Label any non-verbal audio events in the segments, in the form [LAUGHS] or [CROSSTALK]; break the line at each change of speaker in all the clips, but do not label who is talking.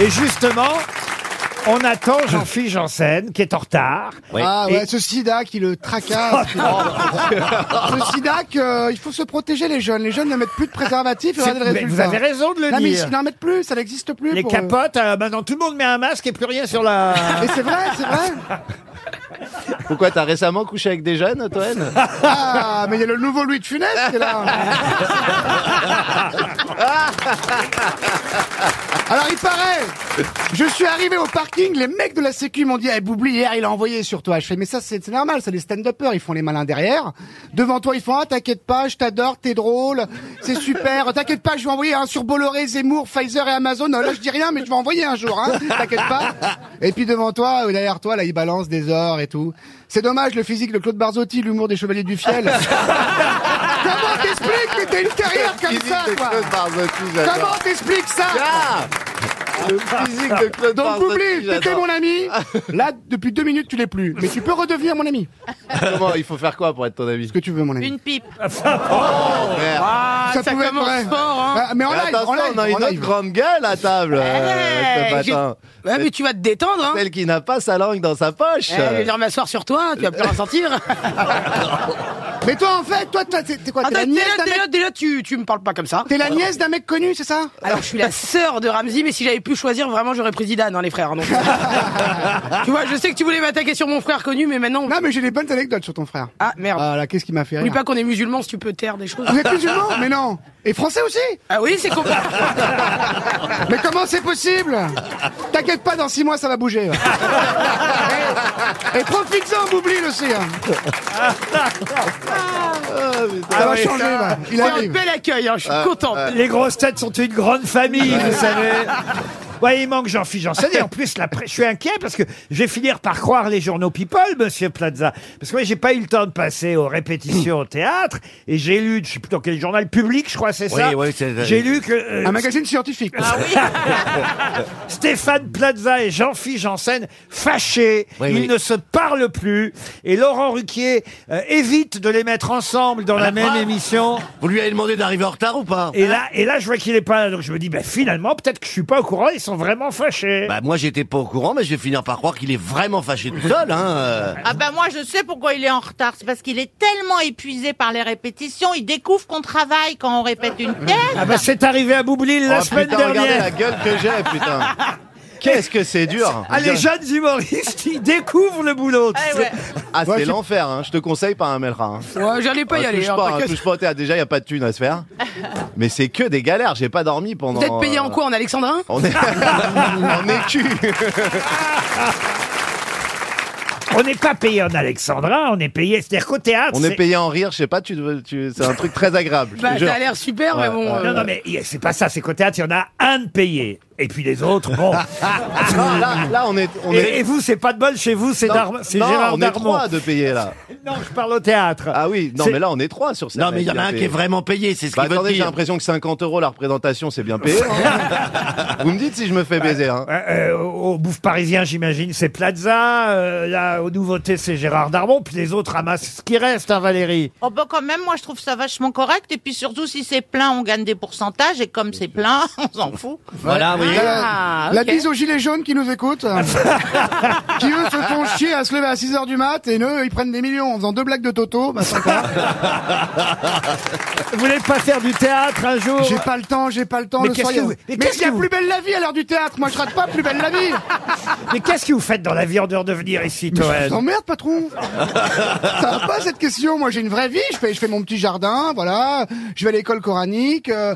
Et justement, on attend Jean-Philippe Janssen, qui est en retard.
Ah
Et-
ouais, ce sida qui le tracasse.
[LAUGHS]
ce sida que, euh, il faut se protéger les jeunes. Les jeunes ne mettent plus de préservatif. et
C'est-
regardez le
mais vous
résultat.
avez raison de le
non, mais
dire.
ils n'en mettent plus, ça n'existe plus.
Les
pour eux.
capotes, euh, maintenant tout le monde met un masque et plus rien sur la...
[LAUGHS] Mais c'est vrai,
[LAUGHS]
c'est vrai.
Pourquoi t'as récemment couché avec des jeunes, Toen
Ah, mais il y a le nouveau Louis de Funès qui
[LAUGHS]
est là. Ah, Alors il paraît, je suis arrivé au parking, les mecs de la sécu m'ont dit, eh Boubli, hier il a envoyé sur toi. Je fais, mais ça c'est c'est normal, c'est les stand-uppers, ils font les malins derrière. Devant toi ils font, ah t'inquiète pas, je t'adore, t'es drôle, c'est super, t'inquiète pas, je vais envoyer un sur Bolloré, Zemmour, Pfizer et Amazon. Là je dis rien, mais je vais envoyer un jour, hein, t'inquiète pas. Et puis devant toi, ou derrière toi, là ils balancent des ors et tout. C'est dommage, le physique de Claude Barzotti, l'humour des Chevaliers du Fiel. Comment t'expliques que t'as une carrière comme
Physique
ça,
de
quoi
Claude Barzotti, j'adore.
Comment t'expliques ça
Ah Le physique de Claude
Donc
Barzotti,
Boubli, t'étais
j'adore.
mon ami.
[LAUGHS]
Là, depuis deux minutes, tu l'es plus. Mais tu peux redevenir mon ami.
Comment Il faut faire quoi pour être ton ami
Ce que tu veux, mon ami.
Une
[LAUGHS]
pipe.
Ah, bah, Merde.
ça, pouvait être vrai.
hein.
Ah, mais en
Mais
live,
attention,
en live,
on a
en
une autre
live.
grande gueule à table euh,
Eh,
ce matin.
Ouais, mais tu vas te détendre, hein.
Celle qui n'a pas sa langue dans sa poche.
Eh, je vais venir m'asseoir sur toi, tu vas plus
[LAUGHS]
ressentir.
Mais toi, en fait, toi, toi, t'es t'es quoi T'es
Attends,
la
déjà,
nièce d'un
déjà,
mec-
déjà, tu, tu me parles pas comme ça.
t'es la nièce d'un mec connu, c'est ça
Alors, je suis la sœur de Ramsey, mais si j'avais pu choisir, vraiment, j'aurais pris Zidane, hein, les frères. donc. [LAUGHS] tu vois, je sais que tu voulais m'attaquer sur mon frère connu, mais maintenant. on-
Non, mais j'ai des bonnes anecdotes sur ton frère.
Ah, merde.
Ah là, qu'est-ce qui m'a fait
N'oublie
rire
pas qu'on est musulmans, si tu peux taire des choses.
Ah,
Vous êtes musulman Mais non. Et français aussi
Ah oui, c'est compliqué.
[LAUGHS] Mais comment c'est possible T'inquiète pas, dans six mois, ça va
[LAUGHS]
bouger. Et, et profite-en, Boubli, aussi. hein.
Ah,
Ah
Ça va
ouais,
changer,
ça-
là. Il
C'est un
arrive. Ah,
bel accueil, hein, je suis content.
Les grosses têtes sont une grande famille, vous savez. Ouais, il manque Jean-Philippe Janssen. Et en plus, la presse- je suis inquiet parce que je vais finir par croire les journaux People, monsieur Plaza. Parce que moi, j'ai pas eu le temps de passer aux répétitions au théâtre. Et j'ai lu, je sais plus dans quel journal public, je crois, c'est ça.
Oui, oui, c'est-
J'ai lu que euh, Ah
Un magazine scientifique. [LAUGHS]
Stéphane Plaza et Jean-Philippe Janssen fâchés.
Oui,
Ils
oui.
ne se parlent plus. Et Laurent Ruquier euh, évite de les mettre ensemble dans la même
preuve.
émission.
Vous lui avez demandé d'arriver en retard ou pas
Et là, et là, je vois qu'il est pas là. Donc je me dis, bah, finalement, peut-être que je suis pas au courant. Ils sont vraiment
[LAUGHS]
fâchés.
Bah moi j'étais pas au courant mais je vais finir par croire qu'il est vraiment fâché tout seul hein. euh.
Ah ben moi je sais pourquoi il est en retard, c'est parce qu'il est tellement épuisé par les répétitions, il découvre qu'on travaille quand on répète une
Ah
pièce.
bah c'est arrivé à Boublil la
Oh,
semaine
putain, regardez
dernière.
la gueule que j'ai putain. Qu'est-ce que
[LAUGHS]
c'est dur
Ah, les jeunes humoristes, ils découvrent le boulot. tu
Eh
sais.
ouais.
Ah
Ouais,
c'est
je-
l'enfer hein. je te conseille pas un Melra. hein.
Ouais, j'allais pas y
Ah,
aller.
touche
hein,
pas, hein,
t'inquiète.
touche pas au théâtre. Déjà, il n'y a pas de thunes à
[LAUGHS]
se faire. Mais c'est que des galères. J'ai pas dormi pendant.
Vous êtes payé en
euh,
quoi, en alexandrin
On est [LAUGHS] en écu.
[LAUGHS] On n'est pas payé en Alexandra, on est payé. C'est-à-dire qu'au théâtre.
On est
c'est-
payé en rire. Je sais pas. Tu, dois- tu- c'est un truc très agréable. je te
Bah,
jure.
ça a l'air super,
Ouais,
mais bon.
ouais.
euh,
Non, non, mais y- c'est pas ça. C'est qu'au théâtre, il y en a un de payé. Et puis les autres, bon.
Non, là, là, on est. [LAUGHS] On
Ah, et,
est...
et
[LAUGHS]
vous, c'est pas de bol chez vous, c'est
Non,
Dar- c'est
non,
Gérard
on est
Darmon.
trois de payer là.
Non, je parle au théâtre.
Ah oui, non
C'est-
mais là on est trois sur ça.
Non, mais il y en a un qui est vraiment payé, c'est ce
Bah,
qu'il veut
attendez, j'ai
dire.
l'impression que 50 euros la représentation c'est bien payé.
[LAUGHS]
hein. Vous me dites si je me fais baiser. Hein.
Euh, euh, au Bouffe Parisien, j'imagine, c'est Plaza. euh, là, aux Nouveautés, c'est Gérard Darmon. Puis les autres ramassent ce qui reste, hein, Valérie.
Oh ben quand même moi je trouve ça vachement correct et puis surtout si c'est plein on gagne des pourcentages et comme c'est plein [LAUGHS] on s'en fout.
Voilà, oui.
Ah,
La
ok.
bise aux gilets jaunes qui
[LAUGHS]
nous écoutent, euh, qui eux se font chier à se lever à 6h du mat et eux ils prennent des millions en faisant deux blagues de Toto. Bah, sympa.
[LAUGHS] Vous voulez pas faire du théâtre un jour
j'ai pas le temps, j'ai pas le temps.
Mais
le
qu'est-ce
soir,
que
il y a-
vous- mais
Mais
qu'est-ce
il y a
que vous-
plus belle la vie à l'heure du théâtre. Moi je rate pas plus belle
[LAUGHS]
la vie.
Mais qu'est-ce que vous faites dans la vie en dehors de venir ici,
Je
Toen
t'emmerde, patron. Ça va pas cette question. Moi, j'ai une vraie vie. Je fais, je fais mon petit jardin, voilà. Je vais à l'école coranique. euh,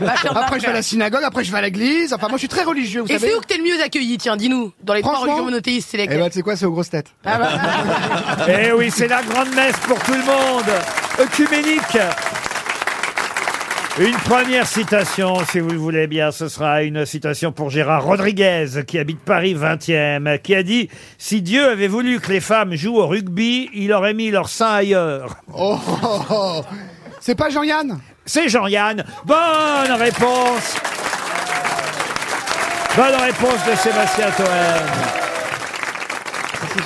Bah,
après, je vais à la synagogue. Après, je vais à l'église. Enfin, moi, je suis très religieux. Vous
Et
savez.
c'est où que t'es le mieux accueilli, tiens, dis-nous Dans les trois
Franchement
religions monothéistes, c'est
Eh
lesquelles
ben, tu sais quoi, c'est aux grosses têtes.
Ah bah,
Eh oui, c'est la grande messe pour tout le monde. Œcuménique. Une première citation, si vous le voulez bien, ce sera une citation pour Gérard Rodriguez, qui habite Paris 20e, qui a dit « Si Dieu avait voulu que les femmes jouent au rugby, il aurait mis leur sein ailleurs.
Oh, oh, oh. c'est pas Jean-Yann. »
C'est Jean-Yann. Bonne réponse Bonne réponse de Sébastien Toen.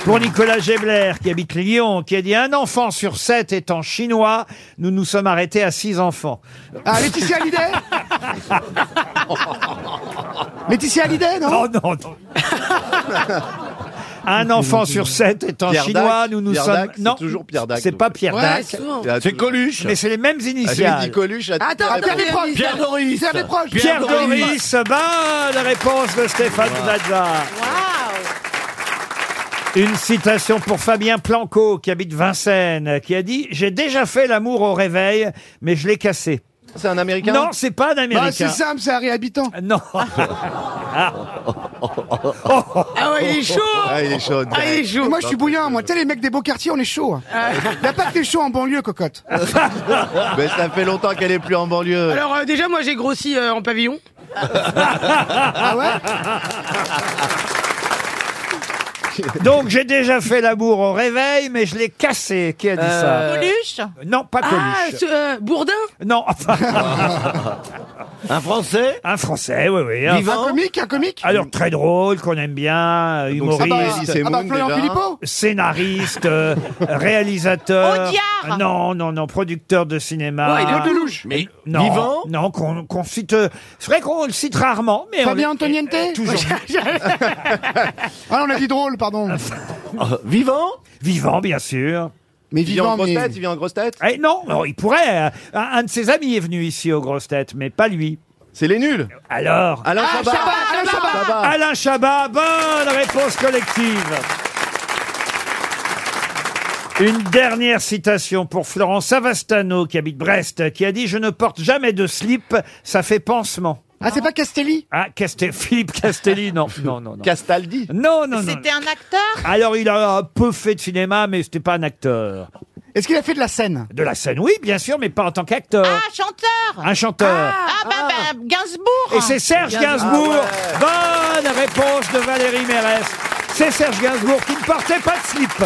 Pour Nicolas Gebler, qui habite Lyon, qui a dit un enfant sur sept étant chinois, nous nous sommes arrêtés à six enfants.
Ah, Laetitia Hallyday Laetitia Hallyday, non
Oh non, non. Un enfant sur sept est en
Pierre
chinois.
Dac,
Nous nous
Pierre
sommes.
Dac, c'est
non,
toujours Pierre Dac,
C'est
nous.
pas Pierre
Ouais,
Dac,
souvent.
[LAUGHS]
Ah,
C'est
toujours-
Coluche.
mais c'est les mêmes
Ah, j'ai dit
initiales.
Coluche. à-
Attends,
Ah,
attends,
Pierre Desproges.
Pierre Doris.
Pierre Desproges.
Pierre
Doris.
Doris, bonne réponse de Stéphane Plaza. Une citation pour Fabien Planco, qui habite Vincennes, qui a dit « J'ai déjà fait l'amour au réveil, mais je l'ai cassé.
C'est un » Américain
Non, c'est pas un
Bah, c'est
Américain. Ah,
simple, c'est Harry Habitant.
non.
Ah ouais, il est chaud
Ah, il est chaud.
Ah, il Ah. est
Et
chaud
moi, je suis bouillant, moi. Tu sais, les mecs des beaux quartiers, on est chaud. hein. Y'a pas que t'es chaud en
[LAUGHS]
banlieue, cocotte.
Mais ça fait longtemps qu'elle est plus en banlieue.
Alors, euh, déjà, moi, j'ai grossi euh,
[LAUGHS]
en pavillon.
Ah ouais
[LAUGHS] Donc, j'ai déjà fait l'amour au réveil, mais je l'ai cassé. Qui a dit
Euh,
Coluche
ça
[LAUGHS]
Non, pas
Ah,
Coluche.
ce, euh, Bourdin
Non, enfin,
Un Français
un Français, oui, oui. hein.
Un comique, un comique
Alors, très drôle, qu'on aime bien, euh,
Donc, c'est
Ah bah,
humoriste.
Elie
ah bah,
Semoun,
Florian
déjà.
Philippot
Scénariste, euh, réalisateur. Ah,
Audiard.
Non, non, non, producteur de cinéma.
Ouais, il est
Delouche
Mais
Non,
vivant
Non, qu'on qu'on cite. euh, C'est vrai qu'on le cite rarement, mais. on- Eh,
Fabien Antoniente
Toujours
[LAUGHS] Ah, on a dit drôle,
[LAUGHS]
pardon.
Euh, Vivant
vivant, bien sûr.
Mais
Il vient en
vivant,
grosse
mais...
tête, il vient en grosse tête.
Eh non, non, il pourrait. euh, Un, un de ses amis est venu ici aux grosses têtes, mais pas lui.
C'est les nuls.
Alors.
Alain Chabat.
Alain Ah, Chabat.
Chabat.
Alain Chabat, bonne réponse collective. Une dernière citation pour Florent Savastano, qui habite Brest, qui a dit Je ne porte jamais de slip, ça fait pansement.
Ah, c'est pas Castelli
Ah, Castel- Philippe Castelli, non, non, non, non.
Castaldi.
Non, non, Ah. non.
C'était un acteur
Alors, il a un peu fait de cinéma, mais c'était pas un acteur.
Est-ce qu'il a fait de la scène
De la scène, oui, bien sûr, mais pas en tant qu'acteur.
Ah, chanteur
un chanteur.
Ah, bah, bah, Gainsbourg
Et c'est Serge Gainsbourg. Bonne réponse de Valérie Mérès. C'est Serge Gainsbourg qui ne portait pas de slip.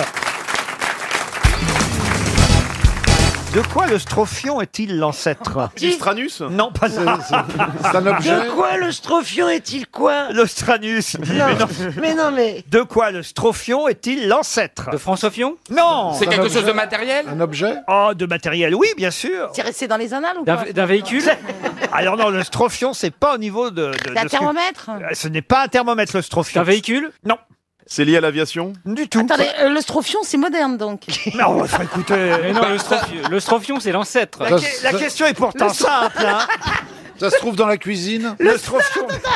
De quoi le strophion est-il l'ancêtre
Istranus.
Non, pas ça.
C'est un objet
quoi le strophion est-il quoi
Le stranus. Mais non.
Mais non mais
De quoi le strophion est-il l'ancêtre
De François Fion
Non
C'est quelque chose de matériel
Un objet
Oh, de matériel, oui, bien sûr.
C'est resté dans les annales ou
D'un d'un véhicule
Alors non, le strophion, c'est pas au niveau de... de- de ce
D'un
que- Euh,
thermomètre
Ce n'est pas un thermomètre, le strophion.
D'un véhicule
Non,
C'est lié à l'aviation.
du tout.
Attendez, euh, le strophion c'est moderne donc.
[LAUGHS] Non, enfin, écoutez...
Mais non, le, strophion, le strophion, c'est l'ancêtre.
Euh, bah, La, que- la question est pourtant simple.
[LAUGHS]
hein.
Ça se trouve dans la cuisine
Le Ah, strophion.
Attends,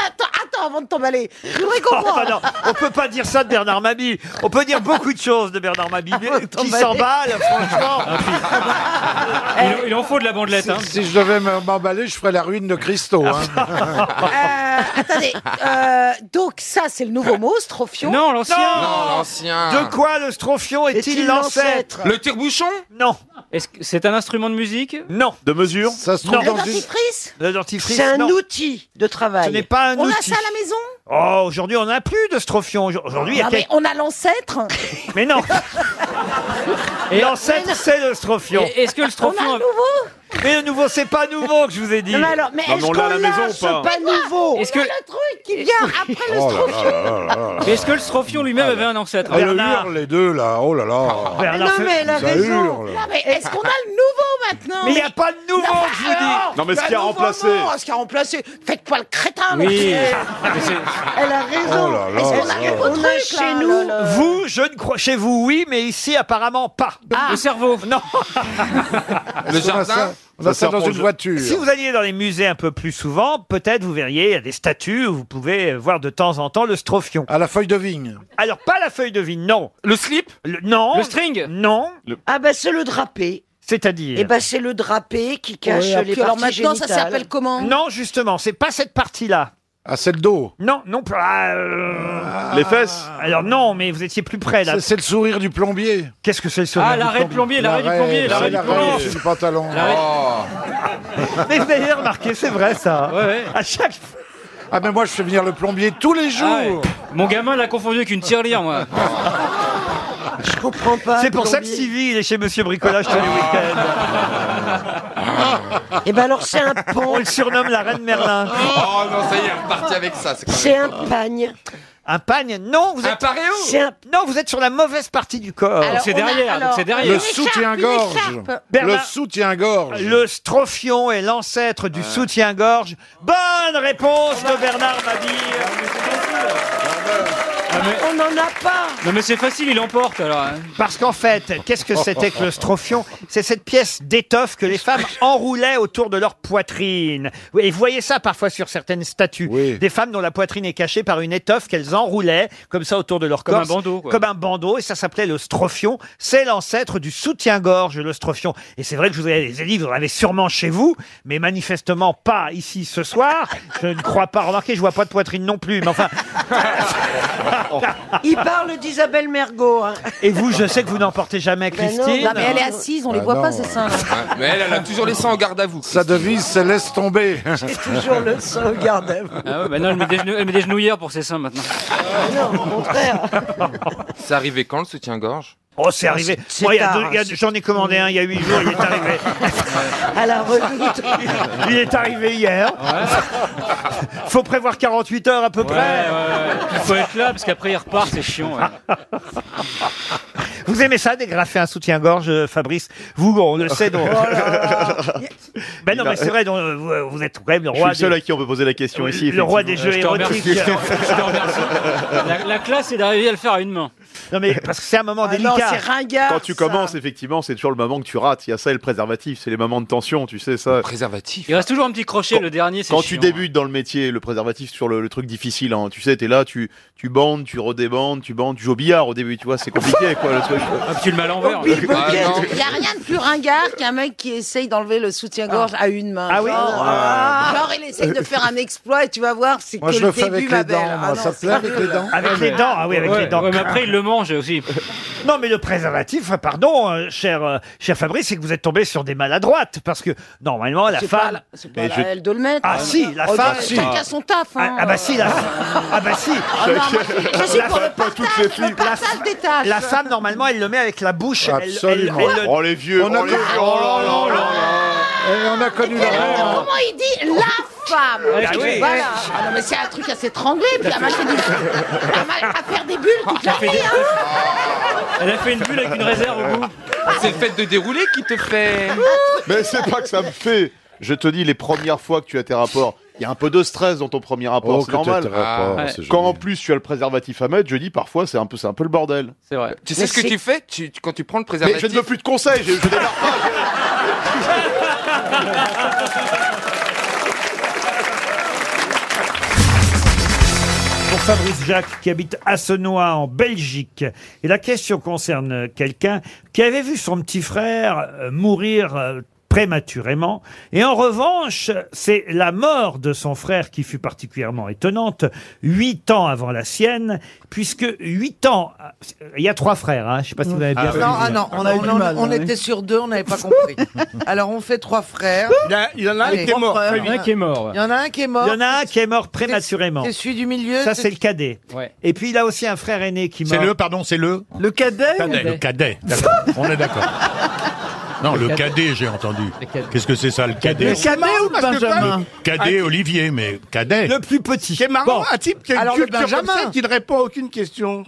attends avant de t'emballer. Je voudrais
Enfin,
comprendre.
non, on peut pas dire ça de Bernard Mabille. On peut dire beaucoup de choses de Bernard Mabille mais qui s'emballe, franchement.
Ah, Il, il en faut de la bandelette. Hein.
Si je devais m'emballer, je ferais la ruine de Christo.
hein. [LAUGHS]
Euh, attendez, euh, donc ça c'est le nouveau mot strophion.
Non, l'ancien.
De quoi le strophion est-il l'ancêtre
Le tire-bouchon
Non,
Est-ce que c'est un instrument de musique
non.
De mesure.
Ça se
trouve
trouve
Non. dans
Le
dans une...
dentifrice
Le dentifrice,
c'est un
non.
outil de travail.
Ce n'est pas un
on a
outil.
ça à la maison
Oh, aujourd'hui, on n'a plus de strophion. Aujourd'hui, il y a
Non, Ah, mais
quelques-
on a l'ancêtre.
Mais
[LAUGHS]
non. L'ancêtre, c'est le strophion.
Et Est-ce que
on
le
a
strophion.
le nouveau.
Mais le nouveau, c'est pas nouveau que je vous ai dit.
Non, mais alors, mais
Non, mais
est-ce
on
qu'on
l'a à la maison
l'a
ou
ce
pas
pas nouveau
Est-ce que,
Le truc qui vient après le strophion.
est-ce que le strophion lui-même avait un ancêtre
Bernard,
les deux là, oh là là.
Bernard fait- Ah
Non mais elle a
Ça
raison.
hurle.
Non, mais est-ce qu'on a le nouveau maintenant Ah,
Mais il n'y a pas de nouveau que je vous dis.
Non, mais ce qui a remplacé.
ce qui a remplacé. Faites pas le crétin. Ah, non.
Oui.
[LAUGHS] Ah,
Elle a raison.
Oh là là,
Est-ce qu'on
là là.
a le nouveau
On
truc chez nous
Vous, je ne crois chez vous, oui, mais ici apparemment pas.
Ah. [LAUGHS]
Le cerveau
Non.
Le jardin On
Ça
a ça
sert
dans
pour
une
le-
voiture.
Si vous alliez dans les musées un peu plus souvent, peut-être vous verriez il y a des statues où vous pouvez voir de temps en temps le strophion.
À la feuille de vigne.
Alors pas la feuille de vigne, non.
Le slip
Le- non.
Le string
Non.
Ah ben c'est le drapé.
C'est-à-dire.
Eh ben c'est le drapé qui cache
Ouais,
les parties
alors
maintenant ça s'appelle comment
Non, justement, c'est pas cette partie-là.
Ah, c'est le dos.
Non, non. plus- ah, euh,
Les fesses.
Ah.
Alors non, mais vous étiez plus près là.
C'est- C'est le sourire du plombier.
Qu'est-ce que c'est le sourire
Ah,
du
l'arrêt de plombier, l'arrêt du plombier,
c'est
l'arrêt du plombier.
du pantalon.
L'arrêt-
Mais vous avez remarqué, c'est vrai ça.
Ouais, ouais.
À chaque fois.
Ah, mais moi, je fais venir le plombier tous les jours.
Ah ouais. Mon gamin l'a confondu avec une tirelire, moi.
Je comprends pas.
C'est pour ça que
plombier.
Stevie, il est chez Monsieur Bricolage tous les week-ends.
Eh ben alors c'est un
On
pan,
Oh,
le surnomme la Reine Merlin.
c'est un pagne.
Un pagne, non. Vous
Un
êtes...
paréo
C'est un- Non, vous êtes sur la mauvaise partie du corps.
Alors,
C'est derrière, donc c'est derrière.
Le
Une
soutien-gorge. Le
Bernard-
soutien-gorge.
Le strophion est l'ancêtre du soutien-gorge. Bonne réponse de Bernard Mabille. Ah,
On n'en a pas.
Non mais c'est facile, il emporte alors. hein.
Parce qu'en fait, qu'est-ce que c'était que le strophion C'est cette pièce d'étoffe que les femmes enroulaient autour de leur poitrine. Oui, Et vous voyez ça parfois sur certaines statues.
Oui.
Des femmes dont la poitrine est cachée par une étoffe qu'elles enroulaient comme ça autour de leur
Comme un
corps.
bandeau, quoi.
Comme un bandeau. Et ça s'appelait le strophion. C'est l'ancêtre du soutien-gorge, le strophion. Et c'est vrai que je vous ai dit, vous en avez sûrement chez vous, mais manifestement pas ici ce soir. Je ne crois pas. Remarquez, je vois pas de poitrine non plus. Mais enfin,
Il parle d'Isabelle Mergot. hein.
et vous, je sais que vous n'en portez jamais, Christine.
Non, mais elle est assise, on les
Ah
voit pas,
non.
c'est
hein.
ça.
Ah, Mais elle, elle a toujours les seins en garde à vous.
Sa devise, c'est laisse tomber.
J'ai toujours
[LAUGHS]
le sang au garde à vous.
Ah ouais, bah non, elle met, des genou- elle met des genouillères pour ses seins maintenant.
Non, au contraire.
C'est arrivé quand le soutien-gorge
Oh, c'est arrivé.
c'est
Moi, il y a
tard,
deux- il y a
hein,
deux- J'en ai commandé un il y a huit jours, il est arrivé.
À la redoute.
Il est arrivé hier. Faut prévoir 48 heures à peu
Ouais, ouais,
près.
ouais. Il faut être là parce qu'après il repart, c'est chiant. ouais.
Vous aimez ça, dégrafer un soutien-gorge, euh, Fabrice Vous, on le sait donc. ben non, mais c'est vrai, donc, euh, vous, vous êtes quand même le
Je suis
roi
le seul
des,
à qui on peut poser la question ici.
le roi des
Euh,
jeux
je te remercie.
érotiques.
Je te remercie. La, la classe c'est d'arriver à le faire à une main.
non, mais parce que [LAUGHS] c'est un moment
Ah non,
délicat.
c'est ringard.
Quand tu
ça.
commences, effectivement, c'est toujours le moment que tu rates. Il y a ça et le préservatif. C'est les moments de tension, tu sais ça.
Préservatif.
[LAUGHS] Il reste toujours un petit crochet,
Quand-
le dernier c'est
Quand tu
chiant. hein.
débutes dans le métier, le préservatif, c'est toujours le, le truc difficile. hein. Tu sais, t'es là, tu, tu bandes, tu redébandes, tu bandes, tu joues au billard au début, tu vois, c'est compliqué, quoi, le truc.
Ah, puis tu le mets à l'envers.
Ah, non.
Il n'y a rien de plus ringard qu'un mec qui essaye d'enlever le soutien-gorge à une main.
Ah oui
genre, euh, genre, il essaye de faire un exploit et tu vas voir, c'est
Moi,
que
je
le
le fais
début,
avec
ma
les
belle.
dents.
Ah
moi.
non,
Ça
c'est
plaît avec les
nul.
dents.
Avec les dents, ah oui, avec
Ouais,
les dents.
ouais, mais après il le mange aussi.
[LAUGHS] Non, mais le préservatif, enfin, pardon, euh, cher, euh, cher Fabrice, c'est que vous êtes tombé sur des maladroites. Parce que normalement, oh, la
C'est pas
femme.
la- C'est pas
Mais
la-
je-
elle de le mettre.
Ah si, la
Oh,
femme.
bah, Chacun son taf.
Ah,
hein.
ah bah si, la Ah bah si.
Ah non, moi, je suis- je suis
La
pour le
femme, pas toutes les
partage,
filles.
le partage des tâches.
La femme, normalement, elle le met avec la bouche. elle- elle-
Absolument.
elle le-
Oh les vieux,
On
oh,
a
les
que-
vieux, oh là
Ah
là là
Ah
là.
Et on a connu la même. hein.
Comment il dit la femme
Ah oui.
Voilà. Ah non, mais c'est un truc à s'étrangler, puis à, mâcher du- à ma- à faire des bulles
Ah
toute la
[LAUGHS]
nuit. Hein.
Elle a fait une bulle avec une réserve au bout.
Ah, C'est le fait de dérouler qui te fait.
Mais c'est pas que ça me fait. Je te dis, les premières fois que tu as tes rapports, il y a un peu de stress dans ton premier rapport,
Oh,
c'est
que t'étais
normal.
rapport,
Ah, ouais.
c'est
Quand en
génial.
plus tu as le préservatif à mettre, je dis parfois c'est un peu, c'est un peu le bordel.
C'est vrai.
Tu sais ce que tu fais tu, tu- Quand tu prends le
Mais
préservatif.
je ne veux plus de conseils, je, je démarre pas.
Pour Fabrice Jacques, qui habite Assenois, en Belgique. Et la question concerne quelqu'un qui avait vu son petit frère euh, mourir euh, prématurément. Et en revanche, c'est la mort de son frère qui fut particulièrement étonnante, huit ans avant la sienne, puisque huit ans... euh, Il y a trois frères, hein, je ne sais pas si vous avez bien
oui.
vu.
Non,
Ah non, on, a eu du
hein.
mal, on était sur deux, on n'avait
[LAUGHS]
pas compris. Alors on fait trois frères.
Il y en a
Allez, trois frères.
Il y en a un qui est mort.
Il y en a un qui est mort.
Il y en a un qui est mort prématurément.
C'est celui du milieu.
Ça,
[LAUGHS]
c'est le cadet.
Ouais.
Et puis, il a aussi un frère aîné qui
C'est
meurt.
le, pardon, c'est le
le cadet.
cadet. Le cadet, d'accord. On est d'accord. Non, le cadet, j'ai entendu. Qu'est-ce que c'est ça, le cadet
Le cadet ou le Benjamin
Cadet, Olivier, mais cadet.
Le plus petit. Bon.
type qui a
Alors, le Benjamin.
qui ne répond à aucune [LAUGHS]
[LAUGHS]
question.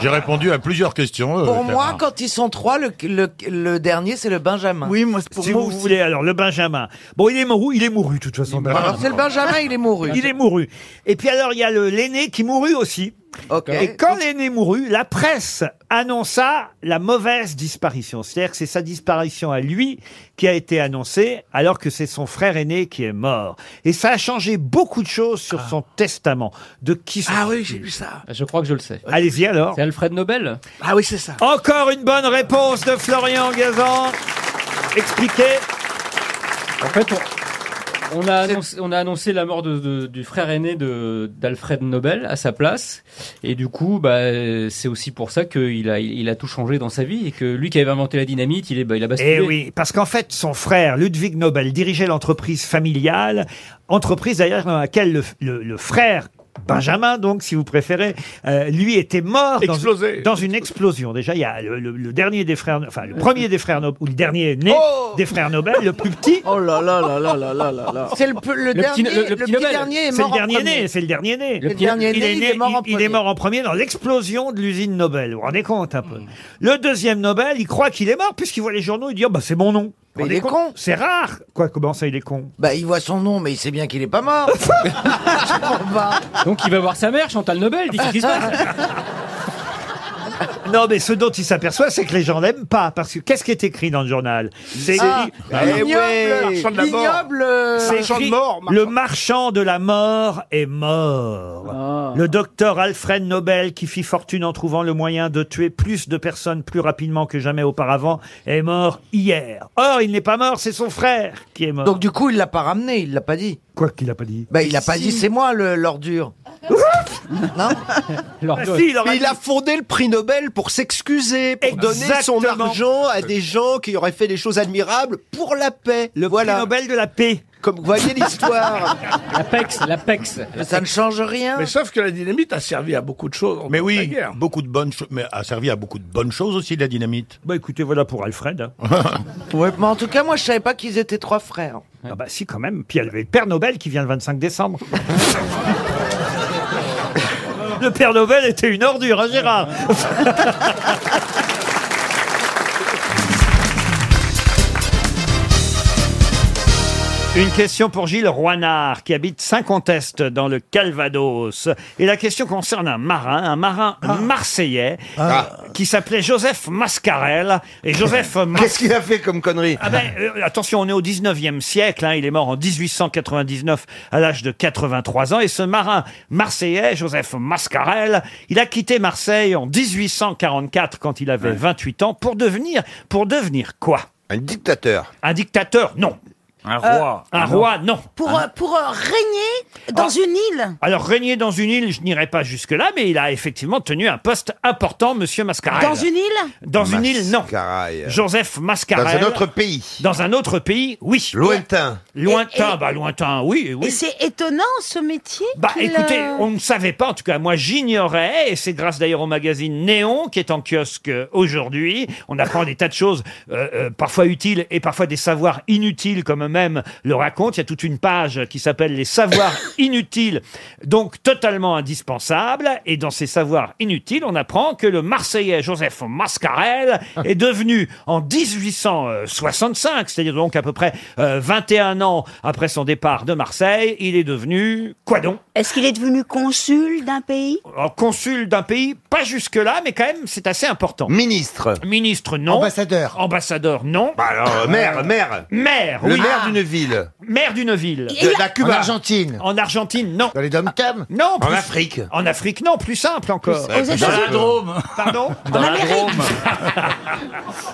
J'ai répondu à plusieurs questions. euh,
Pour moi,
Bernard.
quand ils sont trois, le, le- le dernier, c'est le Benjamin.
Oui, moi, pour si vous voulez, alors le Benjamin. Bon, il est mouru, il est mouru de toute façon. Benjamin.
Alors, c'est le Benjamin, il est mouru.
Il est mouru. Et puis alors il y a le l'aîné qui mourut aussi.
Ok.
Et quand l'aîné mourut, la presse annonça la mauvaise disparition. C'est-à-dire que c'est sa disparition à lui qui a été annoncée, alors que c'est son frère aîné qui est mort. Et ça a changé beaucoup de choses sur son testament. De qui Ah oui, j'ai vu ça.
Ah. Je crois que je le sais.
Allez-y alors.
C'est Alfred Nobel
Ah oui, c'est ça.
Encore une bonne réponse de Florian Gazan. Expliquez.
En fait, on, on a, annoncé, on a annoncé la mort de- de- du frère aîné de- d'Alfred Nobel à sa place. Et du coup, bah, euh, c'est aussi pour ça qu'il a, il a tout changé dans sa vie. Et que lui qui avait inventé la dynamite, il, est, bah, il a basculé.
Eh oui, parce qu'en fait, son frère, Ludwig Nobel, dirigeait l'entreprise familiale, entreprise d'ailleurs dans laquelle le, le- le frère Benjamin, donc, si vous préférez, euh, lui était mort dans,
Explosé.
dans une explosion. Déjà, il y a le, le- le dernier des frères, enfin, le premier des frères, No- ou le dernier né des frères Nobel, le plus petit. Oh là là là là là là là
C'est le pe- le dernier- le petit dernier est
C'est le
mort en
dernier
premier.
né, c'est le dernier né.
Le Le petit- dernier
il
né,
est
il
né-
est mort en
il- il est mort en premier dans l'explosion de l'usine Nobel. Vous vous rendez compte un
Hmm.
peu Le deuxième Nobel, il croit qu'il est mort puisqu'il voit les journaux, il dit oh, bah, c'est mon nom. Vous
Mais il
rendez
est
compte
con.
C'est rare. Quoi, comment ça, il est con
Bah, il voit son nom, mais il sait bien qu'il est pas mort.
[LAUGHS] Donc il va voir sa mère, Chantal Nobel, dit qu'est-ce qui
[LAUGHS]
se passe
Non, mais ce dont il s'aperçoit, c'est que les gens l'aiment pas. Parce que qu'est-ce qui est écrit dans le journal C'est
Ah,
écrit-
bah, Eh l'ignoble, ouais. marchand de la mort. l'ignoble, euh,
C'est
marchand de
écrit,
mort,
Le marchand de la mort est mort. Le docteur Alfred Nobel, qui fit fortune en trouvant le moyen de tuer plus de personnes plus rapidement que jamais auparavant, est mort hier. Or, il n'est pas mort, c'est son frère qui est mort.
Donc du coup, il l'a pas ramené, il l'a pas dit.
Quoi qu'il a pas dit
Bah, il a pas
Si.
dit, c'est moi le- l'ordure. non
L'ordure. Ah si, il aurait
Mais il
dit-
a fondé le prix Nobel pour s'excuser, pour donner son
Exactement.
argent à des gens qui auraient fait des choses admirables pour la paix. Le
prix Nobel de la paix.
Comme vous voyez l'histoire.
[LAUGHS] La PEX, la PEX.
Ça ne change rien.
Mais sauf que la dynamite a servi à beaucoup de choses.
Mais oui,
guerre.
beaucoup de bonnes choses, mais a servi à beaucoup de bonnes choses aussi de la dynamite.
Bah écoutez, voilà pour Alfred.
Ouais, mais en tout cas, moi, je savais pas qu'ils étaient trois frères.
Ah bah si quand même. Puis il y avait le Père Nobel qui vient le 25 décembre. le Père Nobel était une ordure, hein, Gérard Une question pour Gilles Roinard, qui habite Saint-Contest, dans le Calvados. Et la question concerne un marin, un marin marseillais, euh, qui s'appelait Joseph Mascarel. [LAUGHS] Et Joseph Qu'est-ce qu'il a fait comme connerie ah ben, euh, Attention, on est au 19e siècle, hein, il est mort en 1899 à l'âge de 83 ans. Et ce marin marseillais, Joseph Mascarel, il a quitté Marseille en 1844, quand il avait 28 ans, pour devenir, pour devenir quoi Un dictateur. Un dictateur, non. Un
roi.
Euh, un roi, Ah non. Ah.
Pour, euh, pour euh, régner dans une île.
Alors, régner dans une île, je n'irai pas jusque-là, mais il a effectivement tenu un poste important, monsieur Mascarel.
Dans une île
Dans une île, non. Joseph Mascarel.
Dans un autre
pays. Dans un autre pays, oui.
Lointain.
Lointain,
Et- et-
bah lointain, oui, oui.
Et c'est étonnant ce métier.
Bah
qu'il,
écoutez,
euh,
on ne savait pas, en tout cas moi j'ignorais, et c'est grâce d'ailleurs au magazine Néon qui est en kiosque euh, aujourd'hui. On apprend des tas de choses, euh, euh, parfois utiles et parfois des savoirs inutiles comme eux-mêmes le racontent. Il y a toute une page qui s'appelle les savoirs inutiles, donc totalement indispensables. Et dans ces savoirs inutiles, on apprend que le Marseillais Joseph Mascarel est devenu en 1865, c'est-à-dire donc à peu près euh, 21 ans après son départ de Marseille, il est devenu quoi donc
Est-ce qu'il est devenu consul d'un pays
alors, consul d'un pays, pas jusque-là, mais quand même, c'est assez important. Ministre. Ministre, non. Ambassadeur. Ambassadeur, non.
[LAUGHS] Bah
Euh,
alors, euh, maire, maire.
Maire,
Le
oui.
maire
Ah.
d'une ville.
Maire d'une ville.
De la Cuba. En
Argentine. En Argentine, non. Dans les dom Non.
En
plus-
Afrique.
En Afrique, non, plus simple encore.
Plus- Aux Dans États-Unis. la Drôme.
Pardon
Dans En la Amérique.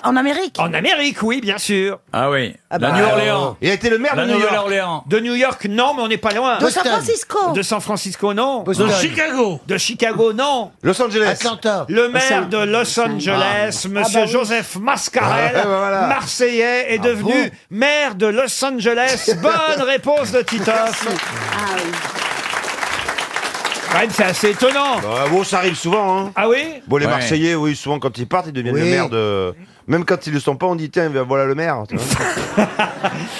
En Amérique. En Amérique, oui, bien sûr.
Ah oui. la
bah,
New
alors.
Orleans.
Il a été le maire
La
de New
Nouvelle
York.
Orléans.
De New York, non, mais on n'est pas loin.
De San Boston.
Francisco.
De San Francisco, non.
Boston. De
Chicago. De Chicago, non. Los Angeles.
Atlanta.
Le maire
Atlanta.
de Los Angeles,
Ah.
monsieur
Ah bah oui.
Joseph Mascarel,
Ah, bah voilà.
marseillais, est devenu maire de Los Angeles.
[LAUGHS]
Bonne réponse de Titoff.
Ah
Quand même, c'est assez étonnant.
bon, ça arrive souvent. Hein.
Ah oui
Bon, les
Ouais.
Marseillais, oui, souvent quand ils partent, ils deviennent
Oui.
le maire de. Même quand ils le sont pas, on dit tiens, ben, voilà le maire. tu vois.
[LAUGHS]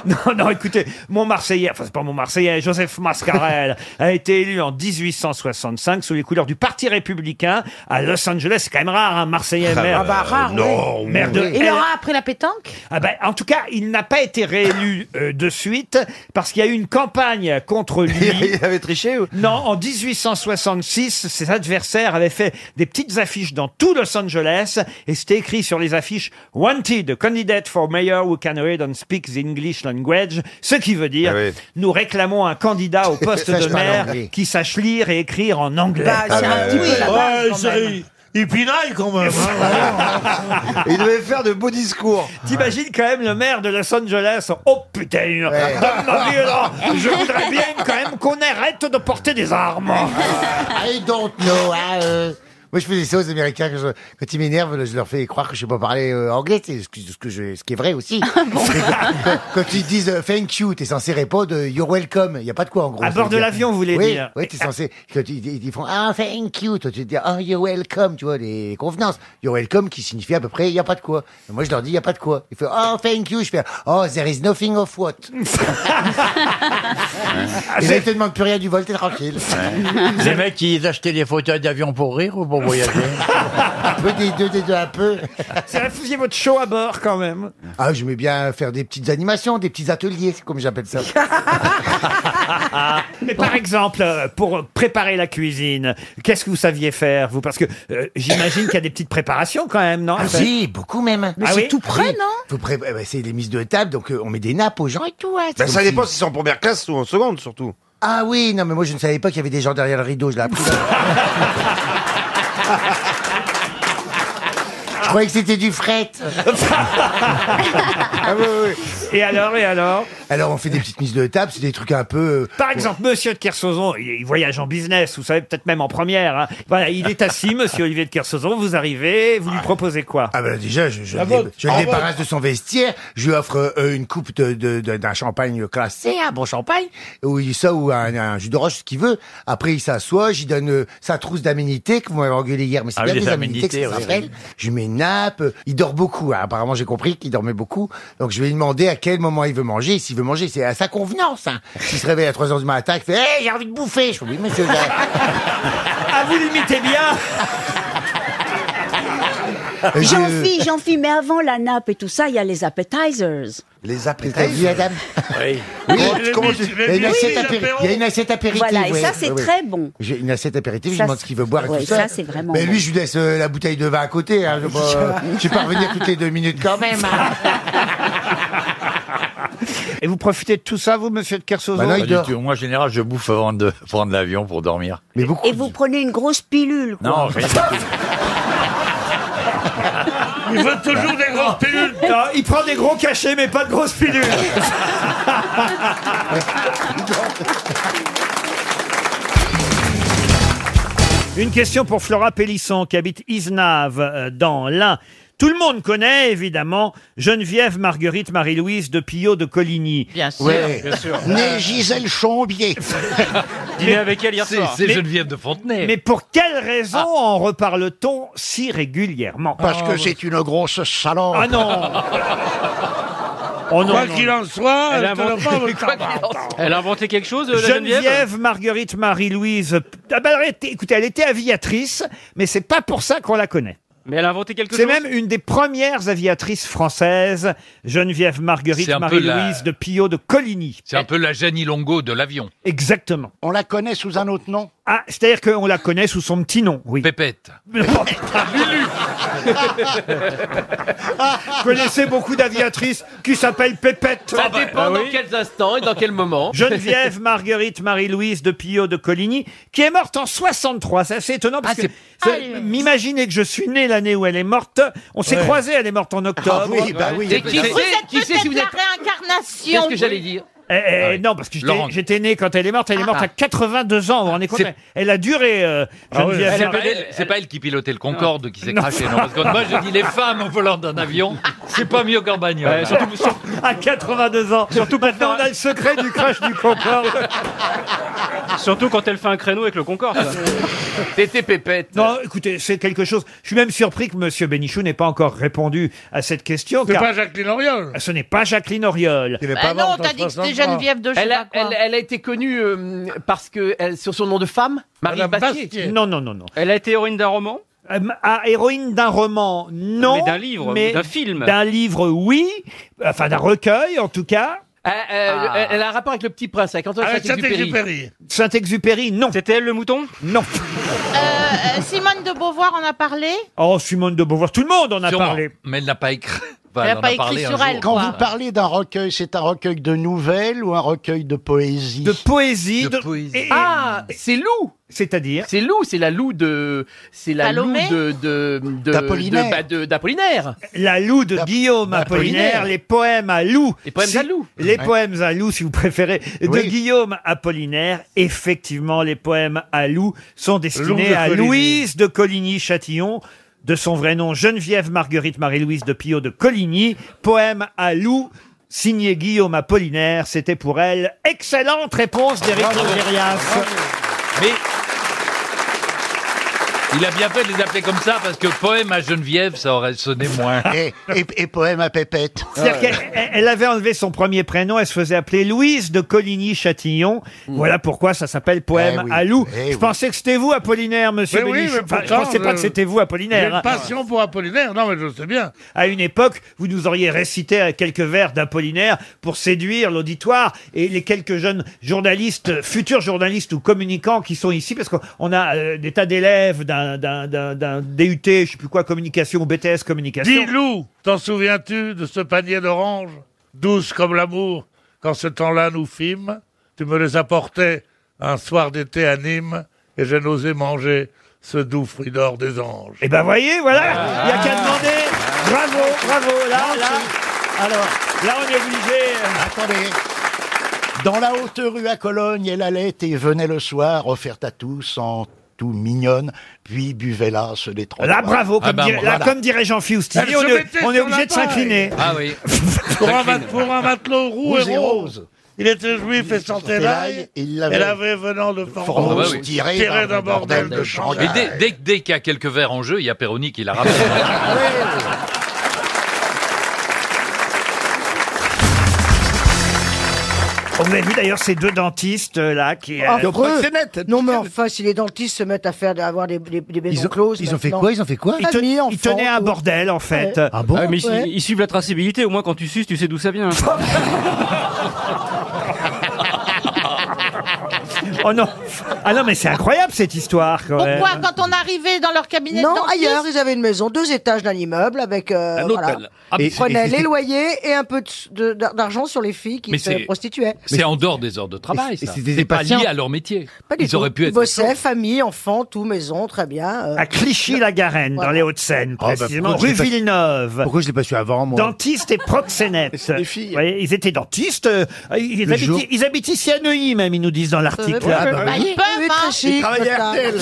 Non, non, écoutez, mon Marseillais, enfin c'est pas mon Marseillais,
[LAUGHS]
Joseph Mascarel a été élu en 1865 sous les couleurs du Parti républicain à Los Angeles. C'est quand même rare, un Marseillais
Ah
maire.
bah, rare, Euh, non, oui.
Maire de
Il
L-
aura appris la pétanque
Ah ben, en tout cas, il n'a pas été réélu euh, de suite parce qu'il y a eu une campagne
[LAUGHS]
contre lui. il avait triché Non, en 1866, ses adversaires avaient fait des petites affiches dans tout Los Angeles et c'était écrit sur les affiches Wanted, candidate for mayor who can read and speak the English language, ce qui veut
Ah
dire nous réclamons un
[LAUGHS]
candidat au poste
Sache
de
parler
maire
anglais.
qui sache lire et écrire en anglais. Ah,
Bah, c'est un petit peu la base, quand même.
Il pinaille quand même.
hein.
[LAUGHS] Il devait faire de beaux discours. T'imagines quand même le maire de Los Angeles. Oh putain, donne ma vie, là. Je voudrais bien quand même qu'on arrête de porter des armes.
I don't know. ah, euh, Moi, je faisais ça aux Américains. Quand, je- quand ils m'énervent, je leur fais croire que je sais pas parler euh, anglais. C'est ce, que- ce que je- ce qui est vrai aussi. quand, [LAUGHS] quand ils disent euh, thank you, t'es censé répondre euh, you're welcome. Il y a pas de quoi en gros.
À bord de
C'est-à-dire-
l'avion, vous voulez
Oui,
dire.
Oui, t'es censé. Quand ils, ils- ils font ah thank you, toi tu dis oh you're welcome, tu vois les, convenances. You're welcome qui signifie à peu près il y a pas de quoi. Et moi, je leur dis il y a pas de quoi. Ils font oh thank you, je fais oh there is nothing of
[LAUGHS]
what. Et là, ils te demandent plus rien du vol, t'es tranquille.
Les mecs, ils achetaient des fauteuils d'avion pour rire ou pour voyager
Un peu des deux, des deux, un peu.
C'est vrai, vous faisiez votre show à bord quand même.
Ah, j'aimais bien faire des petites animations, des petits ateliers, c'est comme j'appelle
[LAUGHS]
ça.
Ah
Ah.
Mais par exemple, euh, pour préparer la cuisine, qu'est-ce que vous saviez faire, vous Parce que euh, j'imagine qu'il y a des petites préparations quand même, non
Ah si, beaucoup même.
Mais Ah c'est oui tout prêt,
non eh ben, C'est les mises de table, donc euh, on met des nappes aux gens et tout. hein, c'est
Ben,
comme
ça
si-
dépend s'ils sont en première classe ou en seconde, surtout.
Ah oui, non, mais moi je ne savais pas qu'il y avait des gens derrière le rideau, je l'ai
[LAUGHS]
appris. je croyais que c'était du fret.
Ah Et alors, et alors
Alors on fait des petites mises de table, c'est des trucs un peu...
[LAUGHS]
euh,
Par exemple, monsieur de Kersozon, il il voyage en business, vous savez, peut-être même en première. hein. Voilà, il est assis, monsieur Olivier de Kersozon, vous arrivez, vous lui proposez quoi
Ah ben déjà, je, je
La
le dé-
vôtre.
je le
Ah,
débarrasse
votre.
de son vestiaire, je lui offre euh, une coupe de- de- de- d'un champagne classé, un bon champagne, ou il- ça ou un, un jus d'orange, ce qu'il veut. Après, il s'assoit, j'y donne euh, sa trousse d'aménité que vous m'avez engueulé hier, mais c'est
Ah
bien
oui,
des
les
aménités que ça
aménités, oui,
s'appelle.
oui.
Je lui mets une nappe, euh, il dort beaucoup, hein. apparemment j'ai compris qu'il dormait beaucoup, donc je vais lui demander à quel moment il veut manger, s'il veut manger, c'est à sa convenance. Hein. S'il se réveille à 3h du matin, il fait hey, « j'ai envie de bouffer !» Je fais « Oui, monsieur,
Ah, vous limitez
[LAUGHS]
bien
J'en
Euh,
fis, j'en fis, mais avant la nappe et tout ça, il y a les appetizers.
Les appétits, madame. Oui. Oh, comment tu- Il y a une assiette apéri- il y a une assiette apéritive.
Voilà, et
oui,
ça, c'est
oui, oui.
très bon.
J'ai une assiette apéritive, je
Ça,
lui demande
c'est-
ce qu'il veut boire
ouais,
et tout ça.
ça, c'est vraiment
Mais lui,
bon.
je lui laisse euh, la bouteille de vin à côté.
[LAUGHS]
Hein, je, vais pas- je vais pas revenir toutes les deux minutes quand même. hein.
Et vous profitez de tout ça, vous, monsieur de Kersozon
Bah
Pas du tout. Moi, en général, je bouffe avant de [LAUGHS] prendre l'avion pour dormir.
Et vous prenez une grosse pilule. quoi.
Non, rien.
Il veut toujours des grosses pilules Non, il prend des gros cachets, mais pas de grosses pilules Une question pour Flora Pélisson, qui habite Isnave, euh, dans l'Ain. Tout le monde connaît, évidemment, Geneviève Marguerite Marie-Louise de Pillot de Coligny.
Bien sûr. Ouais. Bien sûr. Née Gisèle
Chambier.
Dîner avec elle hier soir.
Mais-
de Fontenay.
Mais pour quelle raison en reparle-t-on si régulièrement
Parce que c'est une grosse salope.
Ah
[LAUGHS]
non Oh non,
Quoi
non,
qu'il
non.
en soit,
Elle
elle
a inventé-
te le
[LAUGHS]
Quoi
parle, Barbara.
Elle a inventé quelque chose, euh, la
Geneviève,
Geneviève
Marguerite Marie-Louise. Ah bah, elle était- écoutez, elle était aviatrice, mais c'est pas pour ça qu'on la connaît.
Mais elle a inventé quelque
C'est
chose.
même une des premières aviatrices françaises, Geneviève Marguerite
C'est un peu
Marie-Louise
la-
de Pillot de Coligny.
C'est un peu la Jenny Longo de l'avion.
Exactement. On la connaît sous un autre nom Ah, c'est-à-dire qu'on la connaît sous son petit nom, oui.
Pépette.
[LAUGHS] Ah, Vous connaissez beaucoup d'aviatrices qui s'appellent Pépette. Ah
Ça dépend dans quels instants et dans quel moment.
[LAUGHS] Geneviève Marguerite Marie-Louise de Pillot de Coligny, qui est morte en 63. C'est assez étonnant parce que c'est- m'imaginez que je suis né l'année où elle est morte. On s'est
Ouais.
croisés, elle est morte en octobre.
Ah oui, bah oui. Et qui
Vous êtes peut-être la réincarnation.
Eh, eh, Non, parce que j'étais-
Ah Laurent.
j'étais né quand elle est morte. Elle est morte à 82 ans. Vous vous rendez compte
C'est-
Elle a duré, euh,
Ah oui.
Geneviève
C'est pas
Marguerite.
elle- C'est pas elle qui pilotait le Concorde qui s'est
Non.
craché, non Parce que moi, je dis les femmes au volant d'un avion, c'est pas mieux qu'en bagnole.
Ouais,
[LAUGHS]
surtout- sur- à 82 ans. Surtout maintenant, on a le secret du crash du Concorde.
[LAUGHS] Surtout quand elle fait un créneau avec le Concorde.
[LAUGHS]
C'était pépette. Non, écoutez, c'est quelque chose. Je suis même surpris que Monsieur Bénichou n'ait pas encore répondu à cette question.
C'est
car-
pas Jacqueline Auriol.
Ce n'est pas Jacqueline Auriol.
Ah non, t'as dit que c'était Geneviève de je sais
Elle
pas
a-
quoi. elle, elle a été connue euh, parce que elle- sur son nom de femme, Marie Bastier.
Non, non, non, non.
Elle a été héroïne d'un roman
Euh, ah, héroïne d'un roman, non.
Mais d'un livre,
mais
d'un film.
D'un livre, oui. Enfin, d'un recueil, en tout cas.
Elle elle a un rapport avec le petit prince, avec Antoine
Avec
Saint-Exupéry.
Saint-Exupéry, non.
C'était elle le mouton
Non.
Euh, Simone de Beauvoir en a parlé
Oh, Simone de Beauvoir, tout le monde en a
Sûrement.
parlé.
Mais elle n'a pas écrit. [LAUGHS]
Elle a pas écrit sur elle.
Quand
quoi.
vous parlez d'un recueil, c'est un recueil de nouvelles ou un recueil de poésie De
poésie.
De
Ah, c'est Lou
C'est-à-dire
C'est Lou, c'est la Lou de... C'est la Lou
Salomé
de... de- de-
D'Apollinaire.
de- bah, de- D'Apollinaire.
La Lou de Guillaume Apollinaire,
Apollinaire.
les poèmes à Lou. Les
poèmes à Lou.
Les
Ouais.
poèmes à Lou, si vous préférez, de
Oui.
Guillaume Apollinaire. Effectivement, les poèmes à Lou sont destinés
Lou de
à
Coligny.
Louise de Coligny-Châtillon. De son vrai nom, Geneviève Marguerite Marie-Louise de Pio de Coligny. Poème à Lou, signé Guillaume Apollinaire. C'était pour elle. Excellente réponse d'Éric
Bravo.
Logérias.
Mais il a bien fait de les appeler comme ça parce que poème à Geneviève, ça aurait sonné moins.
Eh,
Et, et- et poème à pépette.
C'est-à-dire qu'elle elle- elle avait enlevé son premier prénom, elle se faisait appeler Louise de Coligny-Châtillon. Voilà pourquoi ça s'appelle Poème
Hmm. Eh oui,
à Lou.
eh
je pensais que c'était vous, Apollinaire, monsieur
Mais oui,
Bénichou.
mais
Enfin, je
pourtant,
pensais pas
je-
que c'était vous,
j'ai
Apollinaire.
une
hein.
passion
pour Apollinaire, non mais je sais bien. À une époque, vous nous auriez récité quelques vers d'Apollinaire pour séduire l'auditoire et les quelques jeunes journalistes, futurs journalistes ou communicants qui sont ici, parce qu'on a euh, des tas d'élèves d'un- d'un d'un- d'un DUT, je sais plus quoi, communication ou BTS communication.
Dis Lou, t'en souviens-tu de ce panier d'oranges Douce comme l'amour, quand ce temps-là nous fîmes, tu me les apportais un soir d'été à Nîmes, et j'ai n'osé manger ce doux fruit d'or des anges.
Eh ben voyez, voilà,
Ah.
il n'y a qu'à demander. Bravo, bravo, là, là. Alors, là on est obligé. euh,
Attendez.
Dans
la haute rue à Cologne, elle allait et venait le soir, offerte à tous en tout mignonne, puis buvait là ce détroit.
Là, bravo, comme, dirait, là, comme dirait jean
Ah ben, Elle
Fiustini,
se
on est,
mettait
on est
sur
obligé
la
de s'incliner.
paille.
Ah oui.
Pour un, mat- pour un matelot roux
Rouge
et
et
rose, il était juif et
sentait
sentait
l'ail,
l'ail,
et il l'avait-
elle avait venant de
Ah
Formose,
Formose,
tiré
tiré
dans
d'un
le
bordel de
Mais
Shanghai.
bah dès, dès, dès qu'il y a quelques verres en jeu, il y a Perroni qui la rappelle.
On vous avez vu d'ailleurs ces deux dentistes euh, là qui. euh,
Non mais enfin, si les dentistes se mettent à faire à avoir des, des, des maisons
Ils ont-
close.
ils ont fait quoi Ils ont fait quoi Ils te-
tenaient
ils tenaient un bordel, [LAUGHS] en fait. Ah bon
Ouais, mais ils-
Ouais.
ils, suivent la traçabilité, au moins quand tu suces, tu sais d'où ça vient. hein.
Oh non Ah non, mais c'est incroyable cette histoire quand même.
Pourquoi Ah, quand on arrivait dans leur cabinet de
Ah, Non,
dentiste
ailleurs, ils avaient une maison, deux étages d'un immeuble avec. euh,
Un
voilà.
hôtel. Ah,
Ils
mais-
prenaient
et-
les loyers et un peu de- de- d'argent sur les filles qui
Mais
se
c'est-
prostituaient.
C'est en dehors des heures de travail,
Et
ça.
c'est des
C'est pas
patients.
lié à leur métier.
Pas du
Ils
tout.
auraient pu
Ils
être...
bossaient, famille, enfants, tout, maison, très bien. euh.
À Clichy-la-Garenne, dans les Hauts-de-Seine,
bah,
précisément, rue
pourquoi je l'ai pas-
Villeneuve.
pourquoi
je l'ai pas su avant,
moi
Dentiste et [LAUGHS] proxénète. Vous voyez, ils étaient dentistes. euh, Ils,
Le
habitent,
jour-
ils habitent ici à Neuilly, même, ils nous disent dans l'article.
Bah, ils peuvent, hein.
Ils travaillaient à RTL.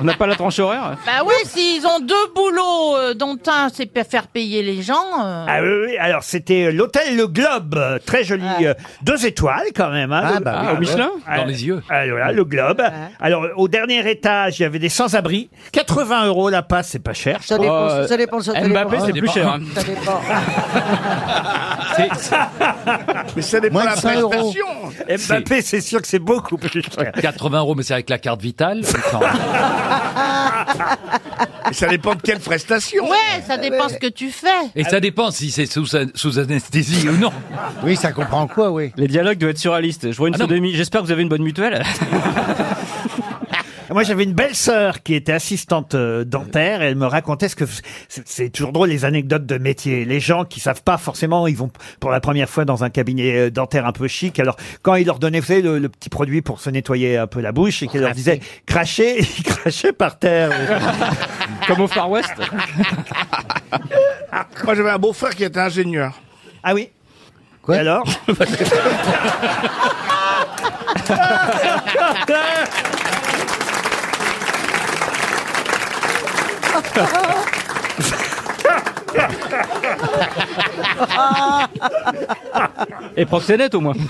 On n'a pas la tranche horaire
Bah oui, s'ils ont deux boulots, euh, dont un c'est pa- faire payer les gens. euh.
Ah oui, oui, alors c'était euh, l'hôtel Le Globe, euh, très joli, euh, deux étoiles quand même. hein,
Ah,
le-
bah oui, au Michelin Dans les yeux.
Ah, voilà, le Globe. Alors au dernier étage, il y avait des sans-abri. 80 euros la passe, c'est pas cher.
Ça dépend, ça dépend, ça dépend.
Oh, Euh, Mbappé, c'est plus
[LAUGHS]
cher, hein.
Ça dépend.
Mais ça
dépend de la prestation.
Mbappé, c'est sûr que c'est beaucoup plus cher.
80 euros, mais c'est avec la carte vitale.
ça dépend de quelle prestation.
Ouais, ça dépend ce que tu fais.
Et ça dépend si c'est sous, sous anesthésie ou non.
Oui, ça comprend quoi, oui. Les dialogues doivent être surréalistes. Je vois une
Ah non.
sodomie. J'espère que vous avez une bonne mutuelle.
Moi, j'avais une belle sœur qui était assistante euh, dentaire. Et elle me racontait ce que c'est c'est toujours drôle les anecdotes de métier. Les gens qui savent pas forcément, ils vont pour la première fois dans un cabinet euh, dentaire un peu chic. Alors quand il leur donnait vous savez, le, le petit produit pour se nettoyer un peu la bouche et qu'elle leur disait cracher, [LAUGHS] ils crachaient par terre.
Comme au
[LAUGHS]
Far West.
[LAUGHS] Moi, j'avais un beau-frère qui était ingénieur.
Ah oui Quoi [LAUGHS] alors
Et proxénète au moins.
[LAUGHS]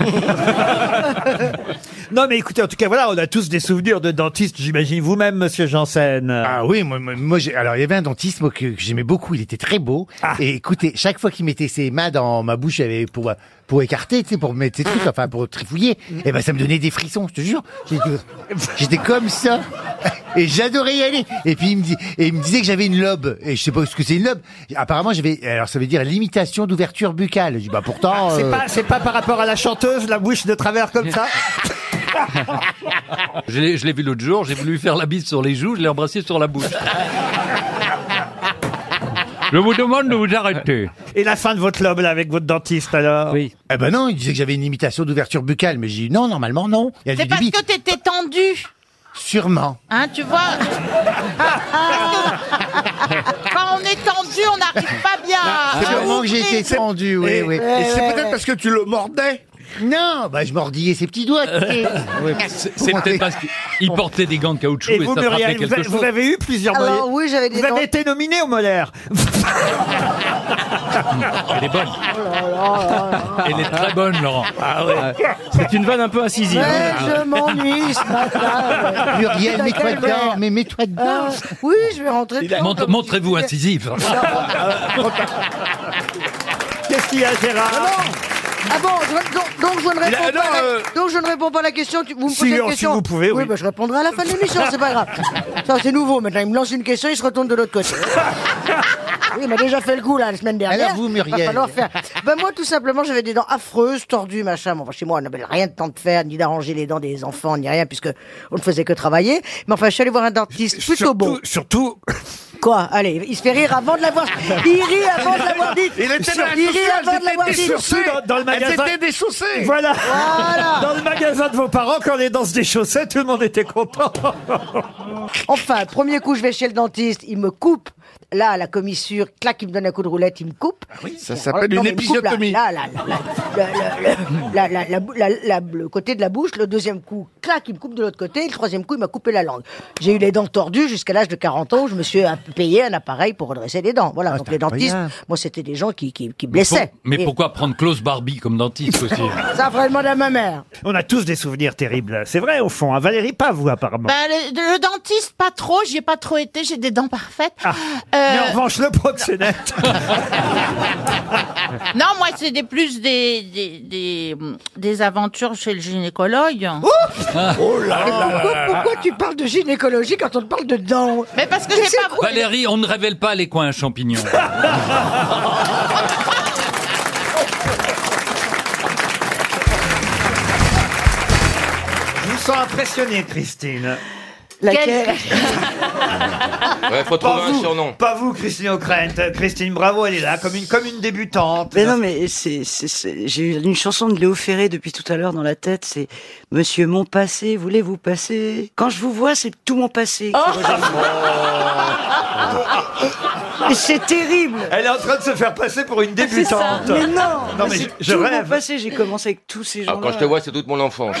Non, mais écoutez, en tout cas, voilà, on a tous des souvenirs de dentistes, j'imagine vous-même, monsieur Janssen.
Ah
oui,
moi, moi, moi, j'ai- alors il y avait un dentiste moi, que, que j'aimais beaucoup, il était très beau.
Ah.
Et écoutez, chaque fois qu'il mettait ses mains dans ma bouche j'avais pour, pour écarter, tu sais, pour mettre ses trucs,
Mm.
enfin pour trifouiller, et ben ça me donnait des frissons, je te jure. J'étais- J'étais comme ça. Et j'adorais y aller. Et puis il me, dit, et il me disait que j'avais une lobe. Et je sais pas ce que c'est une lobe. Apparemment j'avais, alors ça veut dire limitation d'ouverture buccale. Je dis bah pourtant.
Ah, C'est
euh,
pas, c'est pas par rapport à la chanteuse, la bouche de travers comme ça
Je l'ai je l'ai vu l'autre jour, j'ai voulu lui faire la bise sur les joues, je l'ai embrassé sur la bouche.
Je vous demande de vous arrêter. Et la fin de votre lobe, là, avec votre dentiste, alors
Oui. Eh ben non, il disait que [LAUGHS] j'avais une limitation d'ouverture buccale, mais j'ai dit non, normalement non. Il y a
C'est
du
parce
débit.
que t'étais tendu.
Sûrement.
Hein, tu
[LAUGHS]
vois Quand on est tendu, on n'arrive pas bien. à-
Ah, C'est
à
vraiment que j'ai
ouvrir.
été tendu, oui,
Et-
oui.
et c'est peut-être
parce que tu le mordais Non, bah je mordillais ses petits doigts.
[LAUGHS]
Ouais, c'est c'est peut-être parce qu'il portait des gants de caoutchouc et,
Et vous,
ça frappait
Muriel, vous,
quelque
a-
chose.
vous avez eu plusieurs
Alors,
moyens.
oui, j'avais des
Vous
dents-
avez été nominé au Molaire.
Elle est bonne.
Oh là là là.
Ah.
Elle est très bonne, Laurent.
C'est une vanne un peu incisive.
Mais
hein.
je m'ennuie ce matin. ouais.
Muriel,
C'est
mets-toi
tellement-
dedans, mais mets-toi dedans.
Ah, oui, je vais rentrer dedans.
Montre-
comme-
Montrez-vous incisif. [LAUGHS]
Qu'est-ce qu'il y a, Gérard
Ah bon, je- donc, donc je ne
Il a-
réponds pas
non,
à la,
euh,
donc je ne réponds pas à la question. tu- vous me
si,
posez
euh,
une
si
question
vous pouvez, oui.
bah, je répondrai à la fin de l'émission, c'est pas grave. Ça, c'est nouveau. Maintenant, il me lance une question, il se retourne de l'autre côté. Oui, il m'a déjà fait le coup, là, la semaine dernière.
Alors, vous, Muriel.
Va falloir faire. Ben, moi, tout simplement, j'avais des dents affreuses, tordues, machin. Bon, enfin, chez moi, on n'avait rien de temps de faire, ni d'arranger les dents des enfants, ni rien, puisque on ne faisait que travailler. Mais enfin, je suis allé voir un dentiste plutôt bon.
Surtout.
Quoi Allez, il se fait rire avant de l'avoir. Il rit avant de l'avoir dit.
Il était dans la
Il rit
chaussée,
avant de
elles
l'avoir
étaient
dit.
surtout dans- dans le magasin.
Elles étaient déchaussées.
Voilà.
Voilà.
Dans le magasin de vos parents, quand les danses des chaussettes, tout le monde était content.
Enfin, premier coup, je vais chez le dentiste, il me coupe. Là, la commissure, clac, il me donne un coup de roulette, il me coupe.
Ça
Alors,
s'appelle
non,
une
mais il me coupe, là,
épisiotomie.
Là, là, là, là, là, là, là, la bou- la- la- le côté de la bouche. Le deuxième coup, clac, il me coupe de l'autre côté. Et le troisième coup, il m'a coupé la langue. J'ai eu les dents tordues jusqu'à l'âge de 40 ans où je me suis euh, payé un appareil pour redresser les dents.
Ah,
Voilà, donc les dentistes, moi, c'était des gens qui, qui, qui blessaient.
Mais
Et
pourquoi prendre Klaus Barbie comme dentiste aussi
Ça, vraiment, à ma mère.
On a tous des souvenirs terribles. C'est vrai, au fond. hein. Valérie, pas vous, apparemment.
Bah, le, le dentiste, pas trop, j'y ai pas trop été, j'ai des dents parfaites.
Ah.
Euh,
Mais en revanche, le proxénète.
[LAUGHS] non, moi, c'est des plus des, des, des, des aventures chez le gynécologue.
Oh là là
Pourquoi, pourquoi tu parles de gynécologie quand on te parle de dents
Mais parce que j'ai pas...
Valérie, on ne révèle pas les coins à champignons.
Je vous sens impressionné, Christine.
Laquelle
Ouais, faut trouver
pas
un
vous,
surnom.
Pas vous, Christine O'Krent. Christine Bravo, elle est là, comme une, comme une débutante.
Mais non, mais c'est, c'est- c'est- j'ai eu une chanson de Léo Ferré depuis tout à l'heure dans la tête. C'est Monsieur mon passé, voulez-vous passer Quand je vous vois, c'est tout mon passé.
Oh.
qui revient. Et c'est terrible.
Elle est en train de se faire passer pour une débutante.
Ah, Mais non.
Non, mais
c'est
je- je
tout
rêve.
Mon passé, j'ai commencé avec tous ces
Ah,
gens. euh.
quand je te vois, c'est toute mon enfance.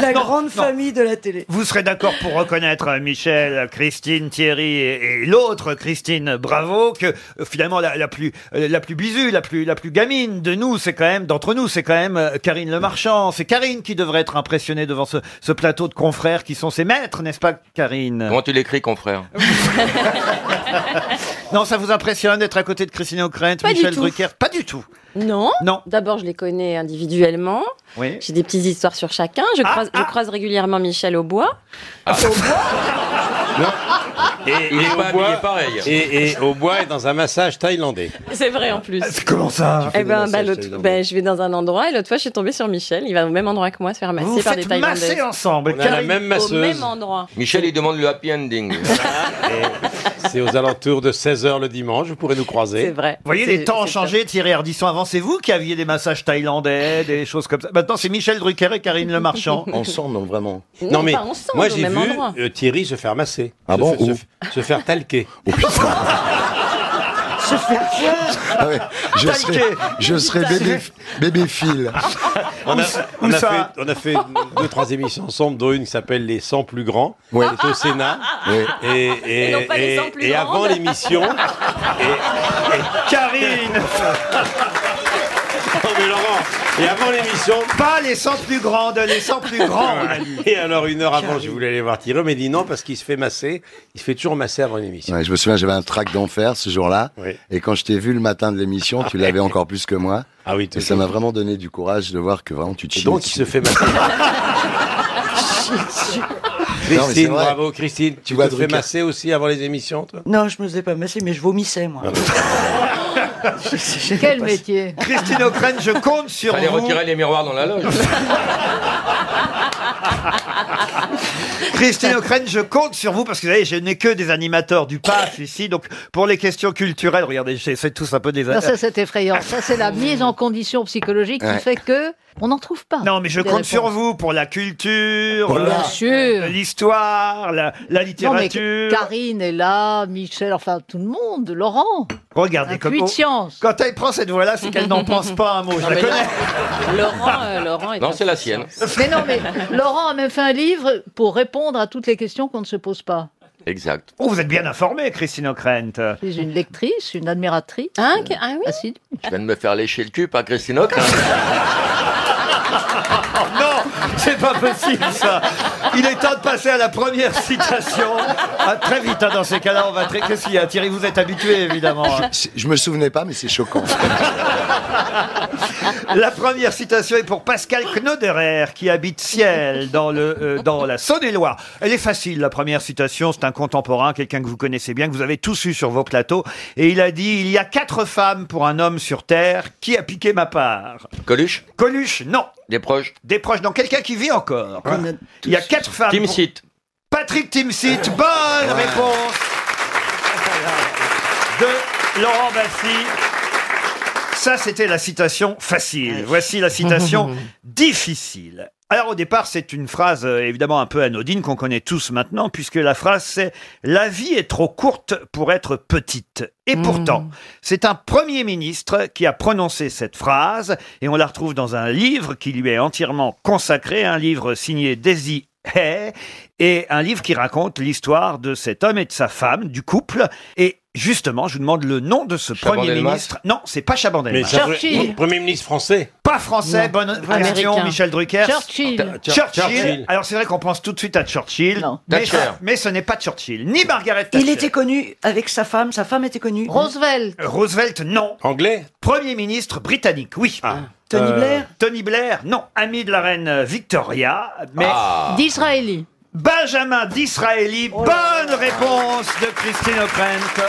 La grande famille de la télé.
Vous serez d'accord pour reconnaître euh, Michel, Christine, Thierry et, et l'autre Christine Bravo que euh, finalement la, la plus euh, la plus bisu, la plus la plus gamine de nous, c'est quand même d'entre nous, c'est quand même euh, Karine Le Marchand. C'est Karine qui devrait être impressionnée devant ce, ce plateau de confrères qui sont ses maîtres, n'est-ce pas, Karine
Comment tu l'écris, confrère
[LAUGHS] Non, ça vous impressionne d'être à côté de Christine O'Krent,
Pas du
Michel
tout.
Drucker Pas du tout.
Non.
Non.
D'abord, je les connais individuellement.
Oui.
J'ai des petites histoires sur chacun. Je
Ah,
croise, je croise régulièrement Michel au bois.
Et,
Il est
et
pas
au bois,
habillé pareil.
Et, et au bois et dans un massage thaïlandais.
[LAUGHS] C'est vrai en plus.
Comment ça
Eh ben,
massages
bah, l'autre-
thaïlandais.
ben, je vais dans un endroit et l'autre fois, je suis tombée sur Michel. Il va au même endroit que moi se faire masser
Vous vous
par des
faites
Thaïlandais.
masser ensemble.
On a la même
Au même
masseuse.
endroit.
Michel, il demande le happy
[LAUGHS]
ending.
C'est aux alentours de 16h le dimanche, vous pourrez nous croiser.
vrai.
Vous voyez, les temps ont changé, Thierry Ardisson. Avant, c'est vous qui aviez des massages thaïlandais,
[LAUGHS]
des choses comme ça. Maintenant, c'est Michel Drucker et Karine Le Marchand.
Ensemble, non, vraiment.
Non,
Non, mais
pas ensemble,
moi
au
j'ai
même
vu
endroit.
euh, Thierry se faire masser.
Ah
se,
bon,
se-
où Oh,
se- se faire
[LAUGHS]
talquer.
Se faire quoi
Ah ouais, je serai, je serai bébé,
[LAUGHS]
bébéphile.
On a,
où
on a
ça
fait, on a fait deux, trois émissions ensemble, dont une qui s'appelle Les 100 plus grands.
Ouais.
C'est au Sénat. Et, et-
Et non pas les 100 plus
et avant
grandes. [LAUGHS]
l'émission.
Karine
Oh, mais Laurent, Et avant l'émission,
Pas les 100 plus grandes, les 100 plus grands. on a dit.
Et alors, une heure avant, je voulais aller voir Thierry, mais il dit non parce qu'il se fait masser. Il se fait toujours masser avant une émission.
Ouais, je me souviens, j'avais un trac d'enfer ce jour-là.
Oui.
Et quand je t'ai vu le matin de l'émission, tu l'avais encore plus que moi.
Ah oui,
et ça m'a vraiment donné du courage de voir que vraiment tu te
Et
chies.
donc, il se fait masser.
Non, mais c'est
Christine,
vrai.
bravo, Christine. Tu,
vois
te fais
Drucker.
masser aussi avant les émissions, toi
Non, je me faisais pas masser, mais je vomissais
Ah
moi. [LAUGHS] Quel métier
Christine O'Krent, je compte sur
Fallait
vous.
retirer les miroirs dans la loge.
Christine O'Crane, je compte sur vous parce que vous savez, je n'ai que des animateurs du
[LAUGHS]
PAF ici. Donc, pour les questions culturelles, regardez, c'est tous un peu des.
Non, ça, c'est effrayant. Ça,
[LAUGHS]
c'est la mise en condition psychologique
Ouais.
qui fait que on n'en trouve pas.
Non, mais je
des
compte sur
réponses.
vous pour la culture,
Bien
la-
sûr.
l'histoire, la, la
Non, mais
littérature.
Karine est là, Michel, enfin tout le monde, Laurent.
Regardez
Un
comme
puits
on-
de science.
Quand elle prend cette voix-là, c'est qu'elle n'en pense pas un mot. Je
Non,
la
mais
connais.
Laurent, euh, Laurent est
Non, c'est la sienne.
Mais non,
[LAUGHS]
mais Laurent a même fait un livre pour répondre à toutes les questions qu'on ne se pose pas.
Exact.
Oh, vous êtes bien informée, Christine O'Krent.
Je suis une lectrice, une admiratrice. euh,
ah oui Je viens de me faire lécher le cul par Christine O'Crane.
[LAUGHS]
[LAUGHS]
non, c'est pas possible ça. Il est temps de passer à la première citation. Ah, très vite, hein, dans ces cas-là, on va très. Qu'est-ce qu'il y a, Thierry Vous êtes habitué, évidemment. hein.
Je, je me souvenais pas, mais c'est choquant.
[LAUGHS] La première citation est pour Pascal Knoderer, qui habite Ciel, dans, le, euh, dans la Saône-et-Loire. Elle est facile, la première citation. C'est un contemporain, quelqu'un que vous connaissez bien, que vous avez tous eu sur vos plateaux. Et il a dit Il y a quatre femmes pour un homme sur Terre. Qui a piqué ma part
Coluche
Coluche, non.
Des proches
Des proches, dans quelqu'un qui vit encore. Il y a quatre femmes. pour-
Timsit.
Patrick Timsit, bonne réponse de Laurent Bassi. Ça, c'était la citation facile. Voici la citation difficile. Alors au départ, c'est une phrase euh, évidemment un peu anodine qu'on connaît tous maintenant, puisque la phrase c'est ⁇ La vie est trop courte pour être petite ⁇ Et pourtant, c'est un Premier ministre qui a prononcé cette phrase, et on la retrouve dans un livre qui lui est entièrement consacré, un livre signé Daisy Hay, et un livre qui raconte l'histoire de cet homme et de sa femme, du couple. Et justement, je vous demande le nom de ce Premier
Chaban-Delmas
ministre. Non, c'est pas Chaban-Delmas.
Premier ministre français.
Pas français,
Non.
bonne
Américain.
question, Michel Drucker. Ah,
Churchill.
Churchill.
Ah, Churchill.
Alors c'est vrai qu'on pense tout de suite à Churchill, mais,
Thatcher.
mais ce n'est pas Churchill, ni Margaret Thatcher.
Il était connu avec sa femme, sa femme était connue.
Roosevelt.
Euh, Roosevelt, non.
Anglais Ah.
Premier ministre britannique, oui.
Euh, Tony Blair
Tony Blair, non. Ami de la reine euh, Victoria, mais...
Ah.
D'Israéli.
Benjamin Disraeli,
Oh
bonne réponse de Christine O'Krent.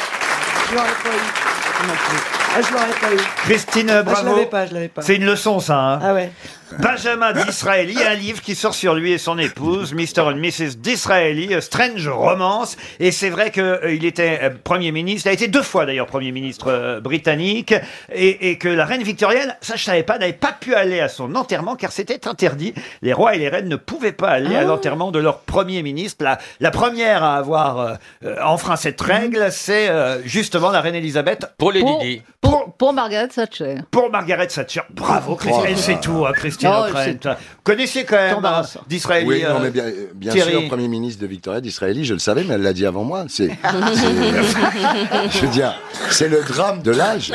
Je l'aurais pas eu. Non plus. Ah, je l'aurais pas eu.
Christine,
Ah,
bravo.
Je l'avais pas, je l'avais pas.
C'est une leçon, ça. hein.
Ah ouais.
Benjamin Disraeli, un livre qui sort sur lui et son épouse, Mr. and Mrs. Disraeli, A Strange Romance. Et c'est vrai qu'il était euh, Premier ministre, il a été deux fois d'ailleurs Premier ministre euh, britannique, et, et que la reine victorienne, ça je savais pas, n'avait pas pu aller à son enterrement car c'était interdit. Les rois et les reines ne pouvaient pas aller
Ah.
à l'enterrement de leur Premier ministre. La, la première à avoir euh, euh, enfreint cette
Mm-hmm.
règle, c'est euh, justement la reine Elisabeth.
Pour les
Pour-
Didi.
Pour, pour Margaret Thatcher.
Pour Margaret Thatcher. Bravo, Christine.
Oh,
Elle sait
voilà.
tout, hein, Christine
Oh,
O'Krent.
c'est-
Connaissez quand même hein, d'Israël.
Oui, non,
euh,
mais bien, euh, bien
Thierry.
sûr, Premier ministre de Victoria d'Israël, je le savais, mais elle l'a dit avant moi. C'est,
[LAUGHS]
Bah
c'est- je veux dire, c'est le drame de l'âge.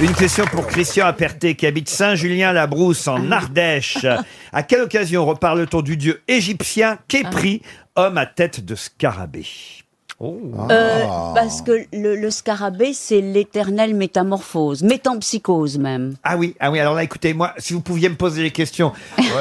Une question pour Christian Aperté qui habite Saint-Julien-la-Brousse en Ardèche. À quelle occasion reparle-t-on du dieu égyptien Képri, homme à tête de scarabée
[LAUGHS]
Oh.
Euh,
bah,
parce que le, le scarabée, c'est l'éternelle métamorphose, métampsychose même.
Ah oui, ah oui, alors là, écoutez, moi, si vous pouviez me poser des questions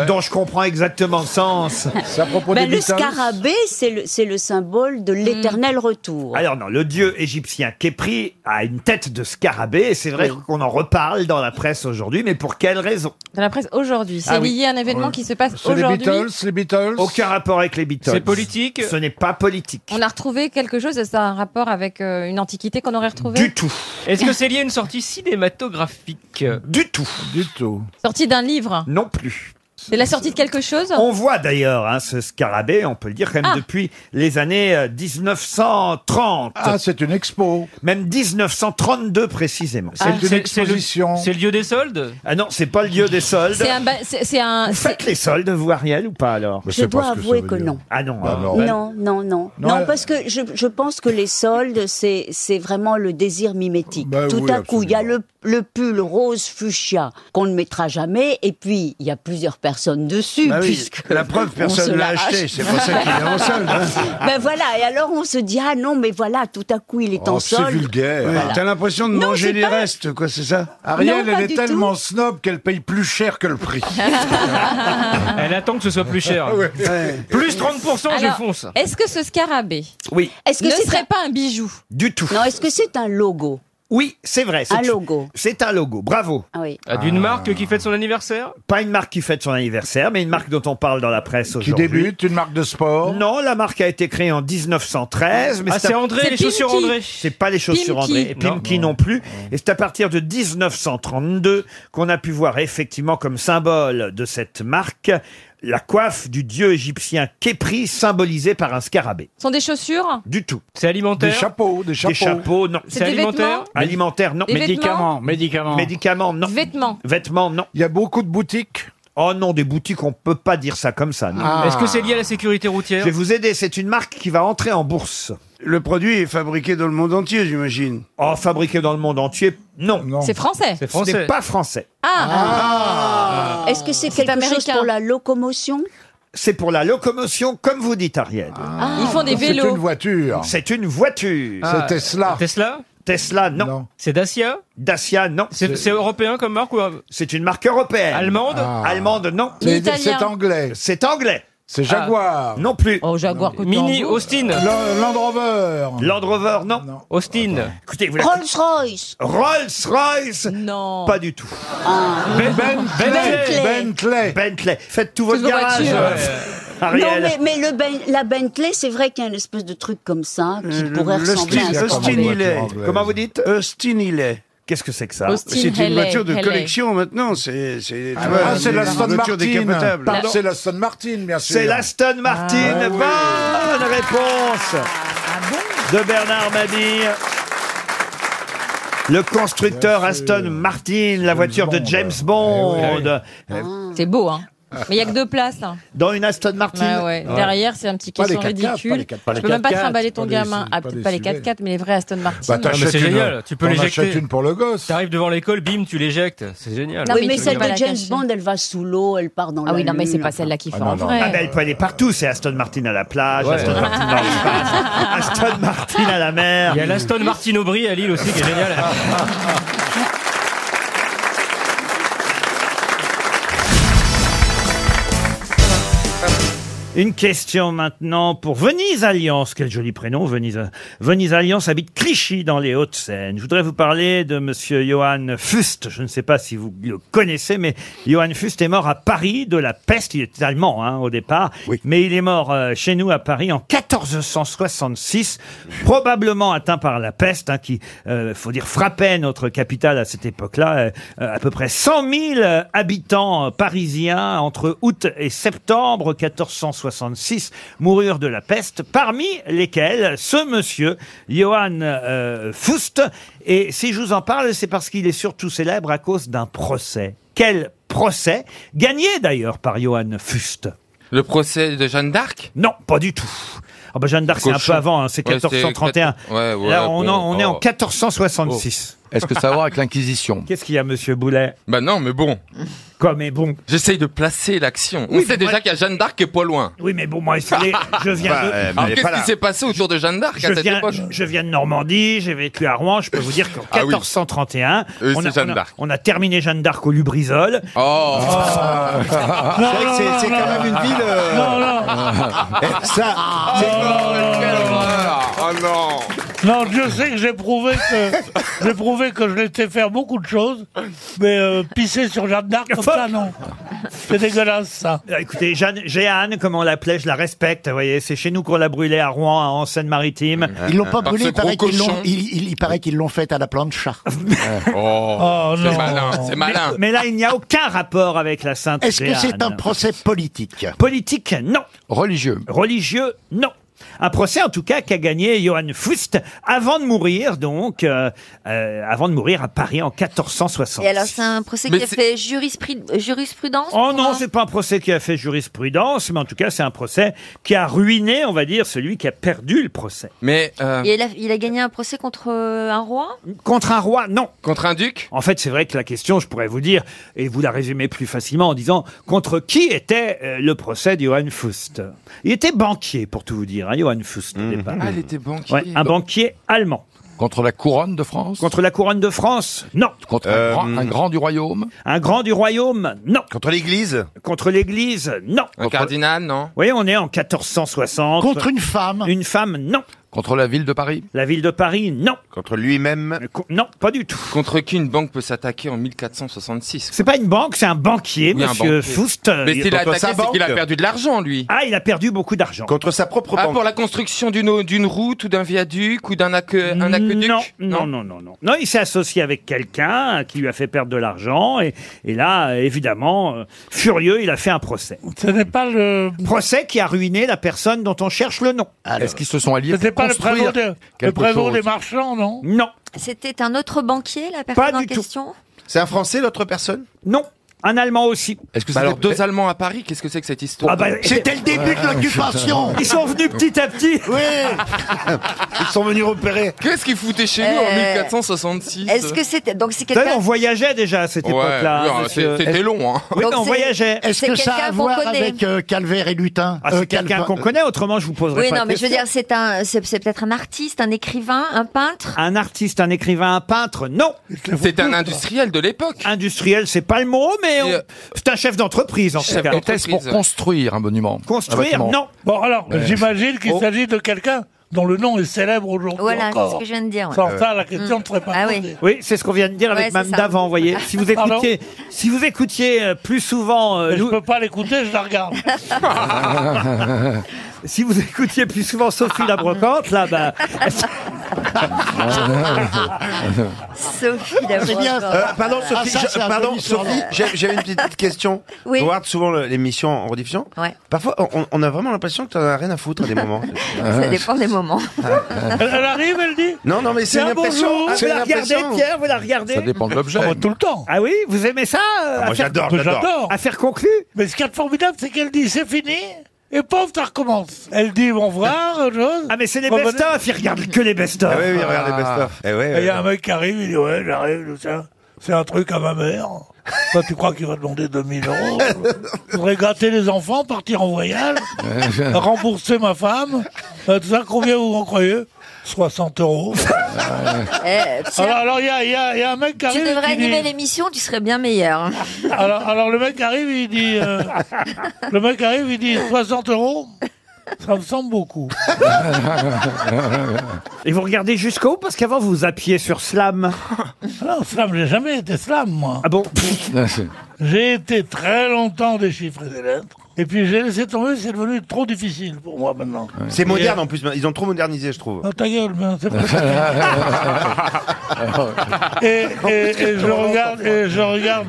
dont je comprends exactement le sens. Ça propos
Ben, le scarabée, c'est le, c'est le symbole de l'éternel retour.
Alors non, le dieu égyptien Képri a une tête de scarabée et c'est vrai
Oui.
qu'on en reparle dans la presse aujourd'hui, mais pour quelle raison
Dans la presse aujourd'hui, c'est
Ah oui.
lié à un événement
Ouais.
qui se passe aujourd'hui.
les Beatles. Aucun rapport avec les Beatles.
C'est politique
Ce n'est pas politique.
On a retrouvé quelque chose, ça a un rapport avec euh, une antiquité qu'on aurait retrouvée
Du tout.
Est-ce
que c'est lié à une sortie cinématographique
Du tout.
Du tout.
Sortie d'un livre
Non plus.
C'est la sortie de quelque chose
On voit d'ailleurs hein, ce scarabée, on peut le dire quand même
Ah.
depuis les années euh, 1930. Ah, c'est une expo. Même 1932 précisément.
C'est Ah. une
exposition. C'est le lieu des soldes
Ah non, c'est pas le lieu des soldes.
C'est un. ba- C'est c'est un
Vous faites les soldes, vous, Ariel, ou pas alors
Je sais pas dois ce que ça avouer veut que dire. non.
Ah non. hein.
Non, non, non.
Non,
Non,
elle-
parce que je, je pense que les soldes, c'est c'est vraiment le désir mimétique.
Ben
Tout
oui,
à coup, il y a le, le pull rose fuchsia qu'on ne mettra jamais, et puis il y a plusieurs personnes
Ben
dessus.
Bah oui,
puisque
la preuve,
on
personne
se
ne l'a
l'arrache.
acheté, c'est pour ça qu'il est en solde, hein.
[LAUGHS] Ben voilà, et alors on se dit, ah non, mais voilà, tout à coup, il est en
Oh,
solde.
Ouais,
Voilà.
T'as l'impression de
Non,
manger
c'est
les
pas-
restes, quoi, c'est ça
Ariel,
Ariel,
Non, pas
elle
elle est du
est
tout.
tellement
tellement
snob qu'elle paye plus cher que le prix.
[LAUGHS] Elle attend que ce soit plus
Ah
cher.
Ouais.
Plus 30%, je
Alors,
fonce.
Est-ce que ce scarabée
Oui.
Est-ce que
ne
c'est
serait pas un bijou
Du tout.
Non, est-ce que c'est un logo
Oui, c'est vrai. Eh, c'est-
Un logo.
C'est un logo, bravo.
Ah oui.
Ah,
D'une
ah.
marque qui fête son anniversaire
Pas une marque qui fête son anniversaire, mais une marque dont on parle dans la presse aujourd'hui.
débute,
une marque de sport Non, la marque a été créée en 1913. Mais
Ah, c'est
à-
André, C'est les chaussures Pimki. André.
C'est pas les chaussures
Pimki.
André, et
Non.
Pimki non, plus. Et c'est à partir de 1932 qu'on a pu voir effectivement comme symbole de cette marque la coiffe du dieu égyptien Képri symbolisée par un scarabée.
Ce sont des chaussures
Du tout.
C'est alimentaire
Des chapeaux, des chapeaux. non.
C'est C'est des alimentaire vêtements
Alimentaire, non.
Des Médicaments,
médicaments. Médicaments, non.
Vêtements.
Vêtements, non. Il y a beaucoup de boutiques. Oh non, des boutiques, on peut pas dire ça comme ça. non.
Est-ce que c'est lié à la sécurité
Je
routière
vais vous aider, c'est une marque qui va entrer en bourse. Le produit est fabriqué dans le monde entier, j'imagine.
Oh, fabriqué dans le monde entier, non.
C'est français.
Ce n'est pas français.
Ah, Est-ce que c'est quelque chose
américain.
pour la locomotion
C'est pour la locomotion, comme vous dites, Ariel.
Ah. Ils font des vélos.
voiture. C'est une voiture.
Ah, Tesla
Tesla, non.
C'est Dacia
Dacia, non.
C'est c'est européen comme marque ou...
C'est une marque européenne.
Allemande
Allemande, non.
Mais C'est- italien. c'est
anglais. C'est anglais. C'est
Jaguar.
Non plus.
Oh, Jaguar.
Mini Austin
Land Rover.
Land Rover, non.
Austin
Écoutez, vous la-
Rolls-Royce
Rolls Royce
Non. Ah.
Pas du tout.
Ben- Ben- Bentley.
Bentley. Bentley. Faites tout votre
Toutes vos
garage.
voitures.
euh,
Non,
Ariel.
mais, mais le Ben- la Bentley, c'est vrai qu'il y a une espèce de truc comme ça
Mm-hmm.
qui
Le-
pourrait
le
ressembler
Austin-
à un
Austin
scarabée.
Healey.
Comment vous dites
Austin Healey.
Qu'est-ce que c'est que ça
C'est une
Healey,
voiture de
Healey.
collection maintenant. C'est c'est
Ah,
tu vois,
ah, c'est
une-
l'Aston
une voiture
Martin.
décapotable.
Pardon. C'est
l'Aston Martin, bien
C'est l'Aston Martin.
Ah, ouais,
Bonne
oui.
Bah,
réponse
Ah
de Bernard Mabille. Le constructeur Aston Martin, la voiture de James Bond. Eh
C'est beau, hein. Mais il n'y a que deux places. hein.
Dans une Aston Martin.
Bah Ouais, ouais. Derrière, c'est un petit caisson ridicule. Tu peux même pas trimballer ton gamin. Ah, peut-être pas les 4x4, mais les vrais Aston Martin.
Ah, mais c'est génial, tu peux l'éjecter.
pour le gosse.
T'arrives devant l'école, bim, tu l'éjectes. C'est génial.
Non,
Oui,
mais,
mais tu
celle
peux pas
de
la
James
cacher.
Bond, elle va sous l'eau, elle part dans la
Ah oui, non, mais
lune,
c'est pas
enfin.
celle-là qui fait
Ah,
en vrai.
ben, elle peut aller partout. C'est Aston Martin à la plage,
Ouais.
Aston Martin dans l'espace, Aston Martin à la mer.
Il y a l'Aston Martin Aubry à Lille aussi qui
[LAUGHS]
est génial.
Une question maintenant pour Venise Alliance. Quel joli prénom, Venise. Venise Alliance habite Clichy dans les Hauts-de-Seine. Je voudrais vous parler de monsieur Johann Fust. Je ne sais pas si vous le connaissez, mais Johann Fust est mort à Paris de la peste. Il était allemand hein, au départ, mais il est mort euh, chez nous à Paris en 1466, probablement atteint par la peste, hein, qui, euh, faut dire, frappait notre capitale à cette époque-là. Euh, euh, à peu près 100 000 euh, habitants euh, parisiens entre août et septembre 1466 moururent de la peste, parmi lesquels ce monsieur, Johann euh, Fust. Et si je vous en parle, c'est parce qu'il est surtout célèbre à cause d'un procès. Quel procès Gagné d'ailleurs par Johann Fust.
Le procès de Jeanne d'Arc
Non, pas du tout. Ah bah, Jeanne d'Arc, c'est un
Cochon.
peu avant, hein, c'est
Ouais, c'est
1431.
quatre- ouais, ouais,
Là, on,
bon,
en- on est en
oh.
1466.
Est-ce que ça a à voir avec l'Inquisition
Qu'est-ce qu'il y a, monsieur Boulet
Bah non, mais bon.
Quoi, mais bon
J'essaye de placer l'action.
Oui,
on
mais
sait déjà
moi-
qu'il y a Jeanne d'Arc qui est pas loin.
Oui, mais bon, moi, c'est- [LAUGHS] je viens
[LAUGHS] Bah,
de...
euh, mais elle est pas là. Qu'est-ce qui s'est passé autour de Jeanne d'Arc
je
à cette
viens,
époque
je viens de Normandie, j'ai vécu à Rouen, je peux vous dire qu'en
Ah oui.
1431,
Euh,
on,
c'est
a,
Jeanne
on a-
d'Arc.
on a terminé Jeanne d'Arc au Lubrizol.
Oh,
Non, non, non, non, non.
euh,
Non, non.
[LAUGHS] Eh,
Eh,
Ça
Ah,
Ah.
Oh non
Non, Dieu sait que j'ai prouvé que j'ai prouvé que je l'étais faire beaucoup de choses, mais euh, pisser sur Jeanne d'Arc comme ça, non. C'est dégueulasse ça.
Euh, Écoutez, Jeanne, Jeanne, comme on l'appelait, je la respecte. Vous voyez, c'est chez nous qu'on l'a brûlée à Rouen, en Seine-Maritime.
Ils l'ont pas brûlé, il paraît qu'ils l'ont, il, il- il paraît qu'ils l'ont faite à la plancha.
Oh,
non.
c'est malin, c'est malin.
Mais, mais là, il n'y a aucun rapport avec la Sainte
Est-ce que
Jeanne.
hein.
c'est un procès politique
Politique, non.
Religieux.
Religieux, non. Un procès, en tout cas, qu'a gagné Johann Fust avant de mourir, donc, euh, euh, avant de mourir à Paris en 1460.
Et alors, c'est un procès
Mais
qui a
c'est-
fait jurispri- jurisprudence
Oh non, c'est pas un procès qui a fait jurisprudence, mais en tout cas, c'est un procès qui a ruiné, on va dire, celui qui a perdu le procès.
Mais
Ah.
euh,
Et il a, il a gagné un procès contre euh, un roi
Contre un roi, non.
Contre un duc
En fait, c'est vrai que la question, je pourrais vous dire, et vous la résumez plus facilement en disant contre qui était euh, le procès de Johann Fust Il était banquier, pour tout vous dire, hein, Johann Fust au départ.
Ah, il était banquier.
Ouais, un banquier allemand.
Contre la couronne de France
Contre la couronne de France Non.
Contre un, grand, un grand du royaume
Un grand du royaume Non.
Euh, Contre l'église
Contre l'église Non.
Un cardinal, non
Vous voyez, on est en 1460.
Contre une femme
Une femme, non.
Contre la ville de Paris
La ville de Paris, non. Euh,
Contre lui-même
Non, pas du tout.
Contre qui une banque peut s'attaquer en 1466
C'est pas une banque, c'est un banquier,
Oui, un
monsieur
banquier.
Foust.
Mais s'il a attaqué, c'est qu'il a perdu de l'argent, lui.
Ah, il a perdu beaucoup d'argent.
Contre sa propre ah, pour la construction d'une eau- d'une route ou d'un viaduc ou d'un aque- un aqueduc
Non, non, non, non, non. Non, il s'est associé avec quelqu'un euh, qui lui a fait perdre de l'argent. Et, et là, euh, évidemment, euh, furieux, il a fait un procès. Ce n'est pas le... Procès qui a ruiné la personne dont on cherche le nom.
Est-ce qu'ils se sont alliés
C'était pas le prévôt, de- le prévôt des marchands, non
Non.
C'était un autre banquier, la personne
Pas
en
du tout.
question
C'est un Français, l'autre personne eh
Non. Un Allemand aussi.
Est-ce que
Bah
c'est
alors,
deux Allemands à Paris Qu'est-ce que c'est que cette histoire
Ah bah, C'était le début de Ouais, l'occupation. putain. [LAUGHS] Ils sont venus petit à petit. [LAUGHS]
Oui. Ils sont venus repérer. Qu'est-ce qu'ils foutaient chez nous en
Euh,
1466
Est-ce que c'était donc c'est
Vous savez,
quelqu'un
on voyageait déjà à cette
Ouais,
époque-là.
oui,
monsieur.
c'était long, hein.
Oui,
Donc
mais on
c'est-
voyageait.
Est-ce
C'est
que ça a
quelqu'un
à
qu'on
voir
connaît.
avec euh, Calvaire et Lutin
Ah, c'est
Euh,
quelqu'un
Calva-
qu'on connaît, autrement je vous poserai
Oui,
pas
non,
de
mais je veux
question.
dire, c'est un, c'est c'est peut-être un artiste, un écrivain, un peintre.
Un artiste, un écrivain, un peintre, non.
C'est un industriel de l'époque.
Industriel, c'est pas le mot, mais on-
Et, euh,
c'est un chef d'entreprise en tout cas.
Était-ce pour construire un monument Un
Construire,
bâtiment
non.
Bon, alors,
Ah bah, Ouais.
j'imagine qu'il
Oh.
s'agit de quelqu'un dont le nom est célèbre aujourd'hui
Voilà, c'est
encore.
ce que je viens de dire. ouais.
Sans
Euh.
ça, la question
Mm.
ne serait pas
Ah oui.
[LAUGHS]
posée.
Oui, c'est ce qu'on vient de dire
Ouais,
avec Mme
c'est ça.
d'avant, vous
[LAUGHS]
voyez. Si vous
Pardon
écoutiez, si vous écoutiez euh, plus souvent, euh,
Je
Lou-
peux pas l'écouter, je la regarde.
[LAUGHS] si vous écoutiez plus souvent Sophie la brocante, là, bah,
[LAUGHS]
Sophie
C'est bien, ça.
Euh,
d'abord.
Euh, pardon, Sophie,
Ah, ça,
je-
c'est un
pardon,
joli surnom.
Sophie, j'ai j'ai une petite question.
Oui.
On regarde souvent le- l'émission en rediffusion.
Ouais.
Parfois, on, on a vraiment l'impression que t'en as rien à foutre à des moments.
Ça dépend des moments.
Elle, elle arrive, elle dit
Non, non, mais c'est une
Tiens,
impression.
bonjour.
Ah,
vous
c'est
la
une
regardez,
impression.
Pierre, vous la regardez.
Ça dépend de l'objet.
Ah, bah, Tout le temps.
Ah oui, vous aimez ça euh,
Ah, moi,
affaire-
j'adore,
Que
j'adore.
J'adore.
Affaire conclue
Mais ce qu'il y a de formidable, c'est qu'elle dit c'est fini, et pauvre, ça recommence. Elle dit bon voir, autre chose.
Ah mais c'est les
Revenez.
best-of, il regarde que les best-of.
Ah oui, oui, regarde les best-of. Eh ouais,
Et il y a un mec qui arrive, il dit ouais, j'arrive, tout ça. C'est un truc à ma mère. Toi, tu crois qu'il va demander 2000 euros Je voudrais gâter les enfants, partir en voyage, rembourser ma femme. Euh, tout ça, combien vous en croyez 60 euros.
Ah,
Eh, Pierre,
Alors, alors, il y a, il y a- il y a un mec qui
tu
arrive. et
devrais
qui dit-
animer l'émission, tu serais bien meilleur.
alors, alors le mec arrive, il dit, euh, le mec arrive, il dit 60 euros. Ça me semble beaucoup.
Et vous regardez jusqu'au parce qu'avant vous zappiez sur Slam.
Non, slam, j'ai jamais été slam, moi.
Ah bon
J'ai été très longtemps des chiffres et des lettres. Et puis j'ai laissé tomber, c'est devenu trop difficile pour moi maintenant.
C'est
Et,
moderne
euh,
en plus, ils ont trop modernisé, je trouve.
Oh, ta gueule, ben, c'est
[LAUGHS]
pas- [LAUGHS] et, et- et je regarde, et je regarde,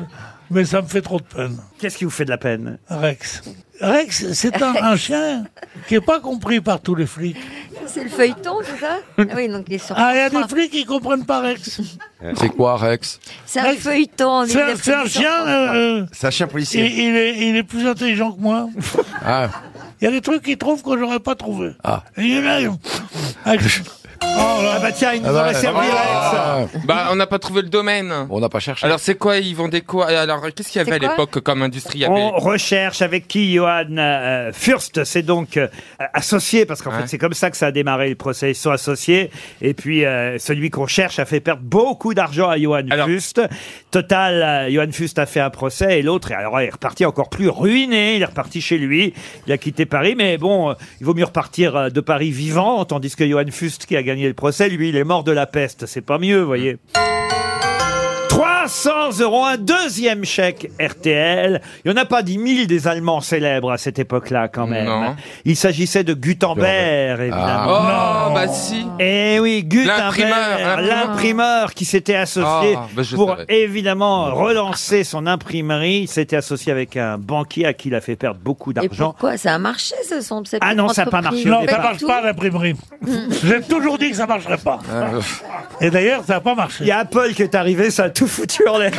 mais ça me fait trop de peine.
Qu'est-ce qui vous fait de la peine
Rex. Rex, c'est un, un chien qui est pas compris par tous les flics.
C'est le feuilleton, c'est
[LAUGHS]
ça Ah Oui, donc il est sur.
Ah, il y a des flics qui comprennent pas Rex.
C'est quoi, Rex
C'est un feuilleton. on est
C'est un,
des
c'est un chien, euh, euh,
C'est un chien
il,
policier.
il est, il est plus intelligent
[LAUGHS]
que moi.
Ah,
Il y a des trucs qu'il trouve que j'aurais pas trouvé.
Ah.
Et il est là, il- Ah, je- Oh là.
Ah bah tiens, il nous
Ah bah,
aurait servi Rex.
Bah, on n'a pas trouvé le domaine.
on n'a pas cherché.
Alors, c'est quoi Ils vendaient quoi Alors, qu'est-ce qu'il y
C'est
avait à
quoi
l'époque comme industrie Il y avait-
On recherche avec qui Johan euh, Fürst s'est donc euh, associé, parce qu'en
Ouais.
fait c'est comme ça que ça a démarré le procès, ils sont associés, et puis euh, celui qu'on cherche a fait perdre beaucoup d'argent à Johan Fürst. Total, euh, Johan Fürst a fait un procès, et l'autre alors, est reparti encore plus ruiné, il est reparti chez lui, il a quitté Paris, mais bon, euh, il vaut mieux repartir euh, de Paris vivant, tandis que Johan Fürst qui a gagné le procès, lui il est mort de la peste, c'est pas mieux, vous voyez. 300 euros, un deuxième chèque RTL. Il n'y en a pas 10 000 des Allemands célèbres à cette époque-là, quand même.
Non.
Il s'agissait de Gutenberg,
Ah.
évidemment.
Oh, bah si.
Eh oui,
L'imprimeur,
Gutenberg,
l'imprimeur.
l'imprimeur qui s'était associé
Ah, bah, je
pour
savais.
évidemment relancer son imprimerie. Il s'était associé avec un banquier à qui il a fait perdre beaucoup
Et
d'argent.
pourquoi Ça a marché, ce son cette
Ah non, ça a pas
entreprise.
marché au
Non, ça
départ.
marche pas l'imprimerie. J'ai toujours dit que ça marcherait pas.
Ah,
Et d'ailleurs, ça n'a pas
Il y
marché.
a Apple qui est arrivé, ça a tout foutu
[LAUGHS]
en l'air.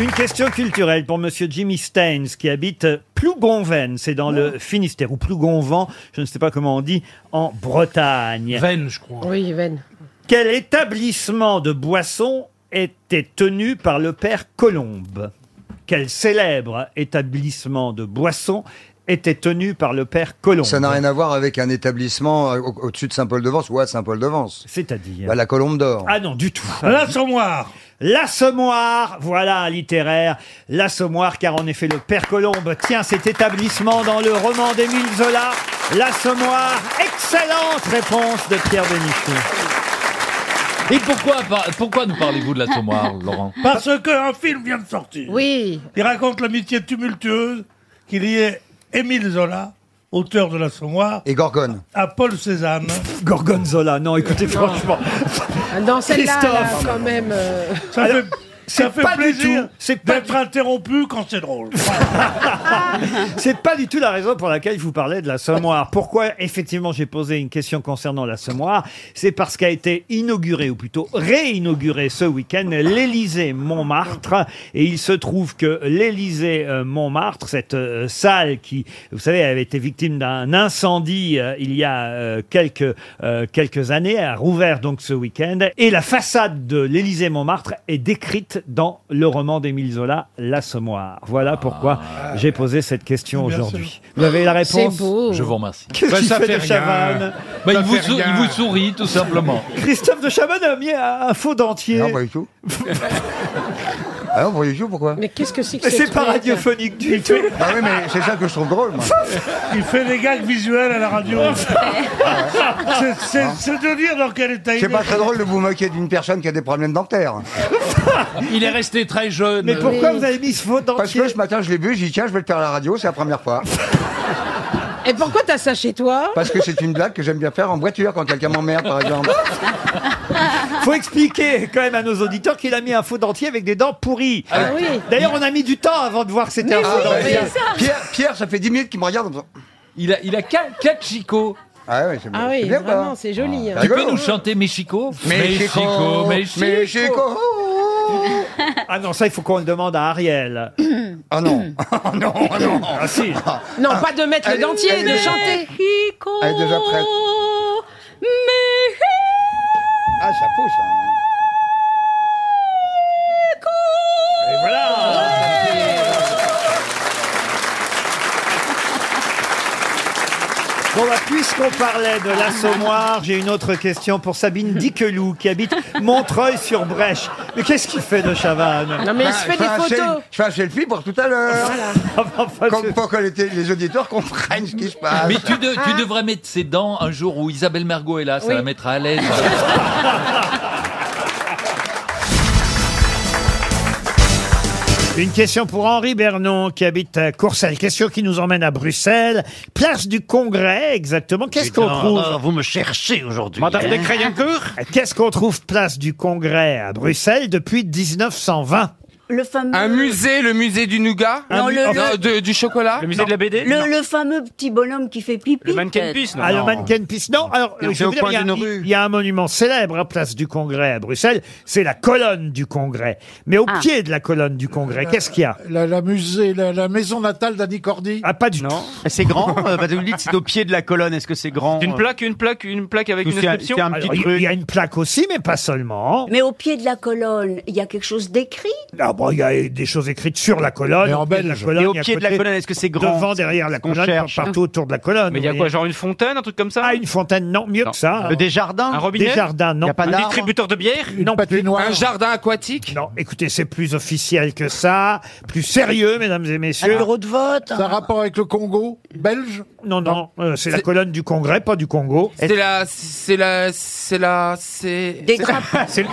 Une question culturelle pour Monsieur Jimmy Steins qui habite Plougonven, c'est dans le Finistère ou Plougonven, je ne sais pas comment on dit, en Bretagne.
je crois. Oui,
Quel établissement de boissons était tenu par le père Colombe Quel célèbre établissement de boissons était tenu par le père Colombe
Ça n'a rien à voir avec un établissement euh, au- au-dessus de Saint-Paul-de-Vence ou à Saint-Paul-de-Vence.
C'est-à-dire
Bah, la Colombe d'Or.
Ah non, du tout.
L'Assommoir.
L'Assommoir, voilà un littéraire. L'Assommoir, car en effet, le père Colombe tient cet établissement dans le roman d'Émile Zola. L'Assommoir, excellente réponse de Pierre Bénichou.
Et pourquoi, par- pourquoi nous parlez-vous de
[LAUGHS]
l'assommoir, Laurent
Parce qu'un film vient de sortir.
Oui.
Il raconte l'amitié tumultueuse qu'il y ait Émile Zola, auteur de l'assommoir,
Et Gorgone.
à Paul Cézanne.
Gorgonzola, non, écoutez, franchement.
Dans celle-là, là,
Christophe.
quand même. euh,
Ça fait, ça fait
pas du
plaisir
tout, c'est pas
d'être interrompu quand c'est drôle.
[LAUGHS] C'est pas du tout la raison pour laquelle je vous parlais de la Sommoire. Pourquoi, effectivement, j'ai posé une question concernant la Sommoire C'est parce qu'a été inauguré, ou plutôt réinauguré ce week-end, l'Élysée Montmartre. Et il se trouve que l'Élysée euh, Montmartre, cette euh, salle qui, vous savez, avait été victime d'un incendie euh, il y a euh, quelques, euh, quelques années, a rouvert donc ce week-end. Et la façade de l'Élysée Montmartre est décrite dans le roman d'Émile Zola, L'Assommoir. Voilà pourquoi
Ah,
j'ai posé cette question
Bien sûr.
aujourd'hui. Vous avez la réponse
Je vous remercie.
Bah,
Qu'est-ce qu'il fait, de Chavannes
Bah, il, vous sou- il vous sourit, tout
[LAUGHS]
simplement.
Christophe de Chavannes a mis un un faux dentier.
Non, pas du
[LAUGHS]
tout. ah non, pas du tout, pourquoi
Mais qu'est-ce que c'est que
Mais c'est
ce
pas
truc
radiophonique du tout.
Bah oui, mais c'est ça que je trouve drôle, moi.
[LAUGHS] Il fait des gags visuels à la radio. [LAUGHS] C'est- C'est c'est de dire dans quel état il
Hein Euh, C'est
est.
pas très drôle de vous moquer d'une personne qui a des problèmes dentaires. Euh,
Il est resté très jeune.
Mais pourquoi vous avez mis ce faux
Parce
dentier
que ce matin, je l'ai bu, j'ai dit tiens, je vais le faire à la radio, c'est la première fois.
Et pourquoi t'as ça chez toi
Parce que c'est une blague que j'aime bien faire en voiture quand quelqu'un m'emmerde, par
[LAUGHS]
exemple.
Faut expliquer quand même à nos auditeurs qu'il a mis un faux dentier avec des dents pourries.
Ah oui.
D'ailleurs, on a mis du temps avant de voir que c'était un faux dentier.
Ah, bah, Pierre, Pierre, ça fait 10 minutes qu'il me regarde en me disant
Il a, il a quatre, quatre chicots.
Ah ouais, c'est
Ah
c'est
oui,
bien ou pas
vraiment, c'est joli. hein.
Tu peux nous chanter Mexico
Mexico, Mexico.
Ah non, ça, il faut qu'on le demande à Ariel.
Ah
[LAUGHS]
non, ah non, ah non.
Ah si.
Non, pas de mettre
Elle-
le dentier,
elle
de
est-
chanter.
Elle est déjà prête. Ah, ça pousse. hein.
Et voilà Bon, bah, puisqu'on parlait de l'assommoir, j'ai une autre question pour Sabine Diqueloup, qui habite Montreuil-sur-Brèche. Mais qu'est-ce qu'il fait de Chavannes
Non, mais il se
Bah,
fait des
je fais un
photos.
sel- Je fais un selfie pour tout à l'heure.
[LAUGHS] Ah, bah, Enfin,
Comme-
je-
Pour que les, les auditeurs comprennent ce qui se passe.
Mais tu, de- tu devrais mettre ses dents un jour où Isabelle Mergot est là, ça
Ah. Oui.
la mettra à l'aise.
Une question pour Henri Bernon qui habite à Courcelles. Question qui nous emmène à Bruxelles. Place du Congrès, exactement. Qu'est-ce qu'on trouve
Vous me cherchez aujourd'hui.
Madame de Qu'est-ce qu'on trouve place du Congrès à Bruxelles depuis 1920
ben, Le fameux.
Un musée, le musée du nougat
Un
Non,
mu-
le,
Oh,
le-
Non, de- Du chocolat
musée de la BD
le- le fameux petit bonhomme qui fait pipi.
Le mannequin
peut-être.
pisse, non
Ah, le mannequin Pis. Non, alors,
Non,
euh,
c'est
je veux
au
dire,
coin
il y a-
d'une
il
rue.
il y, a un monument célèbre à place du Congrès à Bruxelles. C'est la colonne du Congrès. Mais au
Ah.
pied de la colonne du Congrès, qu'est-ce qu'il y a
Euh, La, la musée, la, la maison natale d'Annie Cordy.
Ah, pas du tout.
C'est grand euh, bah, vous dites, c'est au pied de la colonne. Est-ce que c'est grand
Une
euh,
plaque, une plaque, une plaque avec
ou
une
c'est un-
inscription
c'est un petit
Alors, il
truc.
il y a une plaque aussi, mais pas seulement.
Mais au pied de la colonne, il y a quelque chose d'écrit.
Ah bon, il y a des choses écrites sur la colonne.
Mais en
au pied de la
belge.
colonne,
Et au
il y a
pied de la
côté-
colonne, est-ce que c'est grand
Devant, derrière la
ce qu'on
colonne,
cherche hein
partout autour de la colonne.
Mais il y a
vous
quoi
voyez.
Genre une fontaine, un truc comme ça
Ah, une fontaine, non, mieux que ça.
Euh, Des jardins
Un
Des
robinet
jardins,
Il
non.
n'y a pas
Un
d'arbre
distributeur de bière
Non,
Patinoire.
Un jardin aquatique
non, écoutez, c'est plus officiel que ça, plus sérieux, mesdames et messieurs.
de vote.
Ça a rapport avec le Congo belge
Non, non, euh, c'est la colonne du Congrès, pas du Congo.
C'est la... C'est la... C'est la... [LAUGHS] C'est...
Des drapeaux.
C'est le-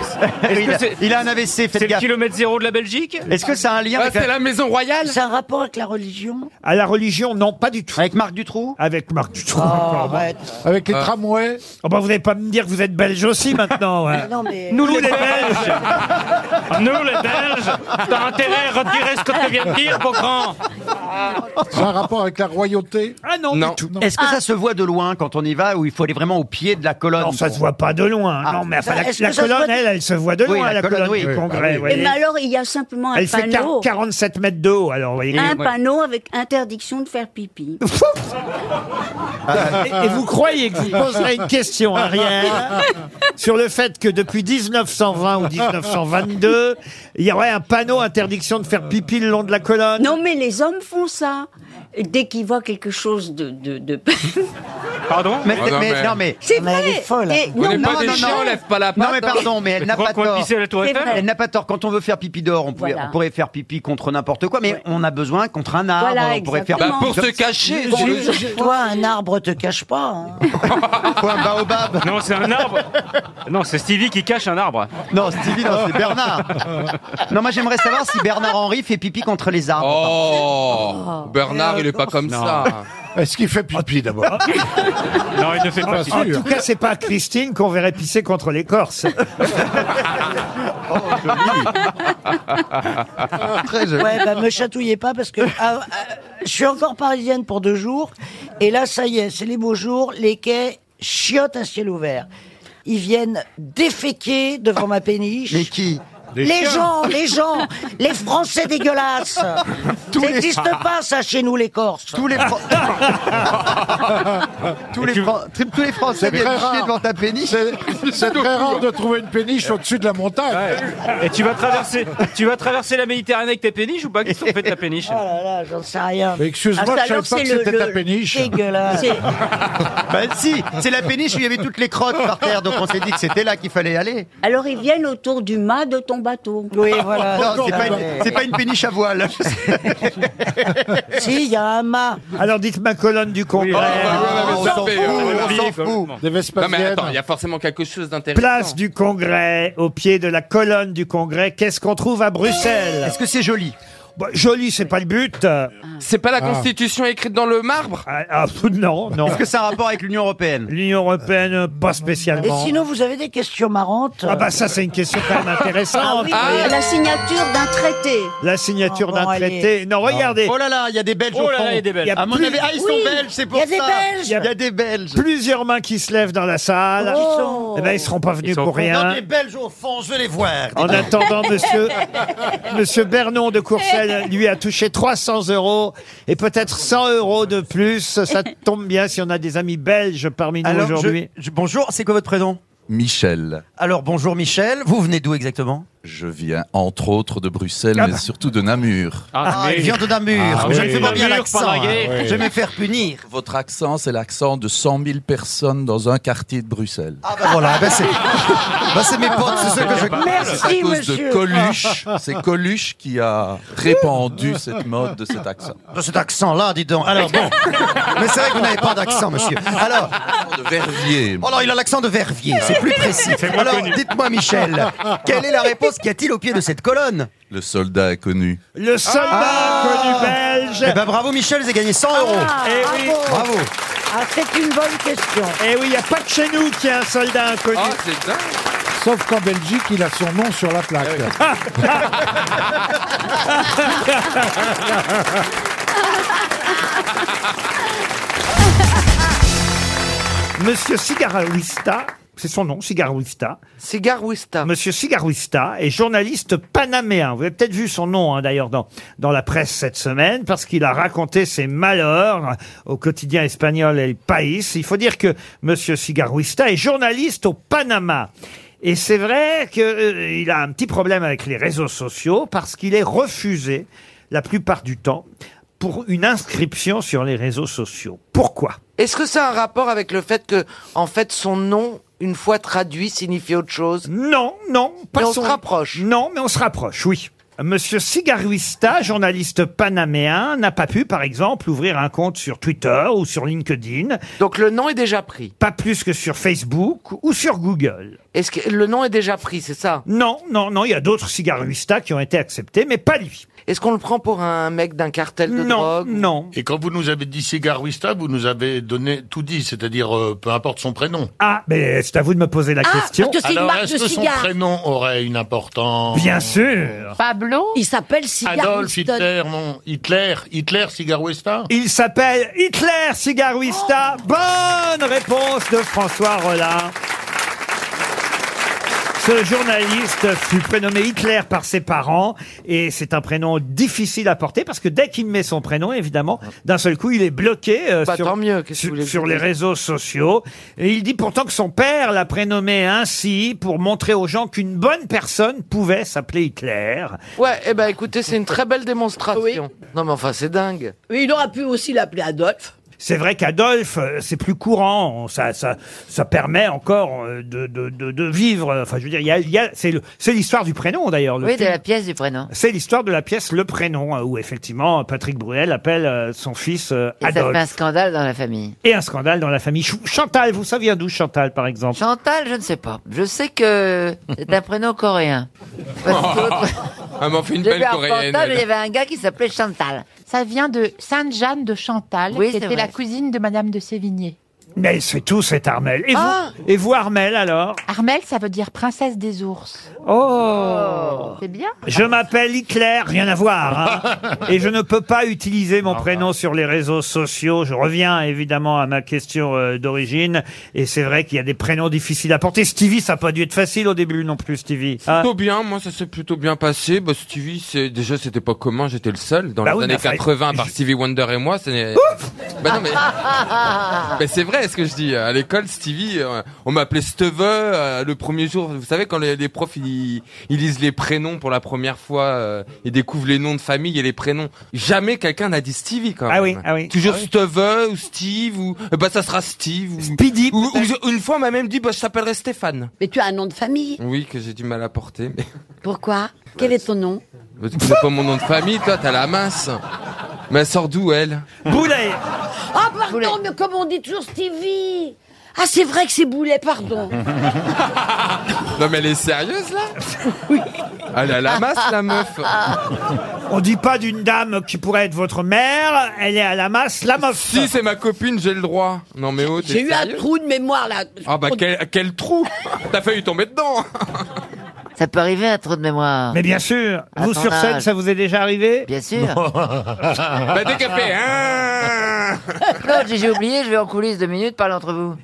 il, a, il a un AVC,
C'est
faites
le
gaffe.
kilomètre zéro de la Belgique
Est-ce que ça a un lien
Ah,
avec, la-
c'est la maison royale
C'est un rapport avec la religion
À la religion, non, pas du tout.
avec Marc Dutroux Euh.
Avec Marc
Oh,
Dutroux. encore, hein.
arrête.
Avec les
Ah.
tramways
Oh, bah, vous n'allez pas me dire que vous êtes belge aussi maintenant.
Ah
[LAUGHS]
hein.
Non, mais.
Nous, les Belges.
Ah, Nous, les Belges, t'as intérêt à retirer ce que tu viens de dire, Beaugrand
Ça a rapport avec la royauté
Ah non,
Non.
du tout.
Est-ce que ça se voit de loin quand on y va ou il faut aller vraiment au pied de la colonne
Non, ça se voit pas de loin. hein.
Ah.
non, mais enfin, la,
Est-ce
la
que ça se
colonne,
voit-
elle, elle se voit de
Oui,
loin, la,
la
colonne,
colonne, oui.
du
Oui, bah
Congrès. vous
oui. Et
Et
voyez.
mais alors, il y a simplement un
elle Ah, fait
panneau.
quar- 47 mètres de haut, alors, vous voyez.
Un
ouais.
panneau avec interdiction de faire pipi.
Et, et vous croyez que vous poserez une question, Ariel, sur le fait que depuis 1920 ou 1922, il y aurait un panneau interdiction de faire pipi le long de la colonne
Ah Non, mais les hommes font ça. Dès qu'ils voient quelque chose de. de, de...
Pardon
mais, mais- Ah, non, mais.
C'est vrai. Elle est folle.
On n'est pas des chiens, on lève pas la patte.
Non, mais pardon, mais elle n'a pas tort. C'est vrai.
Elle n'a pas tort. Quand on veut faire pipi dehors, on, pouvait-
Voilà.
on pourrait faire pipi contre n'importe quoi, mais on a besoin contre un
Ah,
arbre.
Voilà,
on pourrait faire
exactement. Bah, pour
Donc,
se cacher,
Pour-
j'ai- j'ai-
Toi,
Toi, un arbre te cache pas. hein.
Quoi, un baobab
Non, c'est un arbre. Non, c'est Stevie qui cache un arbre.
Non, Stevie, non, c'est
Ah.
Bernard. Non, moi j'aimerais savoir si Bernard Henry fait pipi contre les arbres.
Oh, Bernard, il
Euh,
est pas comme
Non.
ça.
Est-ce qu'il fait
Ah.
[LAUGHS]
pipi d'abord
Non, il ne fait
pas
En tout [LAUGHS] cas, c'est pas Christine qu'on verrait pisser contre les
[LAUGHS]
Corses.
Ouais, bah me chatouillez pas parce que ah, ah, je suis encore parisienne pour deux jours et là ça y est, c'est les beaux jours, les quais chiotent à ciel ouvert. Ils viennent déféquer devant ma péniche.
Mais qui
les gens,
[LAUGHS]
les gens, les Français
[LAUGHS]
dégueulasses.
Tous
ça
les-
n'existe pas ça chez nous les Corses.
Tous les Fran- tous, les Fran- tous les Français
C'est très
viennent chier
rare.
devant ta péniche.
C'est très rare de trouver une péniche au-dessus de la montagne.
Et tu vas traverser, tu vas traverser la Méditerranée avec ta péniche ou pas Qu'est-ce qu'on fait de ta péniche
[LAUGHS] Oh là là, j'en sais rien.
Mais excuse-moi,
Ah, ça,
je savais
alors,
pas
c'est
que
le-
c'était ta
le-
péniche.
Dégueulasse.
C'est-
Bah si, c'est la péniche où il y avait toutes les crottes par terre, donc on s'est dit que c'était là qu'il fallait aller.
Alors ils viennent autour du mât de ton bateau.
Oui, voilà.
Non, c'est pas, une- c'est pas une péniche à voile.
Si, il y a un mât.
Alors dites ma colonne du congrès.
Ah, On s'en fout, on s'en fout.
Des
Non, mais
Vespasiennes.
attends, il y a forcément quelque chose d'intéressant.
Place du Congrès, au pied de la colonne du Congrès, qu'est-ce qu'on trouve à Bruxelles
Est-ce que c'est joli
Bah, Joli, c'est pas le but.
C'est pas la
Ah.
[LAUGHS] constitution écrite dans le marbre
Ah, ah, non, non.
Est-ce que ça a un rapport avec l'Union Européenne
L'Union Européenne, pas
Et
spécialement.
sinon, vous avez des questions marrantes. euh,
Ah bah ça, c'est une question quand même
Ah
intéressante.
oui, la signature d'un traité.
La
Ah,
signature d'un traité. Non, regardez.
Oh là là, il y a des Belges
Oh
au
là
fond.
là, il y a des Belges.
À mon
Plus-
avis, ah, ils sont
Oui,
Belges, c'est pour
il y
ça.
a des Belges.
Il y a des Belges.
Plusieurs mains qui se lèvent dans la salle.
Oh.
Eh ben, ils seront pas venus
sont
pour rien. hein.
Belges au fond, je vais les voir.
En attendant, monsieur, monsieur Bernon de Courcelles, lui, a touché 300 euros et peut-être 100 euros de plus. Ça tombe bien si on a des amis belges parmi nous
Alors,
aujourd'hui.
je- je- bonjour, c'est quoi votre
Ah
prénom
Michel,
Alors, bonjour Ah, Michel, vous venez d'où exactement
je viens entre autres de Bruxelles, mais surtout de Namur.
Ah, il vient de Namur.
Ah
je
oui.
ne fais pas bien
Namur,
l'accent.
Paraguay.
hein.
Oui.
Je vais me faire punir.
Votre accent, c'est l'accent de 100 000 personnes dans un quartier de Bruxelles.
Ah bah voilà, bah c'est bah c'est mes potes, c'est ceux que je
C'est à cause de Coluche.
Ah.
C'est Coluche qui a répandu cette mode de cet accent.
De cet accent-là, dis donc. Alors bon, mais c'est vrai que vous n'avez pas d'accent, monsieur. Alors,
De Verviers.
alors il a l'accent de Verviers, c'est plus précis.
C'est moins
Alors,
connu.
dites-moi, Michel, quelle est la réponse qu'y a-t-il au pied de cette colonne
Le soldat inconnu.
Le soldat
Ah.
connu belge.
Eh ben bravo, Michel, vous avez gagné 100 euros.
Eh oui.
Bravo.
Ah, c'est une bonne question.
Eh oui, il n'y a pas que chez nous qu'il y a un soldat inconnu.
Ah,
Ah,
[LAUGHS]
Sauf qu'en Belgique, il a son nom sur la plaque.
Ah
Monsieur Cigarouista, c'est son nom, Cigarouista. Cigarouista. Monsieur Cigarouista est journaliste panaméen. Vous avez peut-être vu son nom hein, d'ailleurs dans, dans la presse cette semaine parce qu'il a raconté ses malheurs au quotidien espagnol El País. Il faut dire que Monsieur Cigarouista est journaliste au Panama. Et c'est vrai qu'il a un petit problème avec les réseaux sociaux parce qu'il est refusé la plupart du temps pour une inscription sur les réseaux sociaux. Pourquoi
Est-ce que ça a un rapport avec le fait que, en fait, son nom, une fois traduit, signifie autre chose
Non, non, pas
Mais on
son-
se rapproche.
Non, mais on se rapproche, oui. Monsieur Cigaruista, journaliste panaméen, n'a pas pu, par exemple, ouvrir un compte sur Twitter ou sur LinkedIn.
Donc le nom est déjà pris.
Pas plus que sur Facebook ou sur Google.
Est-ce que le nom est déjà pris, c'est ça
Non, non, non, il y a d'autres Cigaruistas qui ont été acceptés, mais pas lui.
Est-ce qu'on le prend pour un mec d'un cartel de
Non,
drogue
non.
Et quand vous nous avez dit Cigarouista, vous nous avez donné tout dit, c'est-à-dire euh, peu importe son prénom.
Ah, mais c'est à vous de me poser
Ah,
la question.
Alors, est-ce que son prénom aurait une importance
Bien sûr.
Pablo Il s'appelle
Adolf
Cigarouista.
Hitler, non Hitler, Hitler Cigarouista
Il s'appelle Hitler Cigaruista. Bonne réponse de François Rollin. Ce journaliste fut prénommé Hitler par ses parents et c'est un prénom difficile à porter parce que dès qu'il met son prénom, évidemment, d'un seul coup, il est bloqué euh,
Bah,
sur,
tant mieux, qu'est-ce que
sur-
vous voulez que
sur
je
les
dise
réseaux sociaux. Et il dit pourtant que son père l'a prénommé ainsi pour montrer aux gens qu'une bonne personne pouvait s'appeler Hitler.
Ouais, eh ben écoutez, c'est une très belle démonstration. Non mais enfin, c'est dingue.
Mais il aurait pu aussi l'appeler Adolphe.
C'est vrai qu'Adolphe, euh, c'est plus courant. On- Ça, ça, ça permet encore euh, de, de, de, de vivre. euh, Enfin, je veux dire, il y a, il y a- c'est le- c'est l'histoire du prénom d'ailleurs. le
Oui, de
film.
la pièce du prénom.
C'est l'histoire de la pièce Le Prénom, hein, où effectivement Patrick Bruel appelle euh, son fils euh,
Et ça fait un
Adolphe.
scandale dans la famille.
Et un scandale dans la famille. Chou- Chantal, vous saviez d'où Chantal, par exemple
Chantal, je ne sais pas. Je sais que c'est un prénom coréen. Parce que-
Elle m'en Ah, fait une
J'ai vu
belle
un
coréenne.
reportage, il y
elle.
avait un gars qui s'appelait Chantal.
Ça vient de Sainte-Jeanne de Chantal,
Oui,
qui
c'est
était la
vrai.
cousine de Madame de Sévigné.
Mais c'est tout, c'est Armel. Et,
Ah
vous, et vous, Armel, alors
Armel, ça veut dire princesse des ours.
Oh
C'est bien.
Je m'appelle Hitler, rien à voir. hein. Et je ne peux pas utiliser mon prénom sur les réseaux sociaux. Je reviens évidemment à ma question euh, d'origine. Et c'est vrai qu'il y a des prénoms difficiles à porter. Stevie, ça n'a pas dû être facile au début non plus, Stevie. hein.
Plutôt bien, moi ça s'est plutôt bien passé. Bah, Stevie, c'est... déjà c'était pas commun, j'étais le seul. Dans
Bah
les
oui, mais
années
enfin,
80, par Stevie Wonder et moi, ce n'est- Bah non, mais... mais c'est vrai ce que je dis. À l'école, Stevie, euh, on m'appelait Steve euh, le premier jour. Vous savez, quand les, les profs, ils, ils lisent les prénoms pour la première fois, euh, ils découvrent les noms de famille et les prénoms. Jamais quelqu'un n'a dit Stevie quand même.
Ah oui, ah oui.
Toujours
Ah oui.
Steve ou Steve ou... euh, Bah ça sera Steve ou... Speedy ou, ou je- Une fois, on m'a même dit, bah je t'appellerai Stéphane.
[LAUGHS] Mais tu as un nom de famille.
Oui, que j'ai du mal à porter, mais... [LAUGHS]
Pourquoi Quel est ton nom
Bah, tu connais pas mon nom de famille, toi, t'as la mince. Mais elle sort d'où, elle
Boulet
Oh,
Ah, pardon, mais comme on dit toujours Stevie Ah, c'est vrai que c'est Boulet, pardon.
[LAUGHS] Non, mais elle est sérieuse, là Ah, Elle a la masse, la meuf
On dit pas d'une dame qui pourrait être votre mère. Elle est à la masse, la meuf.
Si, c'est ma copine, j'ai le droit. Non, mais oh, t'es
J'ai eu un
sérieux
trou de mémoire là.
Ah,
Oh,
bah, quel, quel trou [LAUGHS] T'as failli tomber dedans
Ça peut arriver un trou de mémoire.
Mais bien sûr,
À
vous
ton
sur scène,
âge.
ça vous est déjà arrivé [LAUGHS]
Bien sûr.
Bah, dès qu'elle fait, hein
Non, j'ai- j'ai oublié, je vais en coulisses deux minutes, parler entre vous.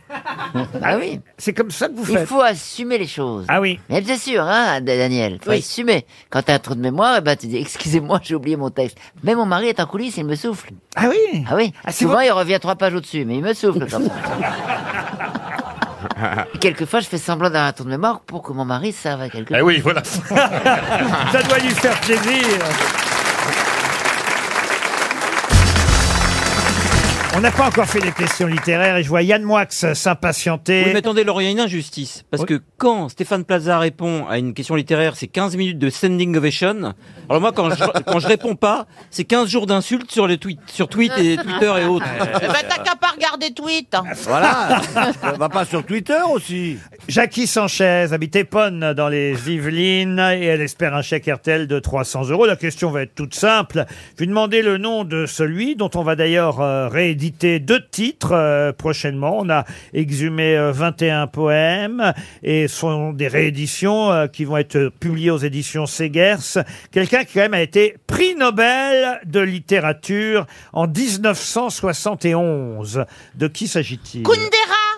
Ah oui.
C'est comme ça que vous
Il
faites.
faut assumer les choses.
Ah oui.
Mais bien sûr, hein, Da- Daniel, faut
Oui.
assumer. Quand t'as un trou de mémoire, eh ben, tu dis, excusez-moi, j'ai oublié mon texte. Mais mon mari est en coulisses, il me souffle.
Ah oui?
Ah oui.
c'est
Souvent,
votre-
il revient trois pages au-dessus, mais il me souffle
[LAUGHS]
comme ça. Et Quelquefois, je fais semblant d'avoir un trou de mémoire pour que mon mari serve à quelque chose.
Eh oui, voilà.
[LAUGHS] Ça doit lui faire plaisir. On n'a pas encore fait des questions littéraires et je vois Yann Moix s'impatienter.
Oui, mais attendez, Laurent, il y a une injustice. Parce que quand Stéphane Plaza répond à une question littéraire, c'est 15 minutes de standing ovation. Alors moi,
[LAUGHS]
quand je, quand je réponds pas, c'est 15 jours d'insultes sur, le tweet, sur tweet et Twitter
[LAUGHS]
[LAUGHS]
et autres.
Eh ben, t'as qu'à pas regarder tweet.
Voilà.
[LAUGHS] Euh, va pas sur Twitter aussi.
Jackie Sanchez habite Épone dans les Yvelines et elle espère un chèque RTL de 300 euros. La question va être toute simple. Je vais demander le nom de celui dont on va d'ailleurs euh, rééditer deux titres euh, prochainement. On a exhumé euh, 21 poèmes et ce sont des rééditions euh, qui vont être publiées aux éditions Segers. Quelqu'un qui quand même a été prix Nobel de littérature en 1971. De qui s'agit-il
Kundera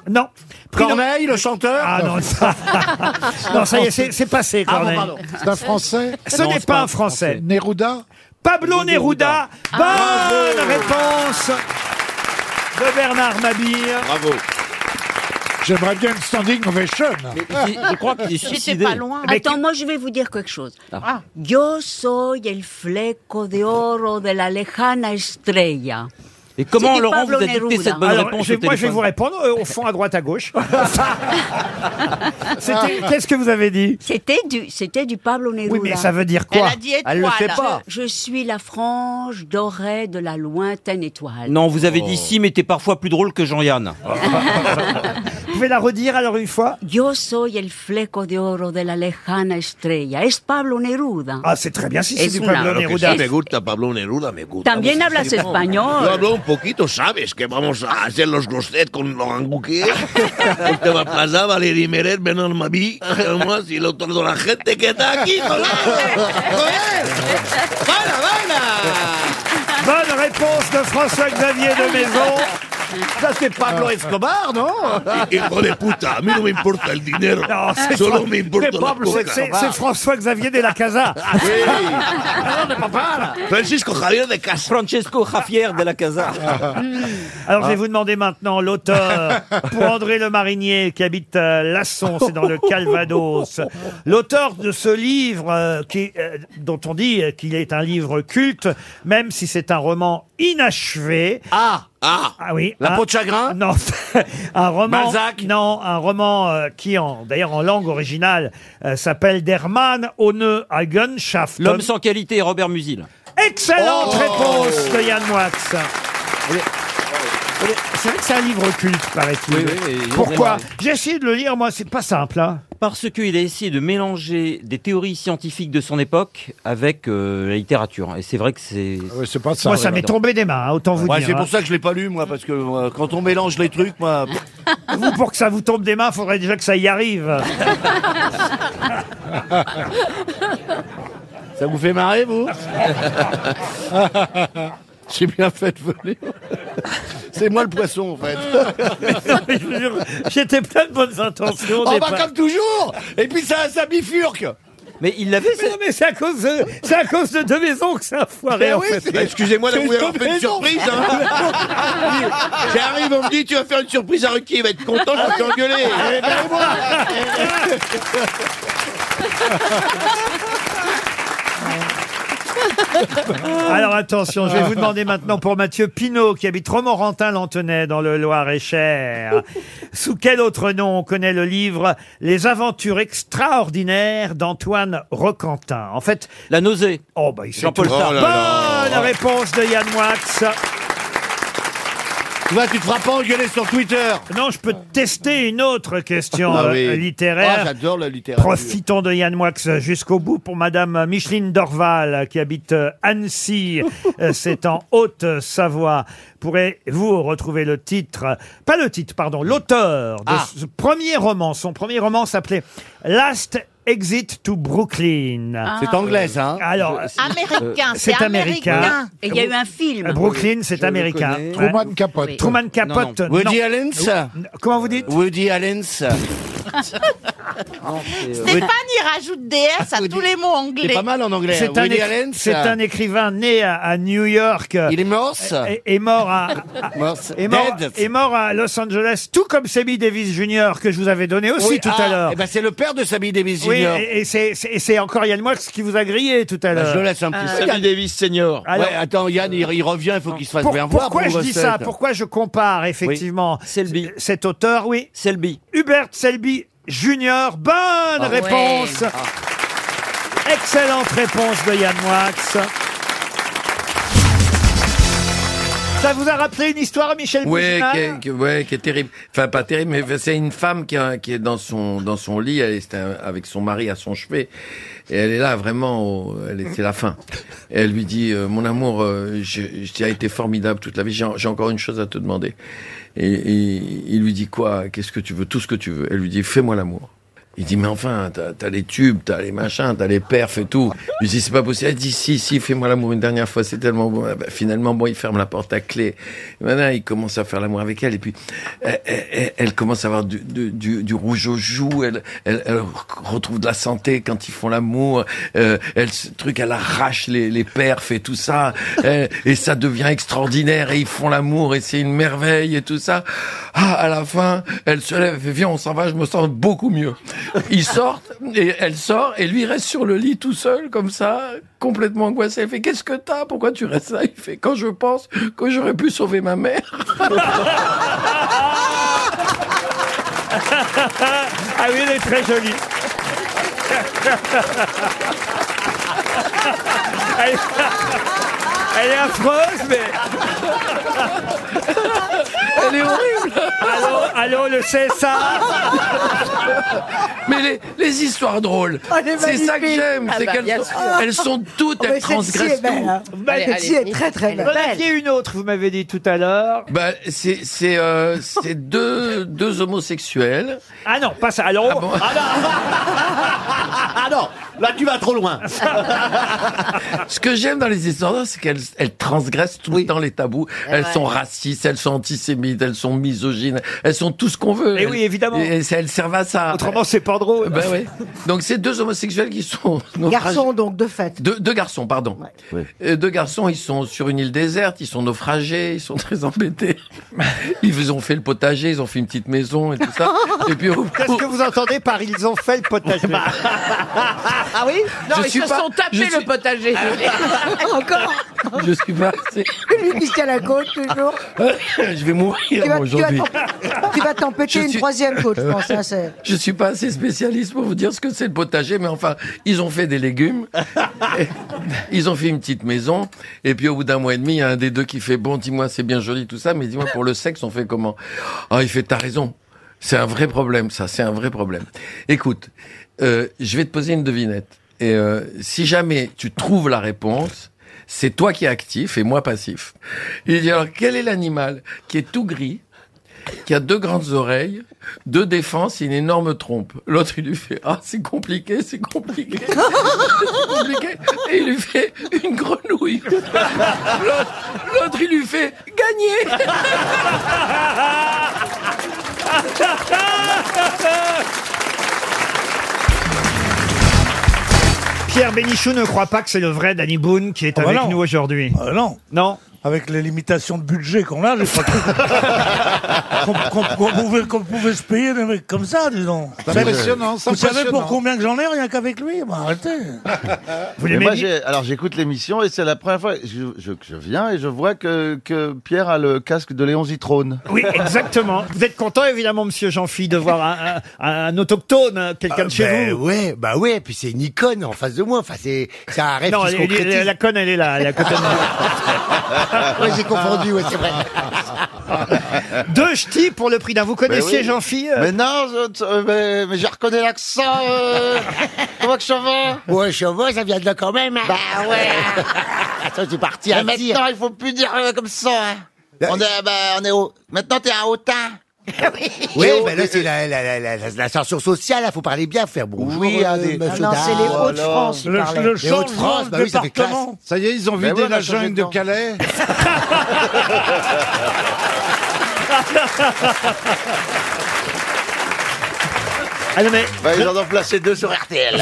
Non.
Corneille, le chanteur
Ah non, ça, non, ça y est, c'est, c'est passé,
Ah bon,
Corneille.
pardon. C'est un Français
Ce
Non,
n'est
c'est
pas
pas
un
un
Français.
Neruda Ah.
Pablo Neruda. Bonne réponse de Bernard Mabille.
Bravo. J'aimerais bien une standing ovation.
Attends,
Attends, moi je vais vous dire quelque chose.
Ah.
Ah. Yo soy el fleco de oro de la lejana estrella.
Et comment,
C'était
Laurent,
Pablo
vous a dicté
Neruda.
cette bonne
Alors,
réponse
je-
au
moi, je vais
téléphone
vous répondre euh, au fond, à droite, à
[LAUGHS]
gauche. C'était- Ah. qu'est-ce que vous avez dit
C'était du, c'était du Pablo Neruda.
Oui, mais ça veut dire quoi Elle a dit Elle le fait
étoile.
pas.
Je, je suis la frange dorée de la lointaine étoile.
[LAUGHS] Non, vous avez
Oh.
dit si, mais t'es parfois plus drôle que Jean-Yann.
Ah. Vous pouvez la redire alors une fois
Yo soy el fleco de oro de la lejana estrella. Es Pablo Neruda.
Ah, c'est très bien si c'est
Es
du
una-
Pablo Neruda.
me gusta Pablo Neruda, me gusta.
También hablas español.
Yo hablo un poquito, ¿sabes? Que vamos a hacer los grosset con los
[LAUGHS]
anguques. Te va a pasar Valérie Meret, Bernard Mabi, además, y el otro de la gente que está
[LAUGHS]
aquí.
Bonne réponse de François-Xavier de Maison.
Ça, c'est Pablo Escobar, non [LAUGHS] Hijo de puta, a mí no me importa el dinero.
Non, c'est
Solo
Fran-
me importa
c'est
la
Pablo-
coca.
c'est- c'est François-Xavier de la
[LAUGHS]
Casa. [LAUGHS]
Francisco Javier Ah. de Casa.
Francesco Javier de la Casa. Ah.
Alors, je vais vous demander maintenant l'auteur pour André Le Marinier qui habite euh, Lasson, c'est dans le Calvados. L'auteur de ce livre euh, qui, euh, dont on dit euh, qu'il est un livre culte, même si c'est un roman inachevé.
Ah Ah
Ah oui.
La
un-
peau
[LAUGHS]
de [LAUGHS] chagrin
Non. un roman.
Balzac
Non, un roman euh, qui, en, d'ailleurs, en langue originale, euh, s'appelle Dermann ohne Eigenschaft.
L'homme sans qualité, Robert Musil.
Excellente
Oh
réponse de Yann Moix. C'est vrai que c'est un livre culte, paraît-il.
Oui, oui, et-
Pourquoi
et-
J'ai essayé de le lire, moi, c'est pas simple. hein.
Parce qu'il a essayé de mélanger des théories scientifiques de son époque avec euh, la littérature. Et c'est vrai que c'est.
Ah c'est pas
moi,
bah
ça m'est tombé des mains, hein, autant vous
Ouais,
dire.
c'est pour
hein.
ça que je l'ai pas lu, moi, parce que euh, quand on mélange les trucs,
[LAUGHS]
moi.
Vous, pour que ça vous tombe des mains, faudrait déjà que ça y arrive.
Ça vous fait marrer,
[LAUGHS]
vous
Oh.
J'ai bien fait de voler. [LAUGHS] C'est moi le poisson, en fait.
je vous jure, J'étais plein de bonnes intentions.
Oh,
des
bah,
fois.
comme toujours Et puis ça, ça bifurque
Mais il l'avait.
Mais non, mais c'est à cause de, c'est à cause de deux maisons que ça a foiré,
Mais
en
Ben oui,
fait.
Bah,
c'est- Excusez-moi
de
C'est
vous avoir
une
fait une surprise.
[LAUGHS]
hein. J'arrive, on me dit tu vas faire une surprise à Ruquier, il va être content, je vais te engueuler.
Eh ben, voilà.
Ah. Alors attention, je vais vous demander maintenant pour Mathieu Pinault, qui habite Romorantin-Lantenay dans le Loir-et-Cher. Sous quel autre nom on connaît le livre Les aventures extraordinaires d'Antoine Roquentin En fait.
La nausée.
Oh, bah, il sait
Jean-Paul
tout.
Sartre.
Bonne
Oh là là.
réponse de Yann Moix.
Tu vois, tu te feras pas engueuler sur Twitter
Non, je peux tester une autre question
Ah
euh,
oui.
littéraire.
Ah, j'adore la littérature.
Profitons de Yann Moix euh, jusqu'au bout pour Madame Micheline Dorval qui habite euh,
[LAUGHS]
Annecy, Euh, c'est en Haute-Savoie. Pourrez-vous retrouver le titre, euh, pas le titre, pardon, l'auteur de
Ah.
ce premier roman. Son premier roman s'appelait Last Exit to
Ah.
Brooklyn.
C'est anglais, ça, hein
Alors,
Je-
c'est-
Américain,
Euh, c'est
c'est
américain.
américain.
Et il y a eu un film.
Brooklyn, c'est américain.
connais.
Ouais.
Truman Capote. Oui.
Truman Capote.
Non, non. Woody
non. Euh,
Allen, ça
Comment vous dites
Woody
[LAUGHS]
Allen. ça.
Stéphane, il rajoute DS à tous les mots anglais.
C'est pas mal en anglais. hein.
C'est un,
Woody
écri-
Allen,
c'est
ça.
un écrivain né à, à New York.
Il est mort, ça
Est, est mort
[LAUGHS]
à, à-
Morse.
est mort,
Dead.
est mort à Los Angeles, tout comme Sammy Davis Jr. que je vous avais donné aussi
Oui,
tout
ah,
à l'heure.
eh ben, c'est le père de Sammy Davis Jr.
Oui, et, et c'est- c'est et c'est encore Yann Moix qui vous a grillé tout à
Bah,
l'heure.
je le laisse un petit peu.
Davis senior.
euh, Alors-
ouais, attends, Yann, il, il revient, il faut qu'il se fasse
Pour-
bien voir.
pourquoi je
pauvre
dis ça
Seth.
Pourquoi je compare effectivement c- cet auteur Oui,
Selby.
Hubert Selby Jr. Bonne
Ah.
ouais.
réponse. Ah. Excellente réponse de Yann Moix. Ça vous a rappelé une histoire, Michel
Ouais,
Bougenat
qui est, qui- ouais, qui est terrible. Enfin, pas terrible, mais c'est une femme qui, a- qui est dans son dans son lit. Elle est euh, avec son mari à son chevet, et elle est là vraiment. au- elle est- c'est la fin. Et elle lui dit euh, mon amour, euh, je, je- tu as été formidable toute la vie. J'ai en- j'ai encore une chose à te demander. Et, et il lui dit quoi Qu'est-ce que tu veux Tout ce que tu veux. Elle lui dit fais-moi l'amour. Il dit, mais enfin, t'as t'as les tubes, t'as les machins, t'as les perfs et tout. Il dit, c'est pas possible. Elle dit, si, si, fais-moi l'amour une dernière fois, c'est tellement bon. Ah bah, finalement, bon, il ferme la porte à clé. Et maintenant, il commence à faire l'amour avec elle. Et puis, elle, elle- elle commence à avoir du, du, du- du rouge aux joues. Elle, elle, elle retrouve de la santé quand ils font l'amour. Euh, elle, ce truc, elle arrache les, les perfs et tout ça. Euh, et ça devient extraordinaire. Et ils font l'amour et c'est une merveille et tout ça. Ah, à la fin, elle se lève, elle fait, viens, on s'en va, je me sens beaucoup mieux. Ils sortent, et elle sort, et lui reste sur le lit tout seul, comme ça, complètement angoissé. Elle fait, qu'est-ce que t'as? Pourquoi tu restes là? Il fait, quand je pense que j'aurais pu sauver ma mère.
Ah oui, elle est très jolie. elle, elle est affreuse, mais.
Elle est horrible.
Allô, allô, le CSA
Mais les, les histoires drôles,
Oh, Elle est
c'est ça que
magnifique.
j'aime,
Ah
c'est
bah, bien
qu'elles sont,
sûr.
elles sont toutes,
Oh, mais
elles transgressent
celle-ci est belle,
tout.
hein.
Bah,
Allez,
celle-ci
allez.
est très, très
Elle est
belle.
belle.
Il y a une autre, vous m'avez dit tout à l'heure.
Bah, c'est, c'est, euh, c'est deux, deux homosexuels.
Ah non, pas ça. Alors,
bon
[LAUGHS] Ah non, là, tu vas trop loin.
[LAUGHS] Ce que j'aime dans les histoires, c'est qu'elles elles transgressent tout le temps les tabous. elles
ouais.
sont racistes, elles sont antisémites, elles sont misogynes, elles sont tout ce qu'on veut.
Eh oui, évidemment.
Et c'est- elles servent à ça.
Autrement, c'est pas drôle.
Ben oui. Donc c'est deux homosexuels qui sont
Garçon, donc, de fait.
deux, deux garçons, pardon. Euh, Deux garçons, ils sont sur une île déserte, ils sont naufragés, ils sont [LAUGHS] très embêtés. Ils ont fait le potager, ils ont fait une petite maison et tout ça. Et puis au- [LAUGHS] Bah,
Qu'est-ce que vous entendez par ils ont fait le potager
Ah oui Non,
Je
ils
suis
se
pas-
sont tapés
je
le
suis- [LAUGHS]
potager. Encore
Je suis pas assez.
Lui, qui tient la côte, toujours.
[LAUGHS] je vais mourir
Tu vas-
moi,
tu vas
aujourd'hui.
t'en- tu vas t'en péter
Je
une
suis-
troisième côte,
[LAUGHS]
je pense. hein, c'est-
Je suis pas assez spécialiste pour vous dire ce que c'est le potager, mais enfin, ils ont fait des légumes, et ils ont fait une petite maison, et puis au bout d'un mois et demi, il y a un des deux qui fait bon, dis-moi, c'est bien joli tout ça, mais dis-moi pour le sexe, on fait comment Ah, il fait t'as raison, c'est un vrai problème, ça, c'est un vrai problème. Écoute, euh, je vais te poser une devinette, et euh, si jamais tu trouves la réponse. C'est toi qui es actif et moi passif. Il dit alors quel est l'animal qui est tout gris, qui a deux grandes oreilles, deux défenses et une énorme trompe. L'autre, il lui fait Ah, c'est compliqué, c'est compliqué. c'est compliqué. Et il lui fait une grenouille. L'autre, l'autre, il lui fait Gagné
Pierre Bénichou ne croit pas que c'est le vrai Danny Boone qui est
Ah bah
avec
non.
nous aujourd'hui.
Euh, non.
Non.
Avec les limitations de budget qu'on a, je crois que- [LAUGHS] qu'on qu'on- qu'on pouvait, qu'on pouvait se payer des mecs comme ça, disons.
C'est impressionnant,
Vous
c'est
savez
impressionnant.
pour combien que j'en ai rien qu'avec lui Bah, Arrêtez. Vous
Mais
l'aimez
moi,
bien
j'ai- alors j'écoute l'émission et c'est la première fois que je, je- que je viens Hein, et je vois que, que Pierre a le casque de Léon Zitrone.
Oui, exactement. Vous êtes content, évidemment, monsieur Jean-Philippe, de voir un, un- un autochtone, hein, quelqu'un de chez
ben
vous
ouais, bah ouais, puis c'est une icône en face de moi. Enfin, c'est c'est un rêve
Non,
qui se
elle- elle-
concrétise.
la conne, elle est là, elle est à côté de moi.
[LAUGHS] Ouais, j'ai confondu, ouais, c'est vrai.
hein.
[LAUGHS]
Deux ch'tis pour le prix d'un. Vous connaissiez Jean-Philippe
Ben Mais non, je, euh, mais, mais je reconnais l'accent.
[LAUGHS]
euh. Comment que ça va Ouais, ça va, ça vient de là quand
hein.
même. Bah ouais.
[LAUGHS]
Attends, tu parti à
Mais
dire.
maintenant, il faut plus dire euh, comme ça. hein. On est, bah, on est au... Maintenant, t'es un hautain.
[LAUGHS] Oui,
[LAUGHS]
ben là, c'est la, la, la, la, la- la censure sociale, il faut parler bien, faire bonjour. hein,
Oui, un des-
monsieur
Ah non, c'est les
Dard.
Hauts-de-France, il Le- parlait. le
Les Hauts-de-France,
changement
Ah
bah
de
oui, ça fait classe.
département.
Ça y est, ils
ont
Ben
vidé la jungle de
Calais.
Ah non, mais
Bah,
je,
ils en ont placé deux sur
[LAUGHS]
RTL.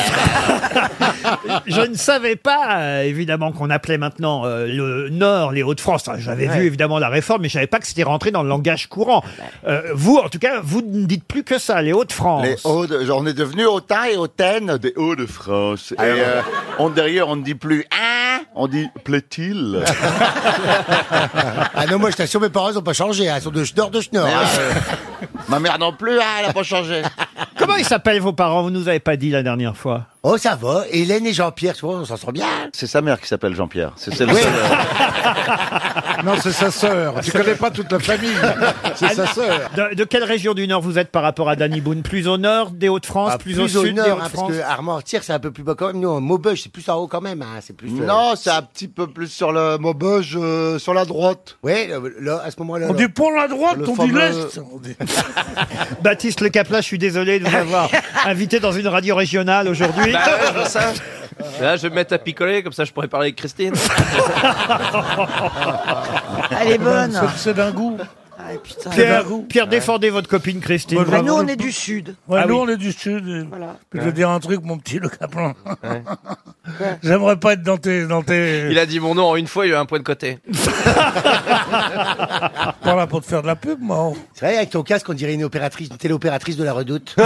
je ne savais pas, euh, évidemment, qu'on appelait maintenant euh, le Nord les Hauts-de-France. Enfin, J'avais vu,
Ouais.
évidemment, la réforme, mais je savais pas que c'était rentré dans le langage courant. Euh, vous, en tout cas, vous ne dites plus que ça, les Hauts-de-France.
Les
Hauts de- on est devenu hautain et hautaine
des Hauts-de-France. Et
Ah, ouais.
euh, on, derrière, on ne dit plus hein, on dit plaît-il.
[LAUGHS] Ah non, moi, je t'assure, mes parents, ils ont pas changé. hein, Ils sont de schnorr de schnorr. hein.
euh, Ma mère non plus, hein, elle a pas changé.
Comment ils s'appellent vos parents Vous nous avez pas dit la dernière fois.
Oh, ça va. Hélène et Jean-Pierre, tu vois, on s'en sort bien.
C'est sa mère qui s'appelle Jean-Pierre. C'est euh, celle
Oui.
Non, c'est sa sœur. Tu connais pas toute la
[LAUGHS]
famille. C'est sa sœur.
De, de quelle région du Nord vous êtes par rapport à Danny Boone Plus au Nord des Hauts-de-France,
Ah,
plus, au, Sud des
nord, hein, parce
Hauts-de-France
que Armentières, c'est un peu plus bas quand même. Nous, en Maubeuge, c'est plus en haut quand même. hein, c'est plus, euh,
Non, c'est un petit peu plus sur le Maubeuge, euh, sur la droite.
Oui, là, à ce moment-là.
On
là.
dit pour la
droite, Le on dit fameux- l'Est.
Baptiste Le Capla, je suis désolé
[LAUGHS]
de vous avoir invité dans une radio régionale aujourd'hui.
Bah ouais, je sais. Là, je vais me mettre à picoler, comme ça je pourrais parler avec Christine.
[LAUGHS] Elle est bonne.
C'est- C'est d'un goût.
Pierre, Pierre, défendez votre copine Christine.
Bah, nous, on est
du Sud.
Ouais,
Ah
nous,
oui.
on est du Sud. et- Je vais
Ouais.
dire un truc, mon petit Le Caplan. [LAUGHS] J'aimerais pas être dans tes. Dans tes...
Il a dit mon nom en une fois, il a eu un point de côté.
Pas là pour te faire de la pub, moi.
C'est vrai, avec ton casque, on dirait une opératrice, une téléopératrice de la redoute.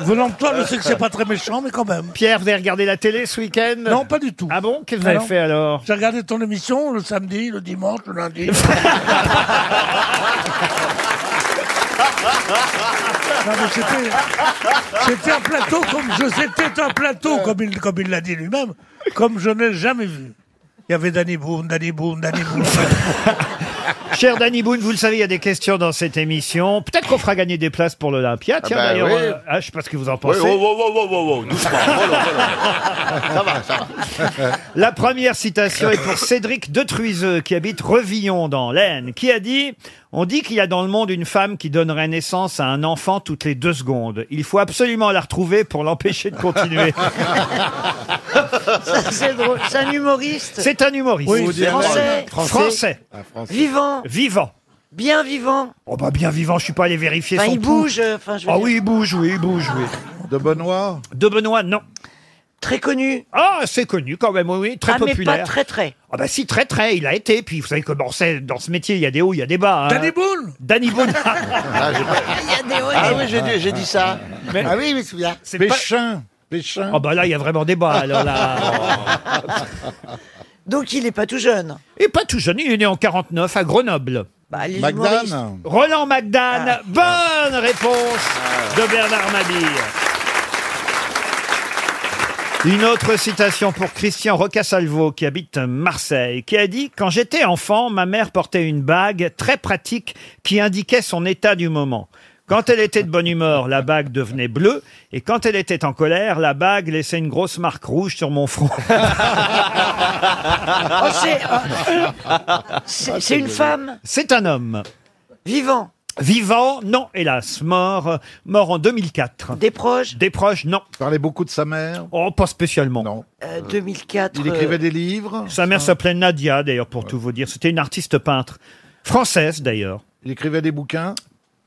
Venant de toi, je sais que c'est pas très méchant, mais quand même.
Pierre, vous avez regardé la télé ce week-end
Non, pas du tout.
Ah bon Qu'est-ce que vous avez fait alors
Eh, J'ai regardé ton émission le samedi, le dimanche, le
[LAUGHS]
lundi. non, mais c'était, c'était un plateau comme je c'était un plateau comme il comme il l'a dit lui-même, comme je n'ai jamais vu. Il y avait Danny Boone, Danny Boone, Danny Boone.
Cher Danny Boone, vous le savez, il y a des questions dans cette émission. Peut-être qu'on fera gagner des places pour l'Olympia. Tiens,
bah
d'ailleurs,
oui.
euh, ah, je sais pas ce que vous en
Oui,
pensez.
oh, oh, oh, oh, oh, oh, doucement. Voilà, voilà. Ça va, ça va.
La première citation est pour Cédric de Truiseux, qui habite Revillon dans l'Aisne, qui a dit On dit qu'il y a dans le monde une femme qui donnerait naissance à un enfant toutes les deux secondes. Il faut absolument la retrouver pour l'empêcher de continuer.
Ça, c'est drôle. C'est un humoriste.
C'est un humoriste.
Oui, c'est français.
Français. Français.
Vivant.
Vivant.
Bien vivant.
Oh bah bien vivant, je suis pas allé vérifier
Enfin,
son
il
pouls.
bouge. euh, Enfin, je veux
Ah
dire.
oui, il bouge, oui, il bouge, oui. De Benoît De Benoît, non. Très connu. Ah, c'est connu quand même, oui, oui, très
Ah, mais pas
populaire.
très, très.
Ah bah si, très très, il a été. Puis vous savez comment c'est dans ce métier, il y a des hauts, il y a des bas.
Danny
Boone
[LAUGHS]
Danny Boone
Ah oui, j'ai dit- j'ai dit ça. Ah
oui, mais souviens. Péchin Péchin Ah bah là, il y a vraiment des bas, alors là...
[LAUGHS] Donc il n'est pas tout jeune.
Et pas tout jeune, il est né en 49 à Grenoble. Bah,
les Magdan. humoristes. Ah.
Roland Magdan. Bonne réponse de Bernard Mabille. Une autre citation pour Christian Rocasalvo, qui habite Marseille, qui a dit « Quand j'étais enfant, ma mère portait une bague très pratique qui indiquait son état du moment. Quand elle était de bonne humeur, la bague devenait bleue, et quand elle était en colère, la bague laissait une grosse marque rouge sur mon front. »
Oh, c'est- c'est- c'est une femme
Ah, C'est un homme. Vivant Vivant, non, hélas, mort, euh, mort en 2004. Des proches Des proches, non. Parlait beaucoup de sa mère Oh, pas spécialement. Non.
2004. euh,
livres Sa mère s'appelait Nadia, d'ailleurs, pour tout vous dire. C'était une artiste peintre. Française, d'ailleurs. Il écrivait des bouquins